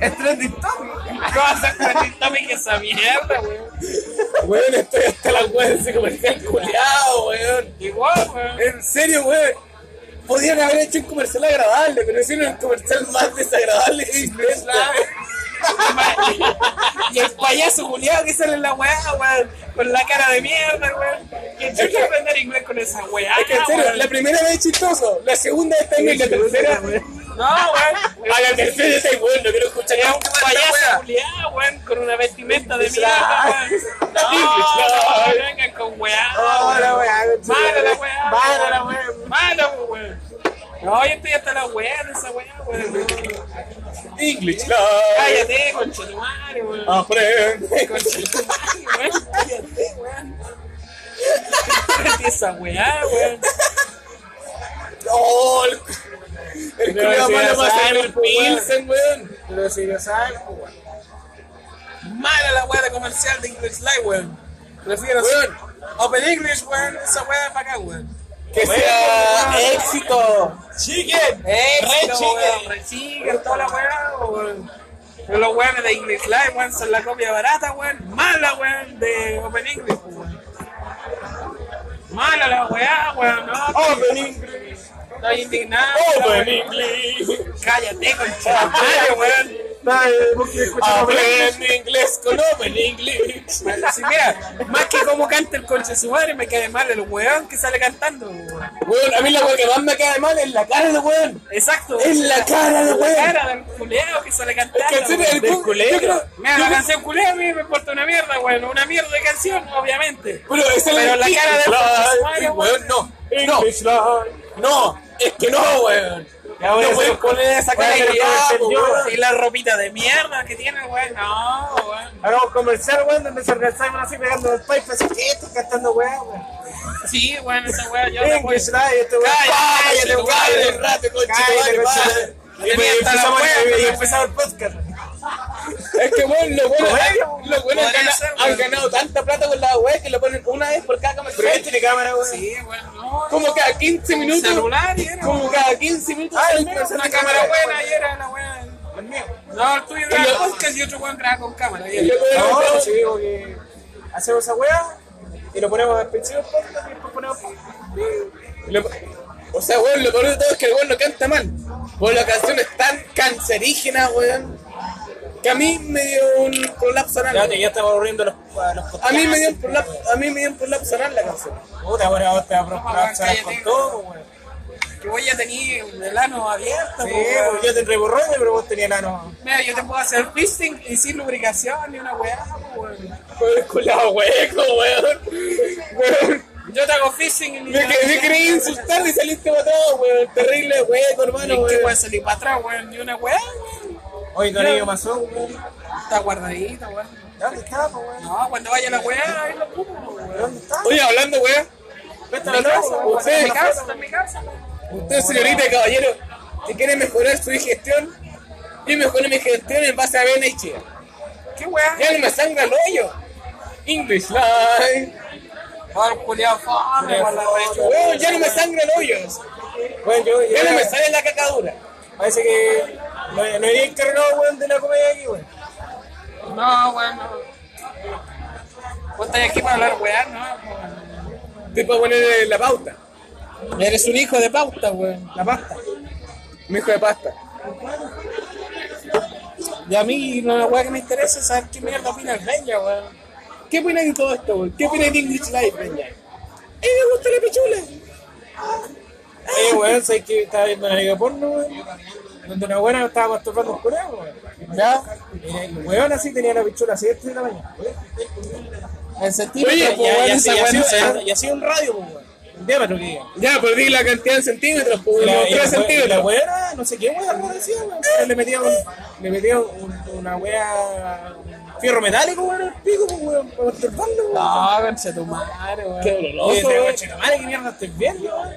Speaker 1: Es trending topic.
Speaker 4: No vas a que esa mierda, weón.
Speaker 2: Weón, estoy hasta la weá de ese comercial culeado, weón.
Speaker 4: Igual, weón.
Speaker 2: En serio, weón. Podían haber hecho un comercial agradable, pero hicieron un comercial más desagradable que English Live.
Speaker 4: Y el payaso culiado que sale en la weá, weón. Con la cara de mierda, weón. ¿Quién chucha
Speaker 2: que-
Speaker 4: va a aprender inglés con esa weá?
Speaker 2: Es que en serio,
Speaker 4: weón?
Speaker 2: la primera vez chistoso, la segunda está bien, la tercera.
Speaker 4: No, weón.
Speaker 2: A la tercera está ahí, weón, no quiero escuchar
Speaker 4: Es
Speaker 2: nada
Speaker 4: un
Speaker 2: más esta
Speaker 4: payaso
Speaker 2: weá.
Speaker 4: culiado, weón, con una vestimenta de mierda, weón. No, no, no, vengan con Oh, weá.
Speaker 1: Hola, weá.
Speaker 4: Mala la weá.
Speaker 1: Mala la weá.
Speaker 4: Mala, weón. No, yo estoy hasta la weá de esa weá, weón.
Speaker 10: English Live.
Speaker 4: Cállate, conchetumare, weón.
Speaker 10: Aprende.
Speaker 4: Conchetumare, weón. Ah. Cállate, weón. Cállate esa weá, weón.
Speaker 2: Oh, el el
Speaker 10: Pero
Speaker 2: culiao
Speaker 10: si ya
Speaker 2: malo va a ser
Speaker 10: saben,
Speaker 2: el
Speaker 10: pues, weón.
Speaker 2: Pilsen, weón.
Speaker 1: Pero si lo saben, pues, weón.
Speaker 4: Mala la weá de comercial de English Live, weón. Prefiero
Speaker 2: Weón.
Speaker 4: Open English, weón. Esa weá es para acá, weón.
Speaker 2: Que sea éxito. Chicken.
Speaker 4: ¡Eh,
Speaker 2: Re chicken.
Speaker 4: ¡Re chicken! ¡Toda la weá, weón! Pero los weones de English Live, weón, son la copia barata, weón. Mala, weón, de Open English, weón. Mala la weá, weón, no.
Speaker 10: Open English.
Speaker 4: Estoy indignado.
Speaker 10: Open
Speaker 4: weón.
Speaker 10: English.
Speaker 4: Cállate, conchetumare, weón.
Speaker 1: Dale, vos querés escuchar la weá.
Speaker 10: Aprende inglés con Open English.
Speaker 4: Si mira, más que cómo canta el conche su madre, me cae mal el weón que sale cantando, weón.
Speaker 2: Weón, a mí la weón que más me cae mal es la cara de weón.
Speaker 4: Exacto.
Speaker 2: Es la cara de
Speaker 4: La
Speaker 2: weón.
Speaker 4: cara del culeo que sale
Speaker 2: Es
Speaker 4: cantando.
Speaker 2: que en serio,
Speaker 4: weón.
Speaker 2: el cu- yo creo-
Speaker 4: Mira,
Speaker 2: yo
Speaker 4: la
Speaker 2: creo-
Speaker 4: canción culé a mí me importa una mierda, weón. Una mierda de canción, obviamente.
Speaker 2: Pero esa es
Speaker 4: Pero la
Speaker 2: English
Speaker 4: cara de
Speaker 2: Live,
Speaker 4: weón,
Speaker 2: weón, no. No,
Speaker 10: English Live.
Speaker 2: no, es que no, weón.
Speaker 1: Ya,
Speaker 2: No
Speaker 1: weón,
Speaker 2: puedes
Speaker 1: eso-
Speaker 2: poner esa cara de
Speaker 1: Weón, pero
Speaker 2: culiao,
Speaker 1: entendió,
Speaker 2: weón.
Speaker 4: Y la ropita de mierda que tiene, weón. No, weón.
Speaker 1: Hagamos comercial, weón, donde se organizamos así pegando el pipe, así que estoy cantando weá, weón.
Speaker 4: Sí, weón, esa weón. Yo la
Speaker 1: English Live, este weón.
Speaker 4: pues. Cállate,
Speaker 2: Cállate,
Speaker 4: weón.
Speaker 2: cállate un rato, conche,
Speaker 1: Cállate,
Speaker 2: vale,
Speaker 1: concha.
Speaker 2: vale.
Speaker 1: Y
Speaker 4: Tenía hasta la
Speaker 1: empezamos-
Speaker 4: weá,
Speaker 1: y
Speaker 4: weón.
Speaker 1: empezamos el podcast.
Speaker 2: Es que, weón, los buenos, los buenos
Speaker 4: Podría
Speaker 2: han, ganado-
Speaker 4: ser,
Speaker 2: han
Speaker 4: weón.
Speaker 2: ganado tanta plata con la web que lo ponen una vez por cada
Speaker 1: Pero ahí
Speaker 2: comercial.
Speaker 1: tiene cámara, weón.
Speaker 4: Sí, weón, no.
Speaker 2: Como cada 15 minutos.
Speaker 4: celular y era.
Speaker 2: Como cada 15 minutos.
Speaker 1: Ah,
Speaker 2: sale
Speaker 1: el
Speaker 2: un
Speaker 1: mío,
Speaker 2: comercial
Speaker 4: Una
Speaker 2: de
Speaker 4: cámara
Speaker 2: cámara web.
Speaker 4: buena y era la weón. No, el tuyo
Speaker 2: Y
Speaker 4: graba
Speaker 2: lo-
Speaker 4: podcast y otro weón graba con cámara. y
Speaker 2: Y
Speaker 4: era.
Speaker 2: luego
Speaker 1: No,
Speaker 2: era-
Speaker 1: pues, si digo que hacemos esa weá y lo ponemos al principio del podcast y después ponemos
Speaker 2: Lo- O sea, weón, lo peor de todo es que el weón no canta mal. Weón, la canción es tan cancerígena, weón, que a mí me dio un prolapso anal.
Speaker 1: Ya,
Speaker 2: weón.
Speaker 1: ya estamos aburriendo los, a los podcasts.
Speaker 2: A mí me dio un prolapso, a mí me dio un prolapso anal la canción.
Speaker 1: Puta, bueno, ahora te va a procurar
Speaker 4: Cállate,
Speaker 1: saber con todo, weón.
Speaker 4: Que vos ya tenías el ano abierto,
Speaker 1: Sí,
Speaker 4: po,
Speaker 2: Eh,
Speaker 4: weón.
Speaker 1: pues, yo te reborré, pero vos tenías la no.
Speaker 4: Mira, yo te puedo hacer fisting y sin lubricación ni una weá, po, weón.
Speaker 2: Weón, culado hueco, weón. Weón.
Speaker 4: Yo te hago fisting y ni
Speaker 2: Me, que- me quería insultar y saliste para atrás, weón. Terrible hueco, hermano,
Speaker 4: ¿Y qué
Speaker 2: weón.
Speaker 4: puede salir para atrás, weón? Ni una weá, weón.
Speaker 1: Oye, tu anillo masón, weón.
Speaker 4: Está guardadita, weón.
Speaker 1: ¿Dónde está, po, weón?
Speaker 4: No, cuando vaya la weá, ahí lo ocupo, weón.
Speaker 1: ¿Dónde está?
Speaker 2: Oye, hablando, weón.
Speaker 1: Vete a
Speaker 2: no,
Speaker 1: la casa,
Speaker 4: Está
Speaker 2: no,
Speaker 1: weón.
Speaker 4: en mi
Speaker 2: ustedes-
Speaker 1: Vete a la
Speaker 4: casa,
Speaker 1: casa.
Speaker 4: está en mi casa, weón.
Speaker 2: Usted, señorita y caballero, que quiere mejorar su digestión, y mejore mi gestión en base a avena y chía.
Speaker 4: ¿Qué weá?
Speaker 2: Ya no me sangra el hoyo. English Live.
Speaker 4: Ahora, culiao, fome, weón, la rechuga.
Speaker 2: Weón, ya no me sangra el hoyo.
Speaker 1: Weón, yo, yo-
Speaker 2: Ya no me sale la cacadura.
Speaker 1: Parece que no, no iría encargado, weón, de la comedia aquí, weón.
Speaker 6: No, weón, no. Vos estás aquí para hablar, weón, no.
Speaker 2: Estoy para poner eh, la pauta.
Speaker 6: Eres un hijo de pauta, weón.
Speaker 4: La pasta.
Speaker 2: Un hijo de pasta.
Speaker 6: Y a mí, no, la weá que me interesa es saber qué mierda opina el Benja, weón.
Speaker 2: ¿Qué opinas de todo esto, güey? ¿Qué opinas de English Life, Benja? ¡Eh, me gusta la pichula!
Speaker 4: Eh, weón, ¿sabes que estaba viendo una liga porno, weón? Donde una buena estaba masturbando un curado, weón. ¿Ya? Weón, así tenía la pichula, así de la mañana.
Speaker 6: En sentido,
Speaker 2: Oye,
Speaker 6: pues,
Speaker 2: ya-
Speaker 6: weón,
Speaker 2: ya
Speaker 6: esa
Speaker 2: se- ya
Speaker 6: weá
Speaker 2: se-
Speaker 6: no
Speaker 2: ya-
Speaker 6: se-
Speaker 4: Y así un radio, pues, weón. Un diámetro que diga.
Speaker 2: Ya, perdí la cantidad en centímetros, pues,
Speaker 4: Y la,
Speaker 2: unos
Speaker 4: y la we- y
Speaker 2: tres
Speaker 4: la
Speaker 2: centímetros.
Speaker 4: weona, no sé qué weá rara decía, weón. Pero Le metía, un- le metía un- una weá. un Fierro metálico, weón, al pico, pues, weón, para masturbarlo, weón.
Speaker 6: No, concha tu madre, weón.
Speaker 2: Qué
Speaker 4: Oye,
Speaker 2: doloroso,
Speaker 4: te
Speaker 2: güey.
Speaker 4: coche, madre, qué mierda estoy viendo, weón.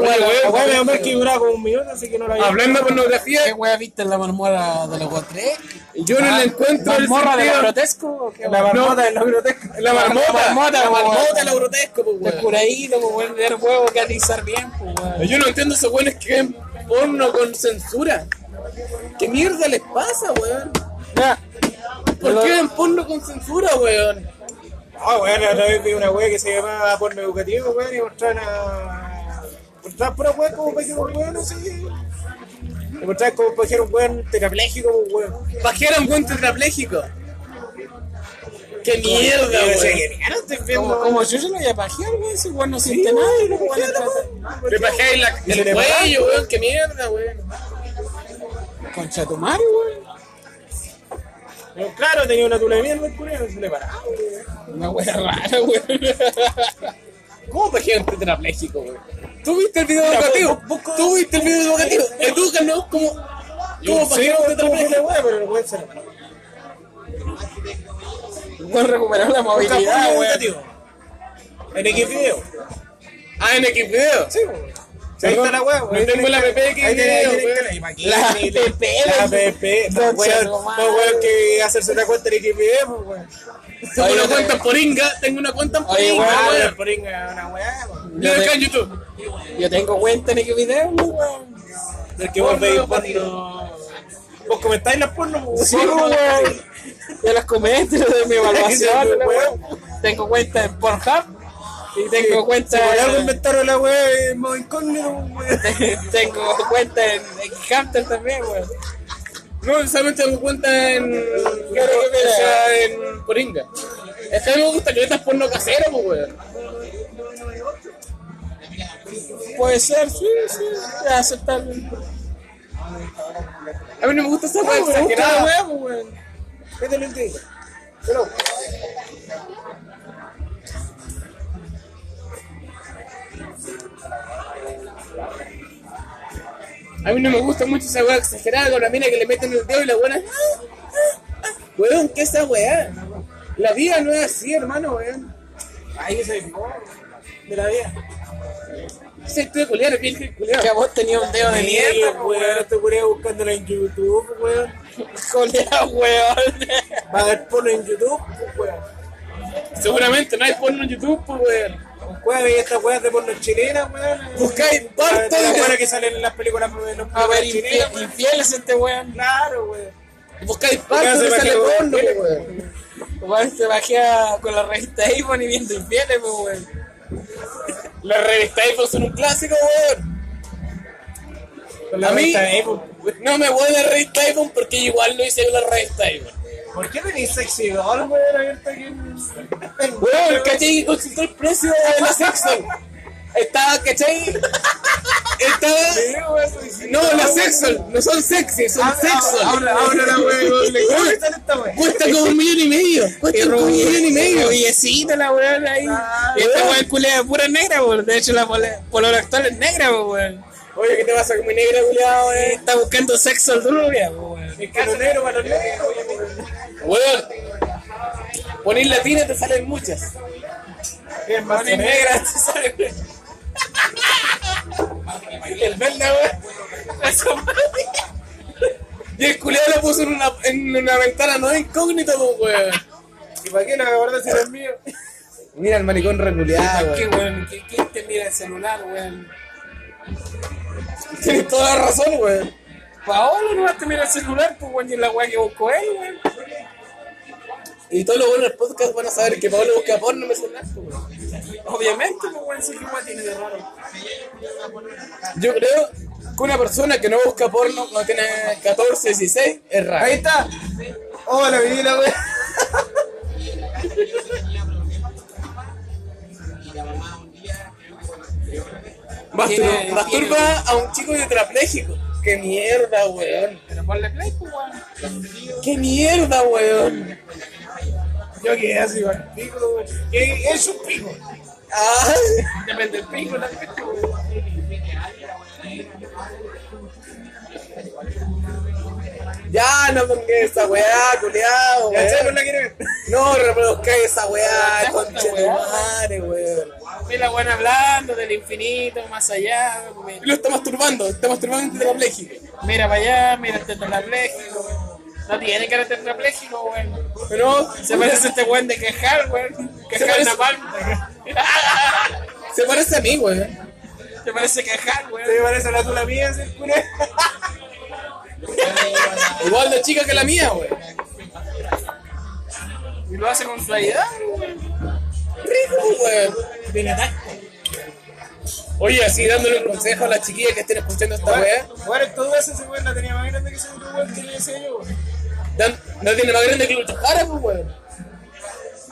Speaker 2: Oye,
Speaker 6: weá,
Speaker 2: weón,
Speaker 4: La
Speaker 2: Ah,
Speaker 6: la-
Speaker 4: weá me dio que duraba como un minuto, así que no la vi.
Speaker 2: Hablando de pornografía,
Speaker 6: ¿Qué weá viste en la marmora de los Guatrés?
Speaker 2: yo no le encuentro el
Speaker 6: ¿Morra de los
Speaker 2: sentido.
Speaker 6: grotesco? ¿Qué
Speaker 4: La
Speaker 6: weá?
Speaker 4: marmota en la biblioteca.
Speaker 2: La marmota.
Speaker 6: La marmota,
Speaker 2: La
Speaker 6: güey.
Speaker 2: marmota, lo grotesco, pues,
Speaker 6: Está
Speaker 2: güey.
Speaker 6: curadito, pues, weón. Tener huevo que analizar bien, pues, weón.
Speaker 2: Yo no entiendo esos güeyes que ven porno con censura. ¿Qué mierda les pasa, weón? ¿Por qué ven porno con censura, weón?
Speaker 4: Ah, weón, la otra vez vi una weá que se llamaba porno educativo, weón, y mostraban a. Mostraban pura weá como para que un weón así. Y mostraban como para que un weón terapléjico, weón.
Speaker 2: Bajera un buen tetrapléjico. ¡Qué mierda,
Speaker 4: Y yo decía,
Speaker 2: weón!
Speaker 4: "¿Qué mierda estoy
Speaker 6: Como,
Speaker 4: viendo,
Speaker 6: como
Speaker 4: weón?"
Speaker 6: yo ya lo había pajeado, weón. Ese weón no
Speaker 4: Sí,
Speaker 6: siente nada,
Speaker 4: weón,
Speaker 6: pues, weón.
Speaker 4: ¿qué
Speaker 6: atrás.
Speaker 4: mierda,
Speaker 2: Le
Speaker 4: weón?
Speaker 2: bajé la-
Speaker 4: Y se
Speaker 2: el
Speaker 4: le
Speaker 2: cuello, weón, qué mierda, weón.
Speaker 6: Concha tu madre, weón.
Speaker 4: Pero claro, tenía una tula de mierda, el culiao, se le paraba.
Speaker 2: Una wea rara, weón. ¿Cómo pajean un tetrapléjico, weón? ¿Tú viste el video educativo? ¿Tú viste el video educativo? Edúcanos como... ¿Cómo
Speaker 4: Sí,
Speaker 2: pajean un
Speaker 4: weón, como que la
Speaker 2: tetrapléjico?
Speaker 4: weá, pero el weón se le paraba.
Speaker 6: Weón recuperó la movilidad,
Speaker 4: Porno
Speaker 6: weón.
Speaker 4: educativo. En X video.
Speaker 2: Ah, en X video.
Speaker 4: Sí, weón. Sí, ahí está la weá,
Speaker 2: No
Speaker 4: weón.
Speaker 2: tengo la app de X
Speaker 4: Ahí tiene- ahí
Speaker 2: video,
Speaker 4: tiene
Speaker 2: weón.
Speaker 4: que- ¿para qué?
Speaker 6: La
Speaker 4: Ni-
Speaker 6: PP,
Speaker 4: La
Speaker 6: weón.
Speaker 4: PP. No,
Speaker 6: Concha
Speaker 4: weón,
Speaker 6: de
Speaker 4: no,
Speaker 6: tu madre.
Speaker 4: weón, que hacerse una cuenta en XVIDEO, pues, weón.
Speaker 2: Tengo una cuenta en poringa, tengo una cuenta en
Speaker 6: Oye,
Speaker 2: poringa,
Speaker 6: weón,
Speaker 2: weón.
Speaker 4: Por inga, una weá, weón.
Speaker 2: Mira acá en YouTube.
Speaker 6: Yo tengo cuenta en el video, weón.
Speaker 4: Del que vos veis
Speaker 2: Porno,
Speaker 4: porno. Vos comentáis las porno, pues,
Speaker 6: Sí,
Speaker 4: weón.
Speaker 6: weón. Yo las comento de
Speaker 4: Sí,
Speaker 6: mi evaluación,
Speaker 4: weón.
Speaker 6: weón. Tengo cuenta en Pornhub
Speaker 4: Si
Speaker 6: y tengo
Speaker 4: por algo
Speaker 6: cuenta
Speaker 4: inventaron la weá en modo incógnito, pues, weón.
Speaker 6: tengo cuenta en Xhamster también, weón.
Speaker 2: No, solamente tengo cuenta en...
Speaker 6: mira.
Speaker 2: O sea, en poringa. Es que a mí me gusta que estas porno casero, pues, weón.
Speaker 6: Puede ser, sí, sí, aceptable.
Speaker 2: A mí no me gusta esa weá
Speaker 4: me gusta
Speaker 2: exagerada,
Speaker 4: la
Speaker 2: weón.
Speaker 4: ¿Qué te lo entiendo?
Speaker 2: A mí no me gusta mucho esa weá exagerada con la mina que le meten el dedo y la buena. Weón, ¿qué es esa weá? La vida no es así, hermano, weón.
Speaker 4: Ay, ese es de la vida.
Speaker 2: Ese es de culiar, es bien de culiar.
Speaker 6: Que a vos tenía un dedo de mierda,
Speaker 4: Sí, weón. Este culiao buscándola en YouTube, weón.
Speaker 6: colea, weón.
Speaker 4: Va a ver porno en YouTube, pues, weón.
Speaker 2: Seguramente no hay porno en YouTube, pues, weón.
Speaker 4: Weón, veía estas weas de porno chilenas,
Speaker 1: pues,
Speaker 4: weón.
Speaker 6: Buscáis
Speaker 4: parte
Speaker 6: parte
Speaker 4: de las
Speaker 6: de-
Speaker 4: weas que salen en las películas pues, de los
Speaker 6: A ver,
Speaker 4: películas chilenas,
Speaker 2: pues,
Speaker 6: infie- infieles este weón.
Speaker 4: Claro,
Speaker 1: pues.
Speaker 4: weón.
Speaker 2: Buscáis partes de
Speaker 4: se
Speaker 2: sale
Speaker 4: bajó,
Speaker 2: porno,
Speaker 4: weón.
Speaker 2: pues, weón.
Speaker 6: Weón se bajea con la revista iPhone y viendo infieles, pues, weón.
Speaker 2: Las revistas iPhone son un clásico, weón.
Speaker 4: Con la
Speaker 2: A mí-
Speaker 4: revista de Apple.
Speaker 2: No me voy de la revista iPhone porque igual lo hice con la revista iPhone.
Speaker 4: ¿Por qué tenéis sexy doll, weón? Abierta aquí en- en-
Speaker 2: Weón, ¿cachai? Consultó el precio de la Sexton. Estaba, ¿cachai? Estaba...
Speaker 4: Sí, weón, soy- sí.
Speaker 2: No, las sexol, no son sexy, son
Speaker 4: Habla-
Speaker 2: sexol.
Speaker 4: habla- habla la wea, weón. Le- ¿Cómo
Speaker 2: Weón,
Speaker 4: sale esta wea?
Speaker 2: Cuesta como un millón y medio. Cuesta como un millón y medio.
Speaker 6: Rubiecita la weón ahí.
Speaker 4: Ah,
Speaker 6: Y esta weón culea pura negra, weón. De hecho, la pole- polola actual es negra, pues, weón.
Speaker 2: Oye, ¿qué te pasa con mi negra, culiado, weón?
Speaker 6: Está buscando sexo al rubia, pues, weón.
Speaker 4: Es que lo negro para los negros, weón.
Speaker 2: Weón. Poner latina te salen muchas.
Speaker 4: Es más
Speaker 2: Poner
Speaker 4: negro.
Speaker 2: negra te salen. El verde, weón. Esa madre. Y el culiado lo puso en una, en una ventana no de incógnito, pues, weón.
Speaker 4: ¿Y para qué lo agarraste si no es mío?
Speaker 2: Mira el maricón reculeado,
Speaker 6: ¿Qué, weón? ¿Qué- ¿Quién te mira el celular, weón?
Speaker 2: Tienes toda la razón, weón.
Speaker 4: Pues ahora no vas a mirar el celular, pues, weón, y la weá que buscó él, weón.
Speaker 2: Y todos los buenos del podcast van a saber que Pablo busca porno en mi celular. pues, weón.
Speaker 4: Obviamente, pues, weón, sí que weón tiene de raro.
Speaker 2: Yo creo que una persona que no busca porno cuando tiene 14, 16 es rara.
Speaker 1: Ahí está. Hola, mi vida, güey.
Speaker 2: Mastur-
Speaker 4: Tiene-
Speaker 2: Masturba a un chico de tetrapléjico. ¡Qué mierda, weón!
Speaker 4: Pero ponle play, pues, weón.
Speaker 2: ¡Qué mierda, weón!
Speaker 4: Yo quedé así, weón. Pico, weón. Que es un pico.
Speaker 2: Ah,
Speaker 4: Depende del pico, también.
Speaker 2: ya no pongáis esa weá, culiao, weón. No reproduzcáis esa weá,
Speaker 4: Esta
Speaker 2: concha de
Speaker 4: weá.
Speaker 2: madre, weón.
Speaker 4: Vi la buena hablando del infinito, más allá. mira-
Speaker 2: Lo está masturbando, está masturbando en tetrapléjico.
Speaker 4: Mira para allá, mira el tetrapléjico. weón. No tiene cara de tetrapléjico, weón.
Speaker 2: Pero
Speaker 4: Se parece a este weón de quejar, weón. Quejar
Speaker 2: parece-
Speaker 4: Napalm.
Speaker 2: se parece a mí, weón.
Speaker 4: Se parece a quejar, weón.
Speaker 1: Te parece la tula mía, ese culé.
Speaker 2: Igual de chica que la mía, weón.
Speaker 4: Y lo hace con suavidad,
Speaker 2: Rico, weón. Oye, así dándole un consejo a las chiquillas que estén escuchando esta weá.
Speaker 1: Bueno, todo eso ese güey la tenía más grande que ese otro güey que yo decía yo, güey.
Speaker 2: Dan- No tiene más grande que Lucho Jara, pues, weón.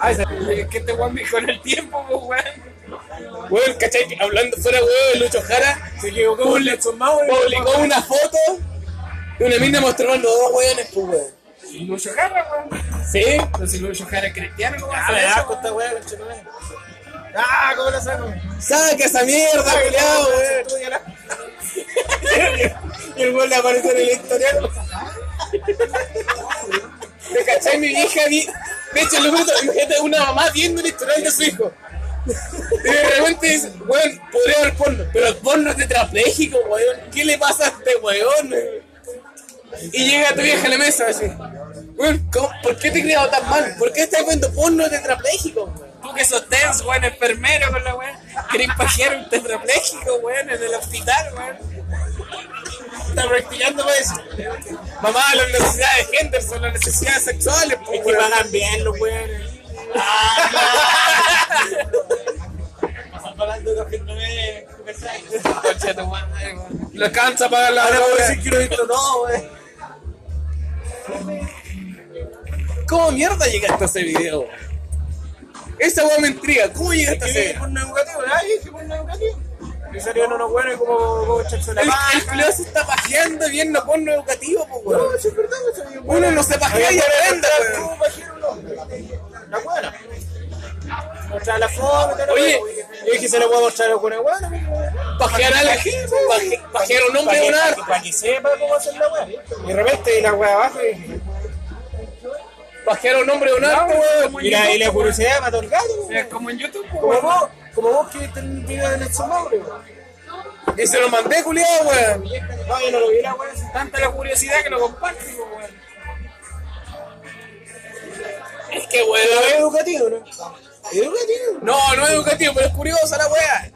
Speaker 4: weón. Que este weón dijo en el tiempo, pues, weón.
Speaker 2: Weón, ¿cachai? Que Hablando fuera, weón, Lucho Jara
Speaker 1: Se equivocó con la sumado, güey.
Speaker 2: publicó una foto de una mina mostrando dos weones, pues, weón.
Speaker 4: Lucho Jara, weón.
Speaker 2: ¿Sí?
Speaker 4: Entonces Lucho Jara es cristiano, ¿cómo
Speaker 1: Ah, me
Speaker 4: hace
Speaker 1: da
Speaker 4: eso?
Speaker 1: asco esta güey, güey, chupame. Ah, ¿cómo la saco?
Speaker 2: ¡Saca esa mierda, culiao, weón!
Speaker 1: Estudiala.
Speaker 2: Y el weón le aparece en el historial. ¿Me cachai? Mi vieja vi... De hecho, lo bruto, imagínate una mamá viendo el historial de su hijo. Y de repente dice, weón, podría haber porno, pero el porno es tetrapléjico, weón. ¿Qué le pasa a este weón? Y llega tu vieja a la mesa así. Weón, ¿cómo- ¿por qué te he criado tan mal? ¿Por qué estás viendo porno tetrapléjico, weón?
Speaker 4: Tú que sos tenso, weón, enfermero con la weón. Querés pajear un tetrapléjico, weón, en el hospital, weón.
Speaker 2: Está practicando para eso. Mamá, las necesidades de género son las necesidades sexuales. Pues, que pagan bien los weones. Ah,
Speaker 4: Concha tu madre, weón. pues
Speaker 2: Lo alcanza para la
Speaker 1: Ahora puedo
Speaker 2: droga.
Speaker 1: decir que no he visto todo, pues. güey.
Speaker 2: ¿Cómo mierda llegaste a ese video? Esa weá me intriga. ¿Cómo llegaste a ese
Speaker 1: Dije
Speaker 2: video?
Speaker 1: por un educativo, ¿verdad? Dije por un educativo. Y salieron unos güeyes como, como echarse la
Speaker 2: El,
Speaker 1: paja.
Speaker 2: el culiao se está pajeando viendo porno educativo, pues,
Speaker 1: No,
Speaker 2: weón.
Speaker 1: sí, es verdad, güey, soy un güey.
Speaker 2: Uno no se pajea y aprende, weón.
Speaker 1: ¿Cómo pajero un hombre? La buena. Mostrar la foto, y tal,
Speaker 2: Oye,
Speaker 1: güey. yo dije, se la voy a mostrar a alguna buena,
Speaker 2: Pajear a la gente, paje- pajear a un hombre de un arte.
Speaker 1: Para que sepa cómo hacer la weá. Y de repente, y la weá abajo. y-
Speaker 2: Pajear a un hombre de un arte, weón.
Speaker 1: Y la, y la curiosidad mató el gato, güey.
Speaker 4: Es como en YouTube, pues,
Speaker 1: Como
Speaker 4: weón.
Speaker 1: vos, como vos que viste el video de Nelson Mauro. güey.
Speaker 2: Y se lo mandé, culiao, weón.
Speaker 1: No, yo no lo vi la weá. sí.
Speaker 4: Tanta la curiosidad que lo comparte, pues, weón.
Speaker 2: Es que,
Speaker 1: Pero es
Speaker 2: weón.
Speaker 1: educativo, ¿no? Educativo.
Speaker 2: No, no es educativo, pero es curiosa la weá.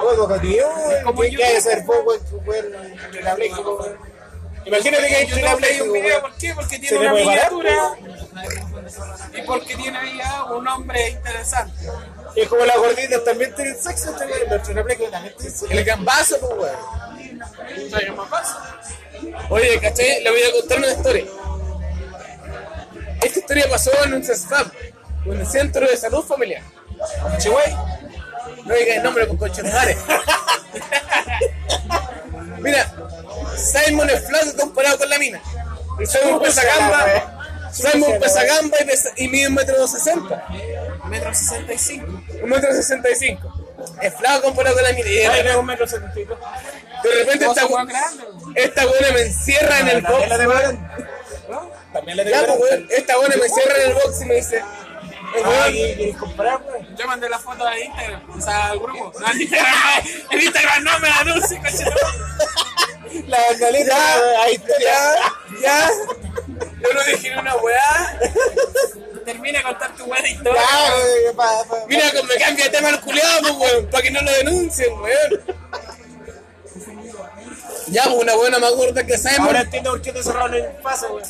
Speaker 1: Oye, educativo, güey.
Speaker 4: Como
Speaker 1: ¿Qué-
Speaker 4: yo-
Speaker 1: ¿Qué hay que hacer vos, güey? que, güey, que la Play, como, güey?
Speaker 2: Imagínate que hay
Speaker 4: Yo no leí
Speaker 2: tetrapléjico,
Speaker 4: un video,
Speaker 2: weón.
Speaker 4: ¿por qué? Porque
Speaker 1: ¿Se
Speaker 4: tiene
Speaker 1: le
Speaker 4: una
Speaker 1: puede parar,
Speaker 4: miniatura y porque tiene ahí a un hombre interesante.
Speaker 1: Es como las gorditas también tienen sexo, este güey. Los choraplecos también tienen sexo.
Speaker 2: El gambazo, pues, weón. Oye, ¿cachai? Le voy a contar una historia. Esta historia pasó en un CESFAM, en el Centro de Salud Familiar. Chihuahua. No digas el nombre con cochonares. Mira, Simon es flaco comparado con la mina. Y Simon pesa gamba. Simon pesa gamba y, pesa, y mide un metro sesenta.
Speaker 4: Metro 65.
Speaker 2: Un metro sesenta y cinco. Es flaco comparado con la mina. Y de
Speaker 1: Ay,
Speaker 2: repente-
Speaker 1: no, un metro setenta y dos.
Speaker 2: de repente
Speaker 4: Vos
Speaker 2: esta,
Speaker 4: sos
Speaker 2: we-
Speaker 4: más grande.
Speaker 2: esta buena me encierra en el box.
Speaker 1: También la devoran. ¿No? También la
Speaker 2: Ya, pues,
Speaker 1: devoran.
Speaker 2: weón, esta buena me encierra en el box y me dice, eh,
Speaker 1: Ah,
Speaker 2: weón,
Speaker 1: ¿y ¿Quieres comprar, güey?
Speaker 4: Yo mandé la foto a Instagram, o sea, al grupo. No, en Instagram, en Instagram no me la anuncio,
Speaker 1: La bandalita.
Speaker 2: Ya.
Speaker 1: Ahí está.
Speaker 2: ya, ya, yo no dije ni una weá,
Speaker 4: Termina de contar tu buena historia.
Speaker 1: Ah, güey, pa- pa-
Speaker 2: mira que me cambia de tema el culiado, pues, weón, para que no lo denuncien, weón. Ya, pues, una buena más gorda que sabemos.
Speaker 4: Ahora entiendo por qué te cerraron el paso, güey.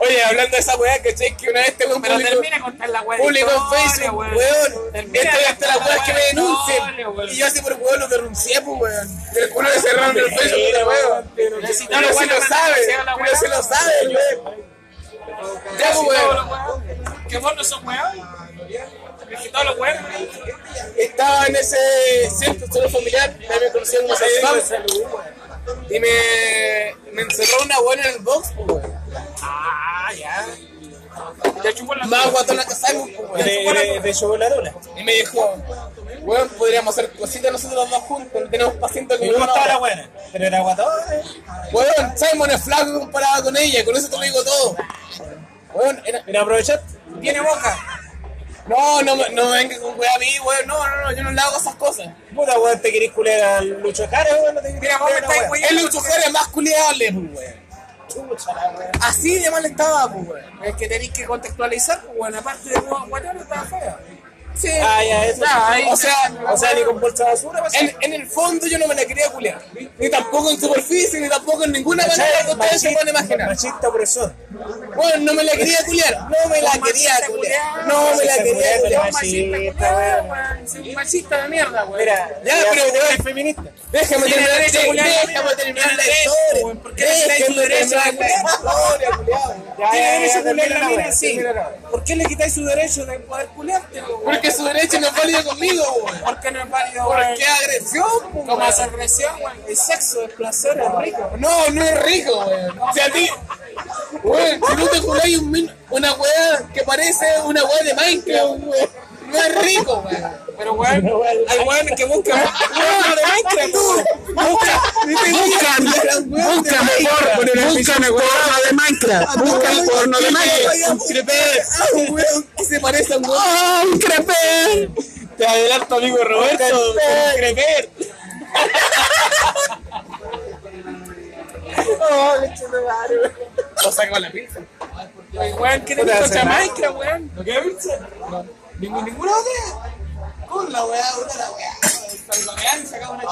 Speaker 2: Oye, hablando de esa weá, ¿cachai? Que una vez este tengo un
Speaker 6: Pero
Speaker 2: público,
Speaker 6: termina de contar la weá. de
Speaker 2: público en
Speaker 6: historia,
Speaker 2: Facebook,
Speaker 6: weón.
Speaker 2: weón.
Speaker 6: Termina
Speaker 2: Esto
Speaker 6: de
Speaker 2: ya está la
Speaker 6: contar
Speaker 2: weá que me
Speaker 6: de historia,
Speaker 2: denuncien.
Speaker 6: weón.
Speaker 2: Y yo así por weón lo denuncié, pues, weón. Y el culo le cerraron el Facebook, weón.
Speaker 4: Pero
Speaker 6: Pero si no,
Speaker 2: Pero
Speaker 6: la
Speaker 2: si
Speaker 6: weá
Speaker 2: lo
Speaker 6: no
Speaker 2: sabe,
Speaker 6: sea la
Speaker 2: pero
Speaker 6: weá,
Speaker 2: si lo
Speaker 6: weón.
Speaker 2: sabe, weón. Ya, pues,
Speaker 6: Si todos
Speaker 2: weón.
Speaker 6: los weones- Que vos no son weón. Es que todos los weón.
Speaker 2: estaba en ese centro solo familiar, ahí me conocían como Sam, y me, me encerró una buena en el box, pues, weón.
Speaker 6: Ah, ya. Te chupó la
Speaker 2: más guatona que Simon, pues, weón.
Speaker 4: de, de chocoladona.
Speaker 2: y me dijo, weón, podríamos hacer cositas nosotros los dos juntos, no tenemos pacientes
Speaker 4: Y
Speaker 2: como
Speaker 4: no
Speaker 2: una
Speaker 4: estaba la
Speaker 2: hora.
Speaker 4: buena, pero era guatona. eh.
Speaker 2: Weón, Simon es flaco comparado con ella, con eso te lo digo todo. Weón, era-
Speaker 4: Mira, aprovechar.
Speaker 2: tiene boca. No, no, me- no me venga con weón a mí, weón, no, no, no, yo no le hago esas cosas.
Speaker 4: Puta, weón, te querés culer al Lucho Jara, weón. No te querés
Speaker 6: Mira, vos me
Speaker 4: culer a la
Speaker 6: estáis
Speaker 4: weá.
Speaker 6: weyando.
Speaker 2: Él es un mujer es más culiable, pues, weón.
Speaker 4: Chucha, la weá.
Speaker 2: Así de mal estaba, pues, weón.
Speaker 6: Es que tenéis que contextualizar, pues, weón. Aparte de weón, weón, estaba fea.
Speaker 2: Sí.
Speaker 4: Ah, ya, eso.
Speaker 2: Ya, ahí-
Speaker 4: o sea, o sea, ni con bolsa de basura, pasó.
Speaker 2: En, en el fondo yo no me la quería culiar. Ni tampoco en superficie, ni tampoco en ninguna manera que ustedes se puedan imaginar.
Speaker 4: Machista opresor.
Speaker 2: Bueno, no me la quería culiar. No me la quería culiar. No me la quería culiar.
Speaker 4: Machista, weón.
Speaker 6: Un machista de mierda, weón.
Speaker 4: Mira,
Speaker 2: Ya, pero weón,
Speaker 4: feminista.
Speaker 2: déjame
Speaker 6: Tiene
Speaker 2: terminar,
Speaker 6: derecho a
Speaker 2: che,
Speaker 6: culiar.
Speaker 2: déjame terminar la historia.
Speaker 6: ¿Por qué le quitáis su
Speaker 2: Déjame
Speaker 6: derecho a
Speaker 2: terminar la
Speaker 6: culiar?
Speaker 2: historia, culiado.
Speaker 4: Ya,
Speaker 6: Tiene
Speaker 4: ya, ya,
Speaker 6: derecho a culiar
Speaker 4: termina
Speaker 6: la
Speaker 4: la
Speaker 6: mina,
Speaker 4: weá,
Speaker 6: sí.
Speaker 4: termina la weá.
Speaker 6: ¿Por qué le quitáis su derecho de poder culiarte, weón?
Speaker 2: Porque su derecho no es válido conmigo, weón.
Speaker 6: ¿Por qué no es válido, weón?
Speaker 2: Porque agresión, pues, po,
Speaker 6: Como
Speaker 2: weón.
Speaker 6: es agresión, weón. El sexo, el placer, es rico.
Speaker 2: No, no es rico, weón. Si a ti, weón, si tú te jugáis un min- una weá que parece una weá de Minecraft, weón, no es rico, weón.
Speaker 6: Pero, weón, hay weones que buscan.
Speaker 2: Weón, de Minecraft, tú. Busca, busca, busca mejor, busca porno de Minecraft, busca el porno de Minecraft. Un creper, un weón que se parece a un weón. ¡Ah, un creper! Te adelanto, amigo Roberto, un creper. Lo saco a la pinza.
Speaker 6: Ay, Weón, ¿qué te
Speaker 4: Puta,
Speaker 6: gusta
Speaker 4: hace nada.
Speaker 6: Jamaica, weón?
Speaker 4: ¿Lo que viste?
Speaker 6: Ningún, ninguna otra.
Speaker 2: Con la weá, una la weá. Salgonear y sacar una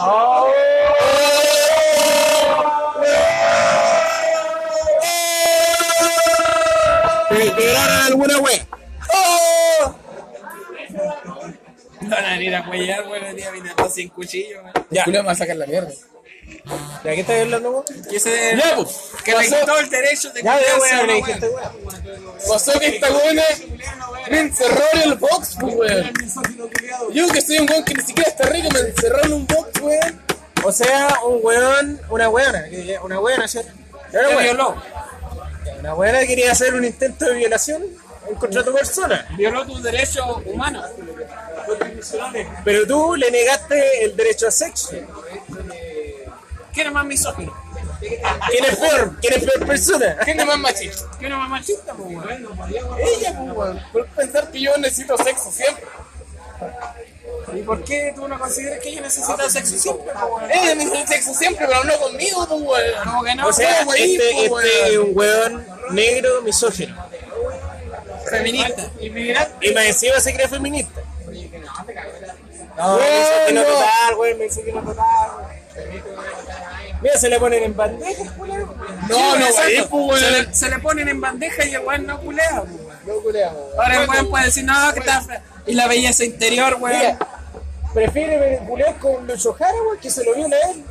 Speaker 9: alguna wea.
Speaker 6: No van a venir a cuellar, weón, el día viene todo sin cuchillo, weón.
Speaker 2: Ya. Julio me va a sacar la mierda.
Speaker 4: ¿De qué estás hablando, weón?
Speaker 6: Que se.
Speaker 2: Ya, pues.
Speaker 6: Que le quitó el derecho de
Speaker 4: Ya, ya, weón,
Speaker 6: culiarse a una
Speaker 4: le
Speaker 6: weón.
Speaker 4: dijiste, weón.
Speaker 2: Pasó que esta buena me encerró en el box, pues, weón. Yo que soy un weón que ni siquiera está rico, me encerró en un box, weón.
Speaker 4: O sea, un weón, una weona, que- una weona, ¿cierto? Era
Speaker 2: Eh,
Speaker 6: Te
Speaker 4: weón.
Speaker 6: violó.
Speaker 4: Una weona quería hacer un intento de violación en contra de tu persona,
Speaker 6: Violó tus derechos humanos.
Speaker 4: pero tú le negaste el derecho a sexo.
Speaker 6: ¿Quién es más misógino?
Speaker 4: ¿Quién es peor? ¿Quién es peor persona?
Speaker 2: ¿Quién es más machista?
Speaker 6: ¿Quién es más machista, pues, weón?
Speaker 2: Ella, pues, weón. Por pensar que yo necesito sexo siempre.
Speaker 6: ¿Y por qué tú no consideras que ella necesita sexo siempre, pues, weón?
Speaker 2: Ella necesita sexo Eh, siempre, pero no conmigo, pues, weón.
Speaker 6: Como que no,
Speaker 4: O sea,
Speaker 2: weón, pues,
Speaker 4: este,
Speaker 2: weón.
Speaker 4: este es un weón negro misógino.
Speaker 2: Feminista.
Speaker 4: Y más encima se cree feminista. No,
Speaker 2: Weón,
Speaker 4: misógino
Speaker 2: no.
Speaker 4: total, weón, misógino total. weón. Mira, se le ponen en bandeja.
Speaker 2: No, no,
Speaker 6: exacto.
Speaker 2: weón. Pues,
Speaker 6: se,
Speaker 2: weón.
Speaker 6: le, se le ponen en bandeja y el weón no culea, pues, weón.
Speaker 2: No, culeamos, weón.
Speaker 6: Ahora el weón puede decir, no, que está. fre- Y la belleza interior, weón.
Speaker 4: Prefiere culiar con Lucho Jara, weón, que se lo viola él.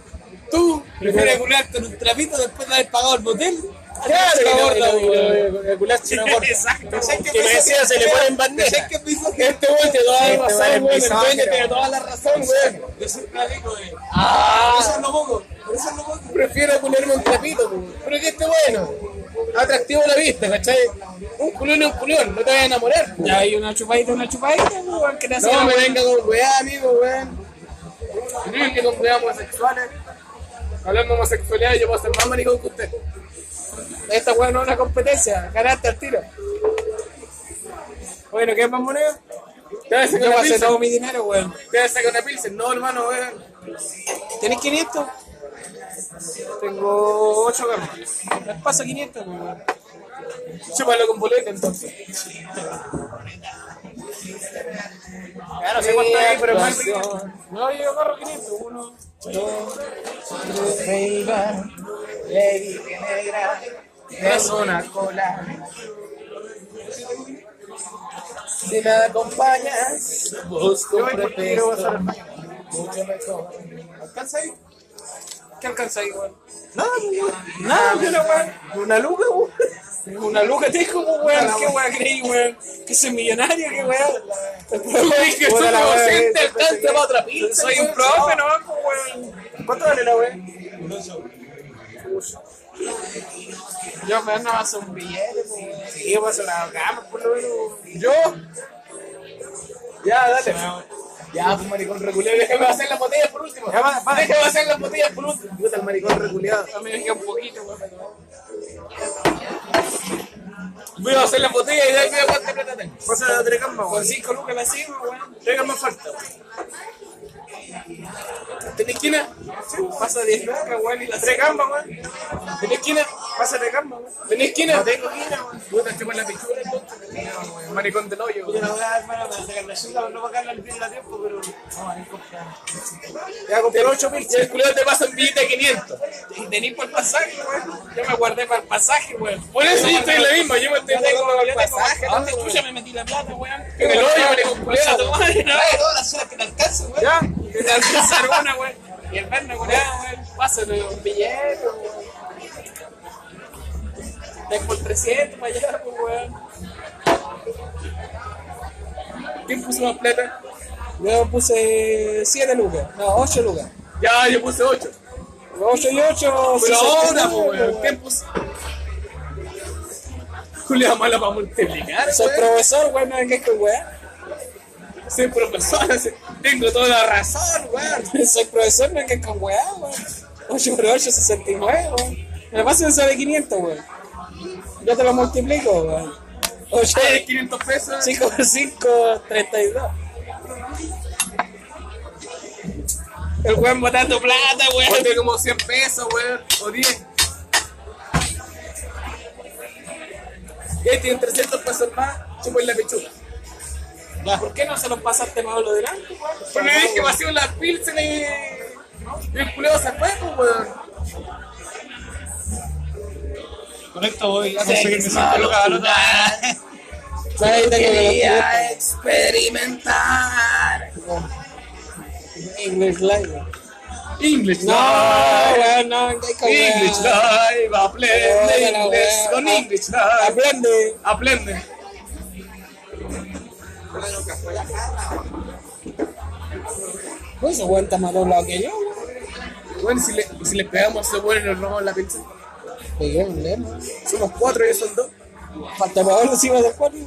Speaker 2: Tú prefieres culearte en un trapito después de haber pagado el motel.
Speaker 4: Claro,
Speaker 2: Está
Speaker 4: y lo-
Speaker 2: gorda,
Speaker 4: y lo-
Speaker 2: weón.
Speaker 4: y lo- y lo culiaste una gorda.
Speaker 6: Exacto.
Speaker 4: Que me decía, se le pone en bandeja.
Speaker 2: ¿Qué piso que este weón tiene toda la
Speaker 4: Este weón es
Speaker 2: razón, weón? El
Speaker 4: misógino.
Speaker 2: dueño tiene toda la razón, weón.
Speaker 11: Yo soy platico, güey.
Speaker 2: Ah,
Speaker 11: Eso es lo poco. Por eso es lo poco.
Speaker 2: prefiero culiarme un trapito, weón. Pero que este bueno. Atractivo a la vista, ¿cachai? Un culión es un culión, no te vas a enamorar.
Speaker 6: Ya hay una chupadita, una chupadita, weón, que te hace
Speaker 2: No
Speaker 6: la
Speaker 2: me
Speaker 6: weá.
Speaker 2: venga con weá, amigo, weón. Yo que con weá homosexuales. Hablando de homosexualidad, yo puedo ser más maricón que usted.
Speaker 6: Esta weón no es una competencia, ganaste al tiro.
Speaker 4: Bueno, ¿qué más moneda?
Speaker 2: Te vas a sacar
Speaker 6: Yo
Speaker 2: una
Speaker 6: gasté
Speaker 2: pilsen.
Speaker 6: todo mi dinero, weón.
Speaker 2: Te vas a sacar una pilsen. No, hermano, eh. weón.
Speaker 6: ¿Tenés 500?
Speaker 4: Tengo 8 gamas.
Speaker 6: Les paso 500,
Speaker 4: pues,
Speaker 6: weón.
Speaker 2: Chúpalo con boleta, entonces.
Speaker 4: Ya no sé cuánto hay, pero más.
Speaker 6: No, yo agarro 500, uno.
Speaker 2: Es una cola. Si me acompañas, busco un pretexto. Mucho mejor.
Speaker 12: ¿Alcanza ahí?
Speaker 2: ¿Qué alcanza ahí, weón?
Speaker 12: Nada, weón. Nada, yo la weón. Una luca, weón.
Speaker 2: Una luca te dijo, Oh, weón. ¿Qué weón creí, weón? Que soy millonario, qué weón. Después dije, soy
Speaker 12: Puta la weá,
Speaker 2: docente,
Speaker 12: yo pensé
Speaker 2: alcanza
Speaker 12: que-
Speaker 2: para otra pista. eh, Soy un profe, no, weón.
Speaker 12: ¿Cuánto vale la weón?
Speaker 2: Yo me andaba a un billete, weón.
Speaker 12: Sí, pues la gama, por lo menos.
Speaker 2: ¿Yo?
Speaker 12: Ya, dale.
Speaker 2: Ya, pues, maricón reculeo, déjame hacer las botellas por último.
Speaker 12: Ya, va, va.
Speaker 2: Déjame hacer las botellas por último.
Speaker 12: Puta, el maricón reculeado.
Speaker 2: Dame dejé un poquito, weón. Voy a hacer la botella y de ahí veo cuánta plata tengo.
Speaker 12: Pasa la otra gamba,
Speaker 2: Con
Speaker 12: weón.
Speaker 2: 5 lucas la sigo, weón.
Speaker 12: Tres gambas falta, weón.
Speaker 2: ¿Tenés esquina? Pasa 10 lucas, weón, y la
Speaker 12: Tres gambas, weón.
Speaker 2: ¿Tenés esquina?
Speaker 12: Pasa tres gambas, weón.
Speaker 2: ¿Tenés esquina?
Speaker 12: No tengo guina, weón.
Speaker 2: Puta, estoy con la pichura, entonces. No, weón, Maricón del hoyo,
Speaker 13: Yo
Speaker 2: weón.
Speaker 13: la voy a hermano, para sacar la ayuda, para no pagarla al fin de la tiempo, pero. No, ahí compra.
Speaker 12: Ya compré ocho mil.
Speaker 2: Y el culero te pasa un billete de 500. Y tenés para el pasaje, weón. Yo me guardé para el pasaje, weón. Por eso yo estoy en la misma. Yo me estoy guardando para el pasaje. ¿Dónde chucha me metí la plata, weón? En el hoyo, maricón culero. tu madre, no.
Speaker 13: Todas las horas que te alcanzan, weón.
Speaker 12: Ya.
Speaker 2: Que te alcanzar una, weón. Y el verno, weón, pásale un billete, weón. Ten por 300 para allá, pues, weón. ¿Quién puso más plata? Yo puse 7 lucas, no, 8 lucas.
Speaker 4: Ya, yo puse 8.
Speaker 2: 8 y 8,
Speaker 4: Pero ahora, po, weón, ¿quién puso? Julia mala para multiplicar.
Speaker 2: Soy profesor, weón, no vengas con weón.
Speaker 4: Soy profesor, sí. tengo toda la razón.
Speaker 2: Soy profesor, no vengas con weón, weón. 8 por 8, 69, weón. Me la paso de 500, weón. Yo te lo multiplico, weón. 8
Speaker 4: Eh, 500 pesos.
Speaker 2: 5 por 5, 32. El weón botando plata, weón.
Speaker 4: Ponte como 100 pesos, weón. O 10.
Speaker 2: Y ahí tienen 300 pesos más, chupo en la pechuga. ¿Por qué no se los pasaste más lo delante, weón?
Speaker 4: Pero le dije vacío la pilsen y. Y el culeo se fue, pues, weón.
Speaker 13: Con esto voy a conseguir mis 5 lucas al otro.
Speaker 2: ¿Sabes? Tengo que
Speaker 14: Quería experimentar.
Speaker 2: English language.
Speaker 4: English
Speaker 2: No,
Speaker 6: Ah,
Speaker 4: Live.
Speaker 2: weón, no, venga con
Speaker 4: English
Speaker 2: weón.
Speaker 4: Live. Aprende
Speaker 2: Weón, la
Speaker 4: inglés
Speaker 2: weá.
Speaker 4: con English Live.
Speaker 2: Aprende.
Speaker 4: Aprende.
Speaker 2: Pues ese weón está más doblado que yo, weón.
Speaker 4: Bueno, si le, si le pegamos a ese weón y nos robamos la pizza.
Speaker 2: Peguémosle, ¿no?
Speaker 12: Somos cuatro y ellos son dos.
Speaker 2: Falta para verlo encima del cuadro.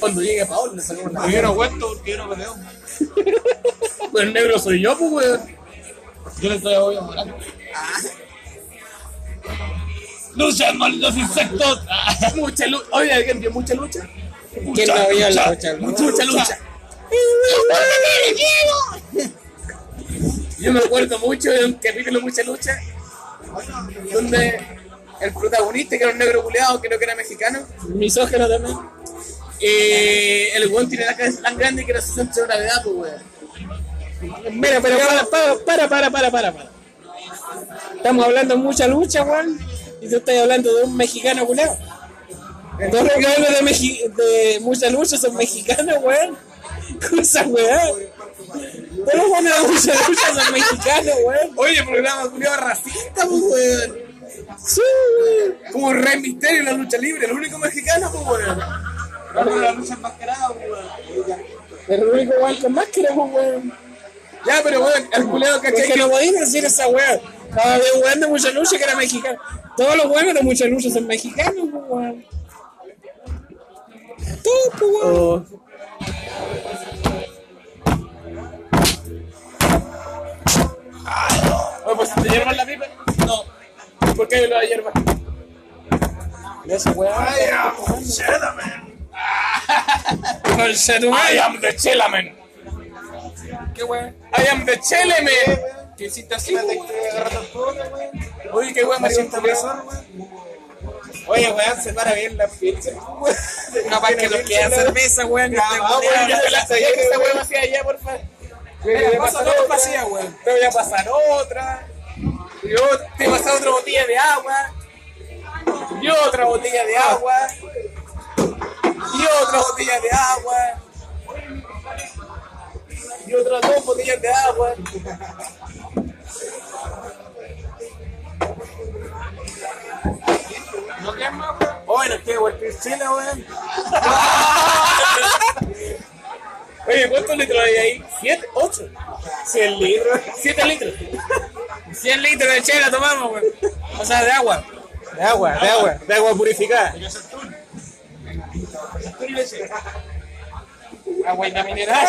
Speaker 4: Cuando llegue Paolo, le salimos la
Speaker 13: Yo no aguanto porque yo no peleo.
Speaker 4: Pues el negro soy yo, pues, weón.
Speaker 13: Yo le estoy hoy a morar. ¡Luchan mal los insectos!
Speaker 4: Mucha lucha. Oye, ¿alguien vio mucha lucha?
Speaker 2: ¿Quién no vio la lucha?
Speaker 4: Mucha, mucha lucha. Yo me acuerdo mucho de un capítulo de Mucha Lucha, donde el protagonista, que era un negro buleado, creo que era mexicano,
Speaker 2: Misógeno también.
Speaker 4: eh, el weón tiene la cabeza tan grande que era su centro de gravedad, pues, weón.
Speaker 2: Mira, pero para, para, para, para, para, para, para. Estamos hablando de mucha lucha, weón. Y tú estás hablando de un mexicano culeo. Todos los que hablan de, Mexi- de mucha lucha son mexicanos, weón. Cosa, weón. Todos los buenos de mucha lucha son mexicanos, weón.
Speaker 4: Oye, programa culiado racista, pues, weón.
Speaker 2: Sí, weón.
Speaker 4: Como el Rey Misterio en la lucha libre, el único mexicano, pues, weón. pues,
Speaker 2: El único weón con máscara, pues, weón.
Speaker 4: Ya, pero, weón, el culiado, ¿cachai?
Speaker 2: Es que
Speaker 4: Que
Speaker 2: no podéis decir esa weón. Estaba había un weón de mucha lucha que era mexicano. Todos los weones de mucha lucha son mexicanos, pues, weón. Todos, pues, weón.
Speaker 4: Oye, pues, ¿te hierbas la pipa? No. ¿Por qué la hierba?
Speaker 2: Esa weón. Concha tu madre.
Speaker 4: am the Chelamen.
Speaker 2: ¿Qué weón?
Speaker 4: I am the Chelamen. ¿Qué hiciste así? Oye, qué weón, me siento preso.
Speaker 12: Oye, weón, se para bien la pizza.
Speaker 2: Capaz que los que hacen cerveza, weón.
Speaker 12: Ah,
Speaker 2: este
Speaker 12: weón,
Speaker 2: weón.
Speaker 12: yo te la sabía que esa weón hacía allá,
Speaker 2: Te voy a
Speaker 15: pasa
Speaker 2: pasar
Speaker 15: todo
Speaker 2: otra,
Speaker 15: vacía, weón.
Speaker 2: Te voy a pasar otra. Y otra. Te voy a pasar otra botella de agua. Ah. Y otra botella de agua. Y otra botella de agua. Y otras dos botellas de agua. Oh,
Speaker 15: Oye, no quiero cualquier chile, weón.
Speaker 2: Oye, ¿cuántos litros hay ahí? ¿Siete? ¿Ocho? ¿Cien litros? ¿Siete litros? ¿Cien litros de chela tomamos, güey? O sea, de agua.
Speaker 15: De agua, de agua, de agua purificada.
Speaker 2: Agua y la mineral.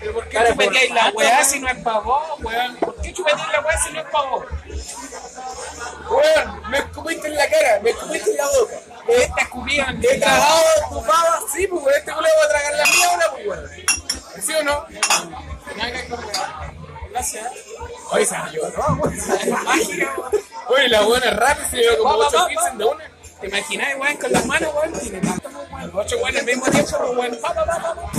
Speaker 2: ¿Pero por qué chupeteáis la weá si no es pa' vos, weón? ¿Por qué chupeteáis la weá si no es pa' vos? Weón, me escupiste en la cara, me escupiste en la boca. Me
Speaker 15: Eh,
Speaker 2: te escupían. He tragado tu pava, sí, pues, weón. Este culo va a tragar la mía ahora, pues, weón. ¿Sí o no? Gracias. Oye, se me lloró, weón. Mágica, weón. Oye, la buena es rápida, se lleva como
Speaker 4: Va, va,
Speaker 2: 8
Speaker 4: va,
Speaker 2: pizzas de una. ¿Te imaginas, weón, con las manos, weón? Tiene tanto, weón. Ocho weón al mismo tiempo, pues, weón. Pa, pa, pa, pa, pa.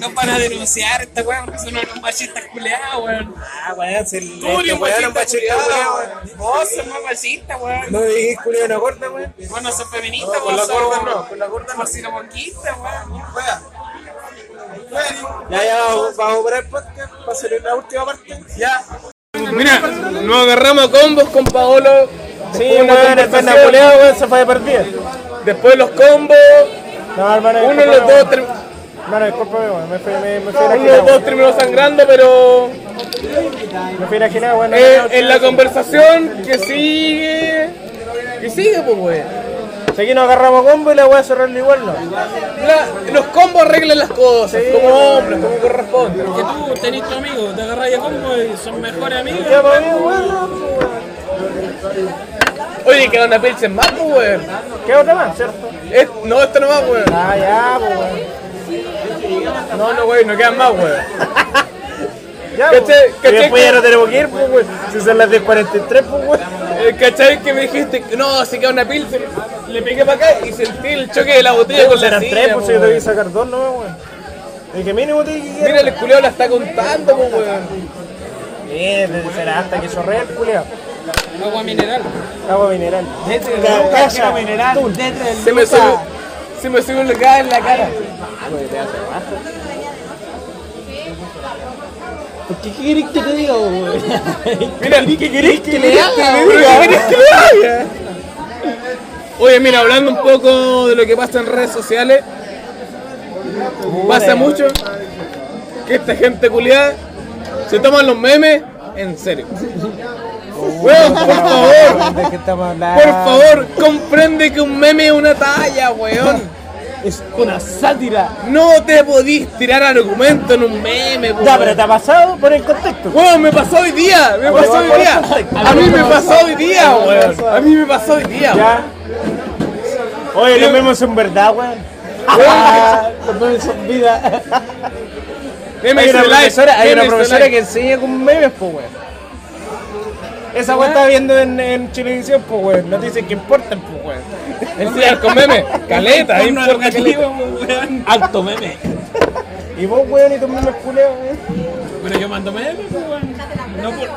Speaker 2: Nos van a denunciar esta weón, porque son unos machistas culeados, weón.
Speaker 15: Ah, weón, se le
Speaker 2: Tú eres un
Speaker 15: weón, un
Speaker 2: machista
Speaker 15: bachillerato,
Speaker 2: culeado,
Speaker 15: weón.
Speaker 2: weón. Vos sos más machista, weón.
Speaker 15: No dijiste culiado una corta, weón.
Speaker 2: Vos no sos feminista,
Speaker 15: con
Speaker 2: vos
Speaker 15: la
Speaker 2: sos...
Speaker 15: gorda no, con la gorda no.
Speaker 2: Por si no conquista, weón.
Speaker 15: Ya, ya, vamos, vamos a parar el podcast para hacer la última parte. Ya.
Speaker 2: Mira, nos agarramos a combos con Paolo.
Speaker 15: Sí, weón, el Napoleón, weón, se fue de partida.
Speaker 2: Después los combos.
Speaker 15: No, hermano,
Speaker 2: Uno de los dos terminó.
Speaker 15: Hermano, discúlpame, weón, me fui, me, me fui a la
Speaker 2: Uno de
Speaker 15: gira,
Speaker 2: los dos
Speaker 15: weón.
Speaker 2: terminó sangrando, pero
Speaker 15: Me fui a la gira, weón. no,
Speaker 2: eh,
Speaker 15: no,
Speaker 2: en la conversación que sigue. Que sigue, pues, weón.
Speaker 15: Seguí, nos agarramos combo y la voy a cerrarlo igual, ¿no?
Speaker 2: La- los combos arreglan las cosas,
Speaker 15: Sí,
Speaker 2: como
Speaker 15: weón.
Speaker 2: hombres, como corresponde.
Speaker 9: Que tú tenés tu amigo, te agarrás de combo y son mejores amigos.
Speaker 15: Ya, para mí, weón, no, pues, weón.
Speaker 2: Oye, que una pilsen más, pues, weón.
Speaker 15: ¿Qué otra más, cierto?
Speaker 2: Es- no, esto no más, weón.
Speaker 15: Ah, ya, pues, weón.
Speaker 2: No, no, weón, no quedan más, weón.
Speaker 15: Ya,
Speaker 2: Caché-
Speaker 15: pues. Y
Speaker 2: caché
Speaker 15: después
Speaker 2: que-
Speaker 15: ya no tenemos que ir, pues, weón. Si son las 10.43, pues, weón.
Speaker 2: Eh, ¿Cachai que me dijiste? No, se queda una pilsen. Le piqué para acá y sentí el choque de la botella con la
Speaker 15: Serán tres,
Speaker 2: silla,
Speaker 15: pues,
Speaker 2: po,
Speaker 15: si yo te voy a
Speaker 2: weón.
Speaker 15: sacar dos, no, weón. Y que mínimo te dije que
Speaker 2: Mira, el culeo la está contando, pues, weón.
Speaker 15: Eh, será hasta que chorrea el culiao.
Speaker 9: Agua mineral.
Speaker 15: Agua mineral. Cacha, mineral.
Speaker 2: Se me subió, se me subió el gas en la cara.
Speaker 9: ¿Qué querés que te diga, güey?
Speaker 2: Mira, ¿qué querés que le
Speaker 9: haga,
Speaker 2: ¿Qué querés que le haga? Oye, mira, hablando un poco de lo que pasa en redes sociales, pasa mucho que esta gente culiada se toman los memes en serio. Weón, por favor,
Speaker 15: ¿De qué estamos hablando?
Speaker 2: por favor, comprende que un meme es una talla, weón.
Speaker 9: Es una sátira.
Speaker 2: No te podís tirar argumento en un meme, weón.
Speaker 15: Ya, pero te ha pasado por el contexto.
Speaker 2: Weón, me pasó hoy día, me pasó hoy día. A mí me pasó hoy día, weón. A mí me pasó hoy día. weón.
Speaker 15: Ya. Oye, lo mismo es en verdad, weón.
Speaker 9: Los memes son vida.
Speaker 2: Memes
Speaker 15: Hay una
Speaker 2: de like,
Speaker 15: profesora, hay una
Speaker 2: memes de
Speaker 15: profesora que
Speaker 2: like.
Speaker 15: enseña con memes, pues, weón. Esa weón estaba viendo en, en televisión, pues, weón. No te dicen que importan, pues, weón.
Speaker 2: enseña con memes. Caleta, ahí importa caleta.
Speaker 9: Alto meme.
Speaker 15: Y vos, weón, y tus memes culeos, weón.
Speaker 9: Pero yo mando meme, pues, weón. No por,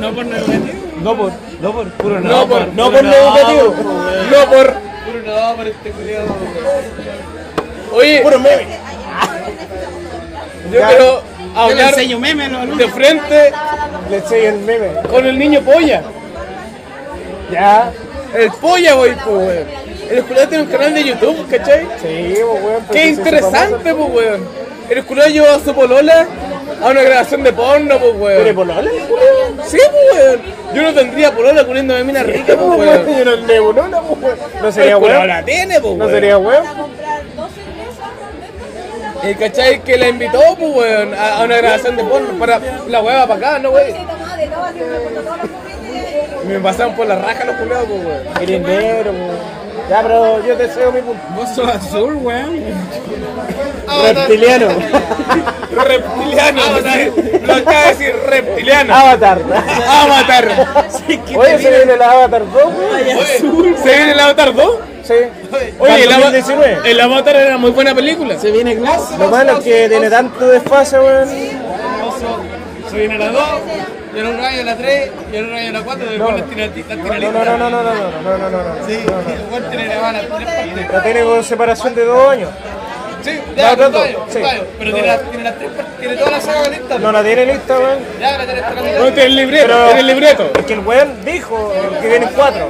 Speaker 9: no por negativo.
Speaker 15: No por, no por, puro no.
Speaker 2: No por,
Speaker 15: No por pues, lo educativo.
Speaker 2: no por.
Speaker 15: este
Speaker 2: Oye,
Speaker 15: pues, Puro meme.
Speaker 2: yo
Speaker 15: Ya.
Speaker 2: quiero
Speaker 9: Yo le
Speaker 2: hablar
Speaker 9: enseño meme, no, no.
Speaker 2: de frente
Speaker 15: Le enseña el meme.
Speaker 2: con el niño polla.
Speaker 15: Ya.
Speaker 2: El polla, voy, pues, weón. El escolar tiene un canal de YouTube, ¿cachai?
Speaker 15: Sí, pues, weón. pero
Speaker 2: Qué
Speaker 15: si se hizo
Speaker 2: interesante,
Speaker 15: famoso.
Speaker 2: pues, weón. El culero llevó a su polola a una grabación de porno, pues,
Speaker 15: ¿Pero
Speaker 2: weón.
Speaker 15: por lo menos,
Speaker 2: Sí, pues, weón. Yo no tendría polola culiéndome mina rica, pues, weón.
Speaker 15: Yo no le no, no, pues, weón. No
Speaker 2: El
Speaker 15: sería
Speaker 2: culiao
Speaker 15: weón.
Speaker 2: la tiene, pues,
Speaker 15: No
Speaker 2: weón.
Speaker 15: sería weón.
Speaker 2: El cachai que la invitó, pues, weón, a, a una grabación de porno para la hueva para acá, ¿no, güey? Me pasaron por la raja los culiados, pues, weón.
Speaker 15: Eres negro, weón. Ya, pero yo te cego mi punto.
Speaker 9: Vos sos azul, weón.
Speaker 15: Reptiliano.
Speaker 2: Los reptilianos. Lo acaba de decir, reptiliano.
Speaker 15: Avatar.
Speaker 2: Avatar.
Speaker 15: Oye, se viene el Avatar 2, weón.
Speaker 2: Oye, ¿Se viene el Avatar 2?
Speaker 15: Sí.
Speaker 4: Oye, el, Ava-
Speaker 15: 2019.
Speaker 4: el Avatar era muy buena película.
Speaker 9: Se viene Glass.
Speaker 15: Lo malo es que tiene tanto desfase, weón.
Speaker 4: Se viene la 2, y en un rayo la 3, y en un rayo la 4, después
Speaker 15: No.
Speaker 4: la tira- la tira
Speaker 15: No,
Speaker 4: lista.
Speaker 15: no, no, no, no, no, no, no, no, no, no.
Speaker 4: Sí, el weón tiene la bala, tres partes.
Speaker 15: La tiene con separación de dos años.
Speaker 4: Sí, ya,
Speaker 15: No, no,
Speaker 4: con
Speaker 15: no,
Speaker 4: Tayo, con
Speaker 15: sí.
Speaker 4: Tayo, Pero tiene la- tiene las tres partes, tiene toda la saga lista.
Speaker 15: No la tiene lista, weón.
Speaker 4: Ya, la tiene hasta la mitad.
Speaker 16: No, este es el libreto,
Speaker 15: Pero-
Speaker 16: este es el libreto.
Speaker 15: Es que el weón dijo que vienen cuatro.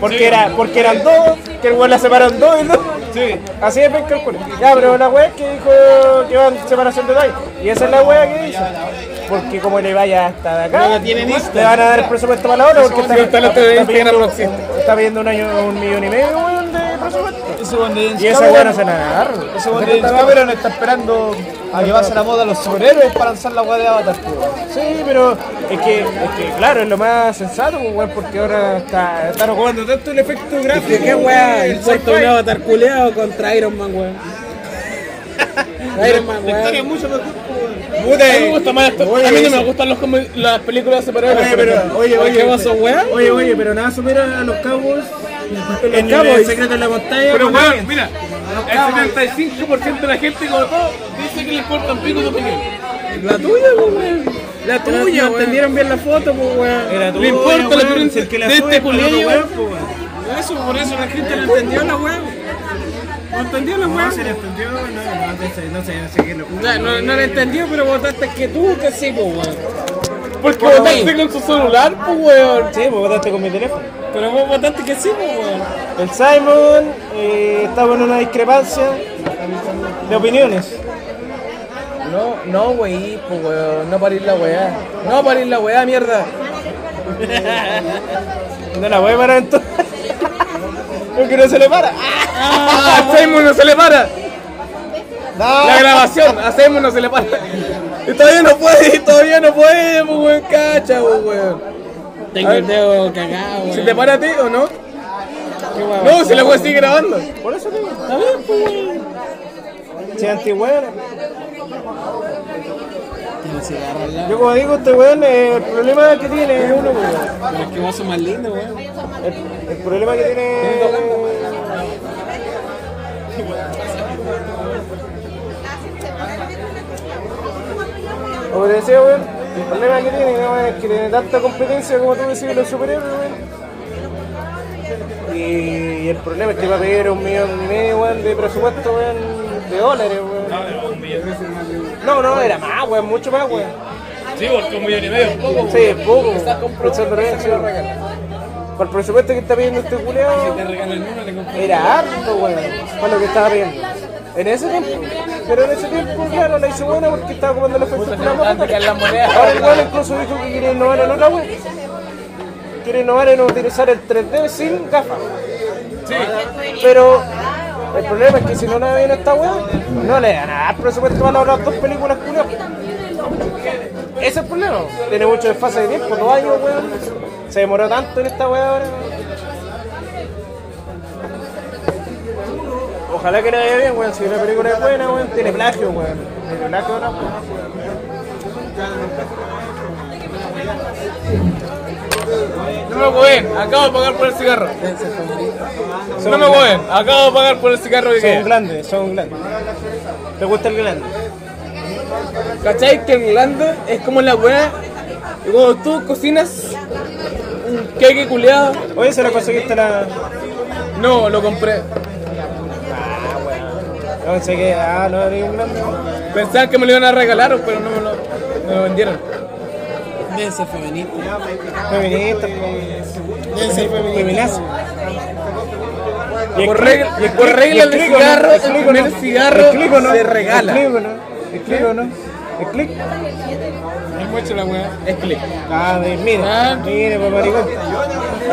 Speaker 15: Porque, era, porque eran dos, que el weón la separan dos y dos.
Speaker 4: Sí.
Speaker 15: Así es, ven, calcula. Ya, pero la weá es que dijo que van separación de dos. Y esa es la weá que dice. Porque como le vaya hasta de acá, le van a dar el presupuesto para la otra porque está,
Speaker 16: Está la TV
Speaker 15: pidiendo,
Speaker 16: no existe.
Speaker 15: está pidiendo un año, un millón y medio weón, de presupuesto.
Speaker 17: Eso cuando
Speaker 15: Y esa weá no se la agarra.
Speaker 17: Eso cuando James Cameron está esperando a que pase la moda los superhéroes para lanzar la weá de Avatar, pues, weón.
Speaker 15: Sí, pero es que, es que claro, es lo más sensato, pues, weón, porque ahora está, están jugando tanto el efecto gráfico.
Speaker 9: ¿Qué weá?
Speaker 15: Ah, el
Speaker 9: El puerto de
Speaker 15: sci-fi.
Speaker 9: un avatar culeado contra Iron Man, weón. Iron Man, weón.
Speaker 17: mucho mejor,
Speaker 15: Puta, eh,
Speaker 16: A mí me gusta más esto.
Speaker 15: Oye,
Speaker 16: A mí no
Speaker 15: ese-
Speaker 16: me gustan los comi- las películas separadas.
Speaker 15: Oye, pero, oye,
Speaker 9: ¿Por
Speaker 15: oye,
Speaker 9: ¿Qué pasó, weón?
Speaker 15: oye, oye, pero nada supera a los Cowboys. En
Speaker 9: Cowboys.
Speaker 15: el secreto de la montaña.
Speaker 4: Pero
Speaker 15: con
Speaker 4: weón,
Speaker 15: alguien.
Speaker 4: mira, el 75% de la gente como todo dice que le importa un pico tu opinión.
Speaker 9: La tuya, pues, weón. La tuya, weón. entendieron bien la foto, pues, weón.
Speaker 15: Era
Speaker 4: Le
Speaker 15: tuyo,
Speaker 4: importa la
Speaker 15: weón,
Speaker 4: opinión
Speaker 15: si el que la
Speaker 4: de
Speaker 15: sube
Speaker 4: este
Speaker 15: es para el otro
Speaker 4: culillo.
Speaker 15: weón, pues, weón.
Speaker 9: Eso, por eso la gente no entendió la weón. No entendió la
Speaker 15: No se
Speaker 9: weón.
Speaker 15: le entendió, no, no, no sé, no sé, no sé qué lo
Speaker 9: No, no, no la entendió, pero votaste que tú, que sí, pues, weón.
Speaker 16: Porque votaste con su celular, pues, weón.
Speaker 15: Sí, pues votaste con mi teléfono.
Speaker 9: Pero vos votaste que sí, pues, weón.
Speaker 15: El Simon eh, estaba en una discrepancia de opiniones.
Speaker 9: No, no, wey, pues, weón. No parir la weá. No parir la weá, mierda.
Speaker 15: No la voy a parar entonces. Porque no se le para.
Speaker 9: A Seymour no se le para. La grabación, a Seymour no se le para. Y todavía no puede, y todavía no puede, pues, weón. Cacha, pues, weón.
Speaker 2: Tengo el dedo cagado,
Speaker 9: ¿Se te para a ti o no? Ah, No, si la weá sigue grabando.
Speaker 15: Por eso te digo. Está bien, pues. Si antihueón. Yo como digo, este weón, eh, el problema que tiene es uno, pues, weón.
Speaker 2: Pero es que vos sos más lindo, weón.
Speaker 15: El, el problema que tiene... Como te decía, weón, el problema que tiene weón, es que tiene tanta competencia como tú decís los superhéroes, weón. Y el problema es que va a pedir un millón y medio, weón, de presupuesto, weón, de dólares, weón. No, no, era más, weón, mucho más, weón.
Speaker 4: Sí, porque un millón y medio. poco.
Speaker 15: Sí, es poco. Pensando bien, sí. Por el presupuesto que está pidiendo este culeado, era harto, weón, para lo que estaba pidiendo. En ese tiempo. Pero en ese tiempo, claro, la hizo buena porque estaba comiendo los efectos de la moneda. Ahora el weón incluso dijo que quiere innovar en otra weón. Quiere innovar en utilizar el 3D sin gafas. Pero el problema es que si no la ven a esta weón, no le dan nada presupuesto a las otras dos películas culiadas. Ese es el problema. Tiene mucho desfase de tiempo, dos años, weón. Se demoró tanto en esta weá ahora. weón. Ojalá que la vea bien, weón. Si una película es buena, weón, tiene plagio, weón. Tiene plagio ahora, weón.
Speaker 16: No me pueden, acabo de pagar por el cigarro. No me pueden, acabo de pagar por el cigarro que
Speaker 15: Son
Speaker 16: queda.
Speaker 15: grandes, son grandes. ¿Te gusta el grande?
Speaker 9: ¿Cachai? Que en Irlanda es como la weá. Y cuando tú cocinas un queque culeado,
Speaker 15: Oye, se lo conseguiste la.
Speaker 9: no, lo compré.
Speaker 15: No pensé que. Ah, no, era un grande.
Speaker 9: Pensaban que me lo iban a regalar, pero no me lo, me lo vendieron.
Speaker 2: Dense femenino.
Speaker 15: Feminista, pues. po. Feminazo. Y el
Speaker 9: Por
Speaker 15: cli-
Speaker 9: regla-
Speaker 15: y el
Speaker 9: por
Speaker 15: cli-
Speaker 9: regla
Speaker 15: y el
Speaker 9: del
Speaker 15: clico, ¿no?
Speaker 9: cigarro, el
Speaker 15: clico,
Speaker 9: primer
Speaker 15: ¿no?
Speaker 9: cigarro
Speaker 15: El clico, ¿no?
Speaker 9: se regala.
Speaker 15: El clico, ¿no? El clico, ¿no? El clic.
Speaker 9: Es mucho la weá. Es click.
Speaker 15: Ah, de- mira.
Speaker 9: Ah.
Speaker 15: Mira, pues maricón.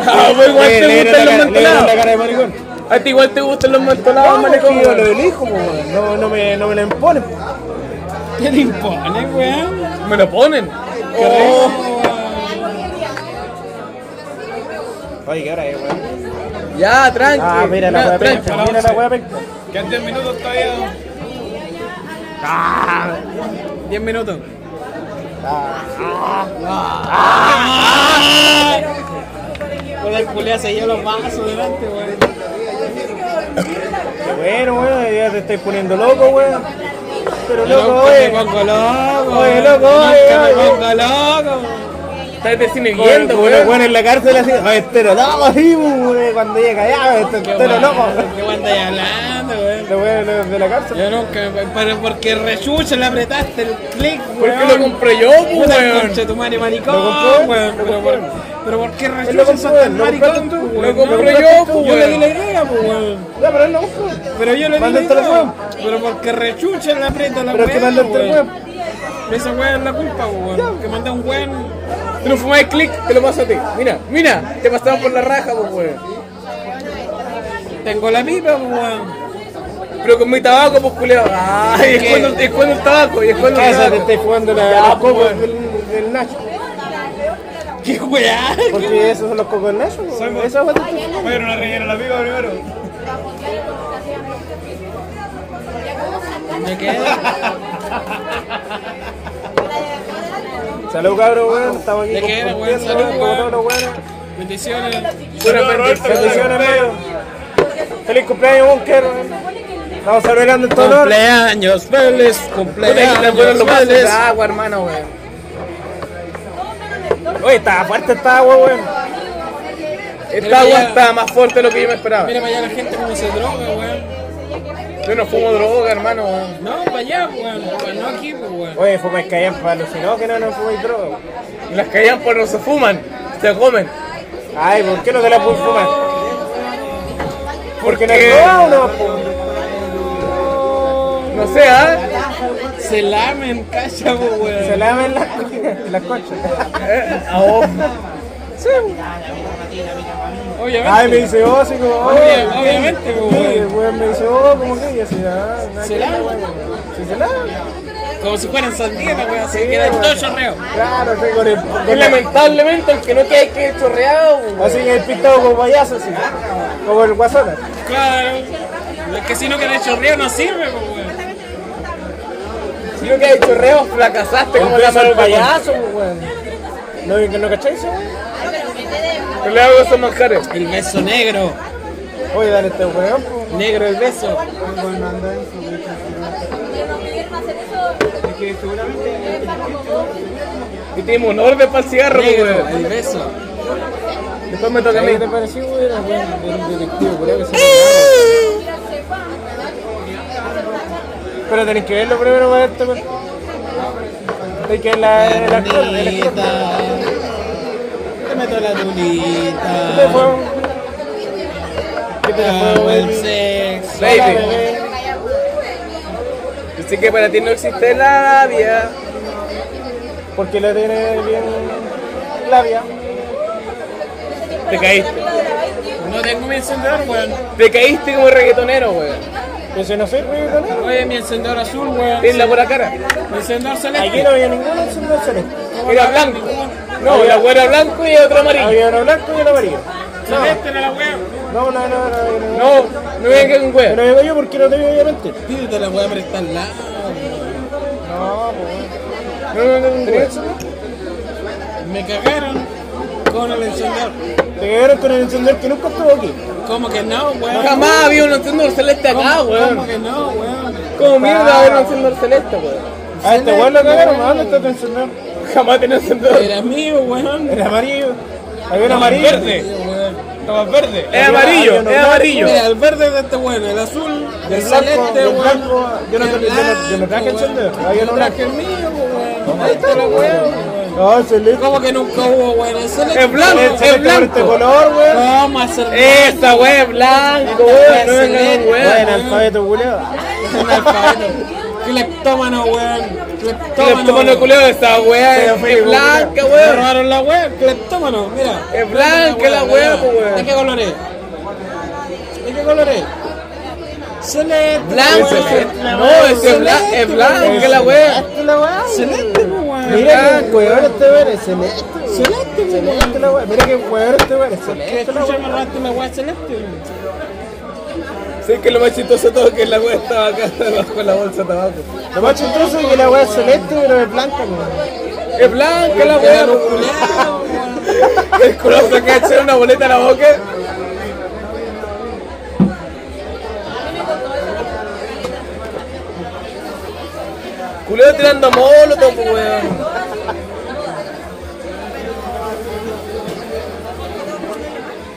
Speaker 9: Ah, pues igual
Speaker 15: Le-
Speaker 9: te
Speaker 15: le- le- la
Speaker 9: gustan
Speaker 15: cara-
Speaker 9: los
Speaker 15: le- la
Speaker 9: mantelados.
Speaker 15: cara de maricón.
Speaker 9: A ti igual te gustan los mantelados,
Speaker 15: No, es
Speaker 9: maricón.
Speaker 15: que yo lo elijo, po, weón. no, no, me, no me lo imponen. po.
Speaker 9: ¿Qué le imponen, weón? Me lo ponen. Oh.
Speaker 15: Oye, qué hora es, weón.
Speaker 9: Ya, tranqui.
Speaker 15: Ah, mira la
Speaker 9: Ya,
Speaker 15: weá
Speaker 9: tranqui.
Speaker 15: penca, mira la weá penca.
Speaker 4: Quedan 10 minutos todavía.
Speaker 9: 10 minutos.
Speaker 2: Por el culé se lleva los vasos delante, weón.
Speaker 15: Bueno, bueno, ya te estáis poniendo loco, weón. Pero loco, eh.
Speaker 2: me
Speaker 15: oye.
Speaker 2: pongo loco.
Speaker 15: Oye, loco,
Speaker 2: Nunca
Speaker 15: oye,
Speaker 2: me
Speaker 15: oye.
Speaker 2: pongo loco. Estás
Speaker 15: Bueno,
Speaker 2: desinhibiendo,
Speaker 15: bueno,
Speaker 2: weón.
Speaker 15: bueno, en la cárcel así, a ver, te lo loco, así, weón, cuando llega allá, este, te lo loco.
Speaker 2: ¿Qué weón estáis hablando, weón?
Speaker 15: Los weones de la cárcel.
Speaker 2: Yo nunca, pero porque rechucha le apretaste el clic, weón.
Speaker 15: ¿Por qué lo
Speaker 2: compré yo, weón? Concha tu madre, maricón,
Speaker 15: ¿Lo compró él?
Speaker 2: weón.
Speaker 15: ¿Lo
Speaker 2: Pero,
Speaker 15: compró
Speaker 2: por,
Speaker 15: él?
Speaker 2: pero ¿por qué
Speaker 15: lo
Speaker 2: rechucha
Speaker 15: compró
Speaker 2: sos tan
Speaker 15: él, lo
Speaker 2: maricón,
Speaker 15: compraste tú,
Speaker 2: weón?
Speaker 15: weón.
Speaker 2: Lo compré
Speaker 15: Lo
Speaker 2: yo,
Speaker 15: compraste tú,
Speaker 2: Yo le di
Speaker 15: weón.
Speaker 2: la idea, pues, weón.
Speaker 15: Ya, pero él no fue.
Speaker 2: Pero yo le di la
Speaker 15: Mándate la
Speaker 2: idea.
Speaker 15: weón.
Speaker 2: Pero porque rechucha le aprieta la
Speaker 15: Pero es que
Speaker 2: weá,
Speaker 15: mandaste el
Speaker 2: weón.
Speaker 15: weón.
Speaker 2: Esa weá es la culpa, weón. Que mandé un weón. Te lo fumás el click, te lo paso a ti. Mira, mira, te pasaban por la raja, pues, weón. Tengo la pipa, pues, weón. Pero con mi tabaco, pues, culeado. Ay, es cuando, es cuando el tabaco, y es cuando el
Speaker 15: Casa, te
Speaker 2: tabaco.
Speaker 15: estáis jugando la,
Speaker 2: Ya,
Speaker 15: los
Speaker 2: pues,
Speaker 15: cocos
Speaker 2: weón.
Speaker 15: del, del Nacho.
Speaker 2: ¡Qué weá!
Speaker 15: Porque esos son los cocos del Nacho, weón. Esa weón te estoy
Speaker 18: Oye, no la regué a la pipa primero.
Speaker 2: ¿De qué?
Speaker 15: Salud, cabrón, weón. Estamos aquí
Speaker 2: ¿De qué era, weón?
Speaker 15: compartiendo,
Speaker 2: Salud,
Speaker 15: como
Speaker 2: weón.
Speaker 15: todos los weones.
Speaker 2: Bendiciones.
Speaker 15: Bendiciones, hermano. Feliz cumpleaños, Bunker. Estamos celebrando en tu honor.
Speaker 2: Cumpleaños, feliz, cumpleaños, feliz. Agua, hermano, weón.
Speaker 15: Oye, está fuerte esta agua, weón.
Speaker 2: Esta agua está
Speaker 9: más fuerte de lo que yo me esperaba.
Speaker 2: Mira para allá la gente como se droga, weón.
Speaker 9: Yo no fumo droga, hermano. weón.
Speaker 2: No, para allá, weón. Pues No aquí, pues, weón.
Speaker 15: Oye, fumáis callan para alucinógenos, no fumáis droga. weón.
Speaker 9: Y Las callan pues no se fuman, se comen.
Speaker 15: Ay, ¿por qué no te la puedes fumar? Porque no
Speaker 9: qué?
Speaker 15: es droga o no, po?
Speaker 9: No sé, ¿ah?
Speaker 2: Se lamen, cacha, pues,
Speaker 15: Se
Speaker 2: weón.
Speaker 15: lavan las co- las conchas.
Speaker 2: Obviamente.
Speaker 15: Ay, me dice, oh, sí, como, oh,
Speaker 2: Obvio-
Speaker 15: ¿qué?
Speaker 2: obviamente, po,
Speaker 15: Sí,
Speaker 2: weón.
Speaker 15: weón, me dice, oh, como que y así, ah, nada
Speaker 2: Se
Speaker 15: que
Speaker 2: lavan,
Speaker 15: ver, weón. Sí, se lavan.
Speaker 2: Como si fueran sandías, la weón. Se
Speaker 15: Sí,
Speaker 2: quedan
Speaker 15: weón.
Speaker 2: todos chorreos.
Speaker 15: Claro, sí, con el,
Speaker 9: Y
Speaker 15: con la-
Speaker 9: lamentablemente el que no te hay que chorreado, weón.
Speaker 15: Así que el pintado como payaso, así. Como el guasona.
Speaker 2: Claro. Es que si no quedan chorreos no sirve, pues, weón.
Speaker 9: Si no que hay chorreado, fracasaste como la
Speaker 15: beso al
Speaker 9: mano
Speaker 15: payaso,
Speaker 9: payaso,
Speaker 2: pues,
Speaker 15: weón. ¿No, no cacháis eso, weón?
Speaker 9: No le hago esos manjares.
Speaker 2: El beso negro.
Speaker 15: Oye, dale este weón, po.
Speaker 2: Negro el beso.
Speaker 9: Y tenemos un orden para el cigarro, pues,
Speaker 2: Negro
Speaker 9: weón.
Speaker 2: el beso.
Speaker 9: Después me toca a mí.
Speaker 15: ¿Qué te pareció, weón? Weón, del detectivo, culiao, que se Pero tenéis que verlo primero para esto, weón. Hay que ver la, el actor, el
Speaker 2: Tunita.
Speaker 15: actor.
Speaker 2: Te meto la tunita.
Speaker 15: ¿Qué te fue, weón? ¿Qué te fue,
Speaker 2: Amo el
Speaker 15: weón?
Speaker 2: sexo.
Speaker 15: Hola,
Speaker 9: Baby.
Speaker 15: bebé.
Speaker 9: Así que para ti no existe la labia.
Speaker 15: Porque la tiene bien labia.
Speaker 9: Te caíste.
Speaker 2: No tengo mi encendedor, weón.
Speaker 9: Te caíste como reggaetonero, weón.
Speaker 15: Pero si no soy reggaetonero.
Speaker 2: Oye, mi encendedor azul, weón.
Speaker 9: Tienes la pura cara.
Speaker 2: Mi encendedor
Speaker 15: Aquí
Speaker 2: celeste.
Speaker 15: no había ninguno en su celeste.
Speaker 9: Era blanco. No, la güera blanco y otro amarillo.
Speaker 15: Había uno blanco y uno amarillo.
Speaker 2: Celeste era la weón.
Speaker 15: No, no, no, no. no, no.
Speaker 9: No, no venga con
Speaker 15: Te
Speaker 9: güey.
Speaker 15: lo digo yo porque no te digo obviamente.
Speaker 2: Pídete la weón prestar la.
Speaker 15: No, pues.
Speaker 9: No, no, no, no.
Speaker 2: Me cagaron con el encendedor.
Speaker 15: Te quedaron con el encendedor que nunca estuvo aquí.
Speaker 2: ¿Cómo que no, weón?
Speaker 9: Jamás había un encendedor celeste acá,
Speaker 2: ¿Cómo, ¿Cómo
Speaker 9: weón.
Speaker 2: que no, weón?
Speaker 9: Como mierda haber un encendedor celeste, weón.
Speaker 15: Ah. A este weón lo cagaron, ¿a dónde está tu encendedor?
Speaker 9: Jamás tenía encendedor.
Speaker 2: Era mío, weón.
Speaker 15: El amarillo. Había un amarillo.
Speaker 2: Mío, weón.
Speaker 9: Es
Speaker 15: Había
Speaker 9: amarillo,
Speaker 15: uno
Speaker 9: es
Speaker 15: blanco,
Speaker 9: amarillo.
Speaker 2: Mira, el verde de este weón, el azul, el
Speaker 15: El blanco,
Speaker 2: celeste,
Speaker 15: el
Speaker 2: weón.
Speaker 15: blanco. Yo no, yo
Speaker 2: El
Speaker 15: no, yo no- yo no
Speaker 2: blanco,
Speaker 15: traje encendedor. Había uno
Speaker 2: Yo
Speaker 15: blanco.
Speaker 2: traje el mío, weón. Ahí está la weón.
Speaker 15: No, celeste.
Speaker 2: ¿Cómo que nunca hubo, weón? El celeste.
Speaker 9: Es blanco,
Speaker 15: El
Speaker 9: es
Speaker 15: celeste por este
Speaker 9: blanco.
Speaker 15: color, weón.
Speaker 2: ¿Cómo hacer
Speaker 9: Esta weón es blanco, weón. No venga con
Speaker 15: Weón,
Speaker 9: weón.
Speaker 15: alfabeto, culiao.
Speaker 2: un alfabeto? Cleptómano, weón.
Speaker 9: este Cleptómano
Speaker 2: Cleptómano.
Speaker 9: culeo, esta weón es blanca,
Speaker 2: Me
Speaker 9: weón.
Speaker 2: robaron la weón. Cleptómano, mira.
Speaker 9: Es blanca la weón,
Speaker 2: ¿De
Speaker 9: weón.
Speaker 2: qué color es? ¿De qué color es? Celeste.
Speaker 9: Blanco,
Speaker 2: weón.
Speaker 9: ese- no, ese es blan- es blanca la weón.
Speaker 15: Celeste la weá.
Speaker 2: Celeste, weón.
Speaker 15: Mira qué weón este weón. es Celeste. Celeste, Celeste la weá. Mira qué weón este weón. es Celeste la
Speaker 2: Escucha,
Speaker 15: weá.
Speaker 2: me robaste la weón celeste, weón.
Speaker 9: Sí, que lo más chistoso de todo es que la weá estaba acá debajo de la bolsa de tabaco.
Speaker 15: Lo más chistoso es que la weá es celeste, pero es blanca, weón.
Speaker 9: Es blanca la weá,
Speaker 2: Culeado, weón.
Speaker 9: El culo se queda echando una boleta a la boca. culiados tirando molotov, pues, weón.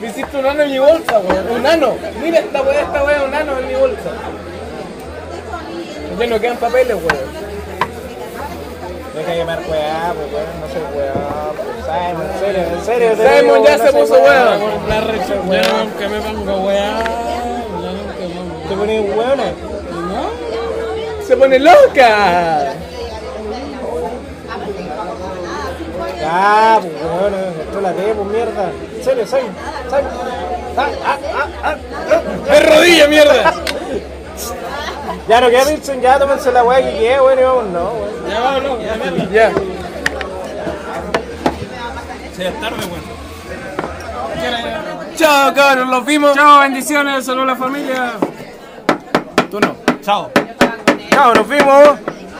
Speaker 9: Me hiciste un nano en mi bolsa, weón. Un nano. Mira esta weá, esta weá, un nano en mi bolsa. Ya no quedan papeles, weón.
Speaker 15: Deja de llamar weá, pues weón, no sé weá. pues, Simon, en serio, en serio. te
Speaker 9: Simon
Speaker 15: digo,
Speaker 9: ya
Speaker 15: no
Speaker 9: se
Speaker 15: sé,
Speaker 9: puso weón.
Speaker 19: La rechazo, ya nunca me pongo weá. Ya nunca me
Speaker 15: Te pones weones.
Speaker 9: Se pone loca.
Speaker 15: Ya, pues weón, controlate, pues mierda. En serio, Simon, Simon. Ah, ah, ah, ah, ah.
Speaker 9: Es rodilla, mierda.
Speaker 15: Ya no queda Wilson, ya tómense la weá que quede, weón, y vamos, no, weón.
Speaker 9: Ya.
Speaker 20: Chao, cabros, los vimos. Chao, bendiciones, saludos a la familia.
Speaker 15: Chao, nos vimos.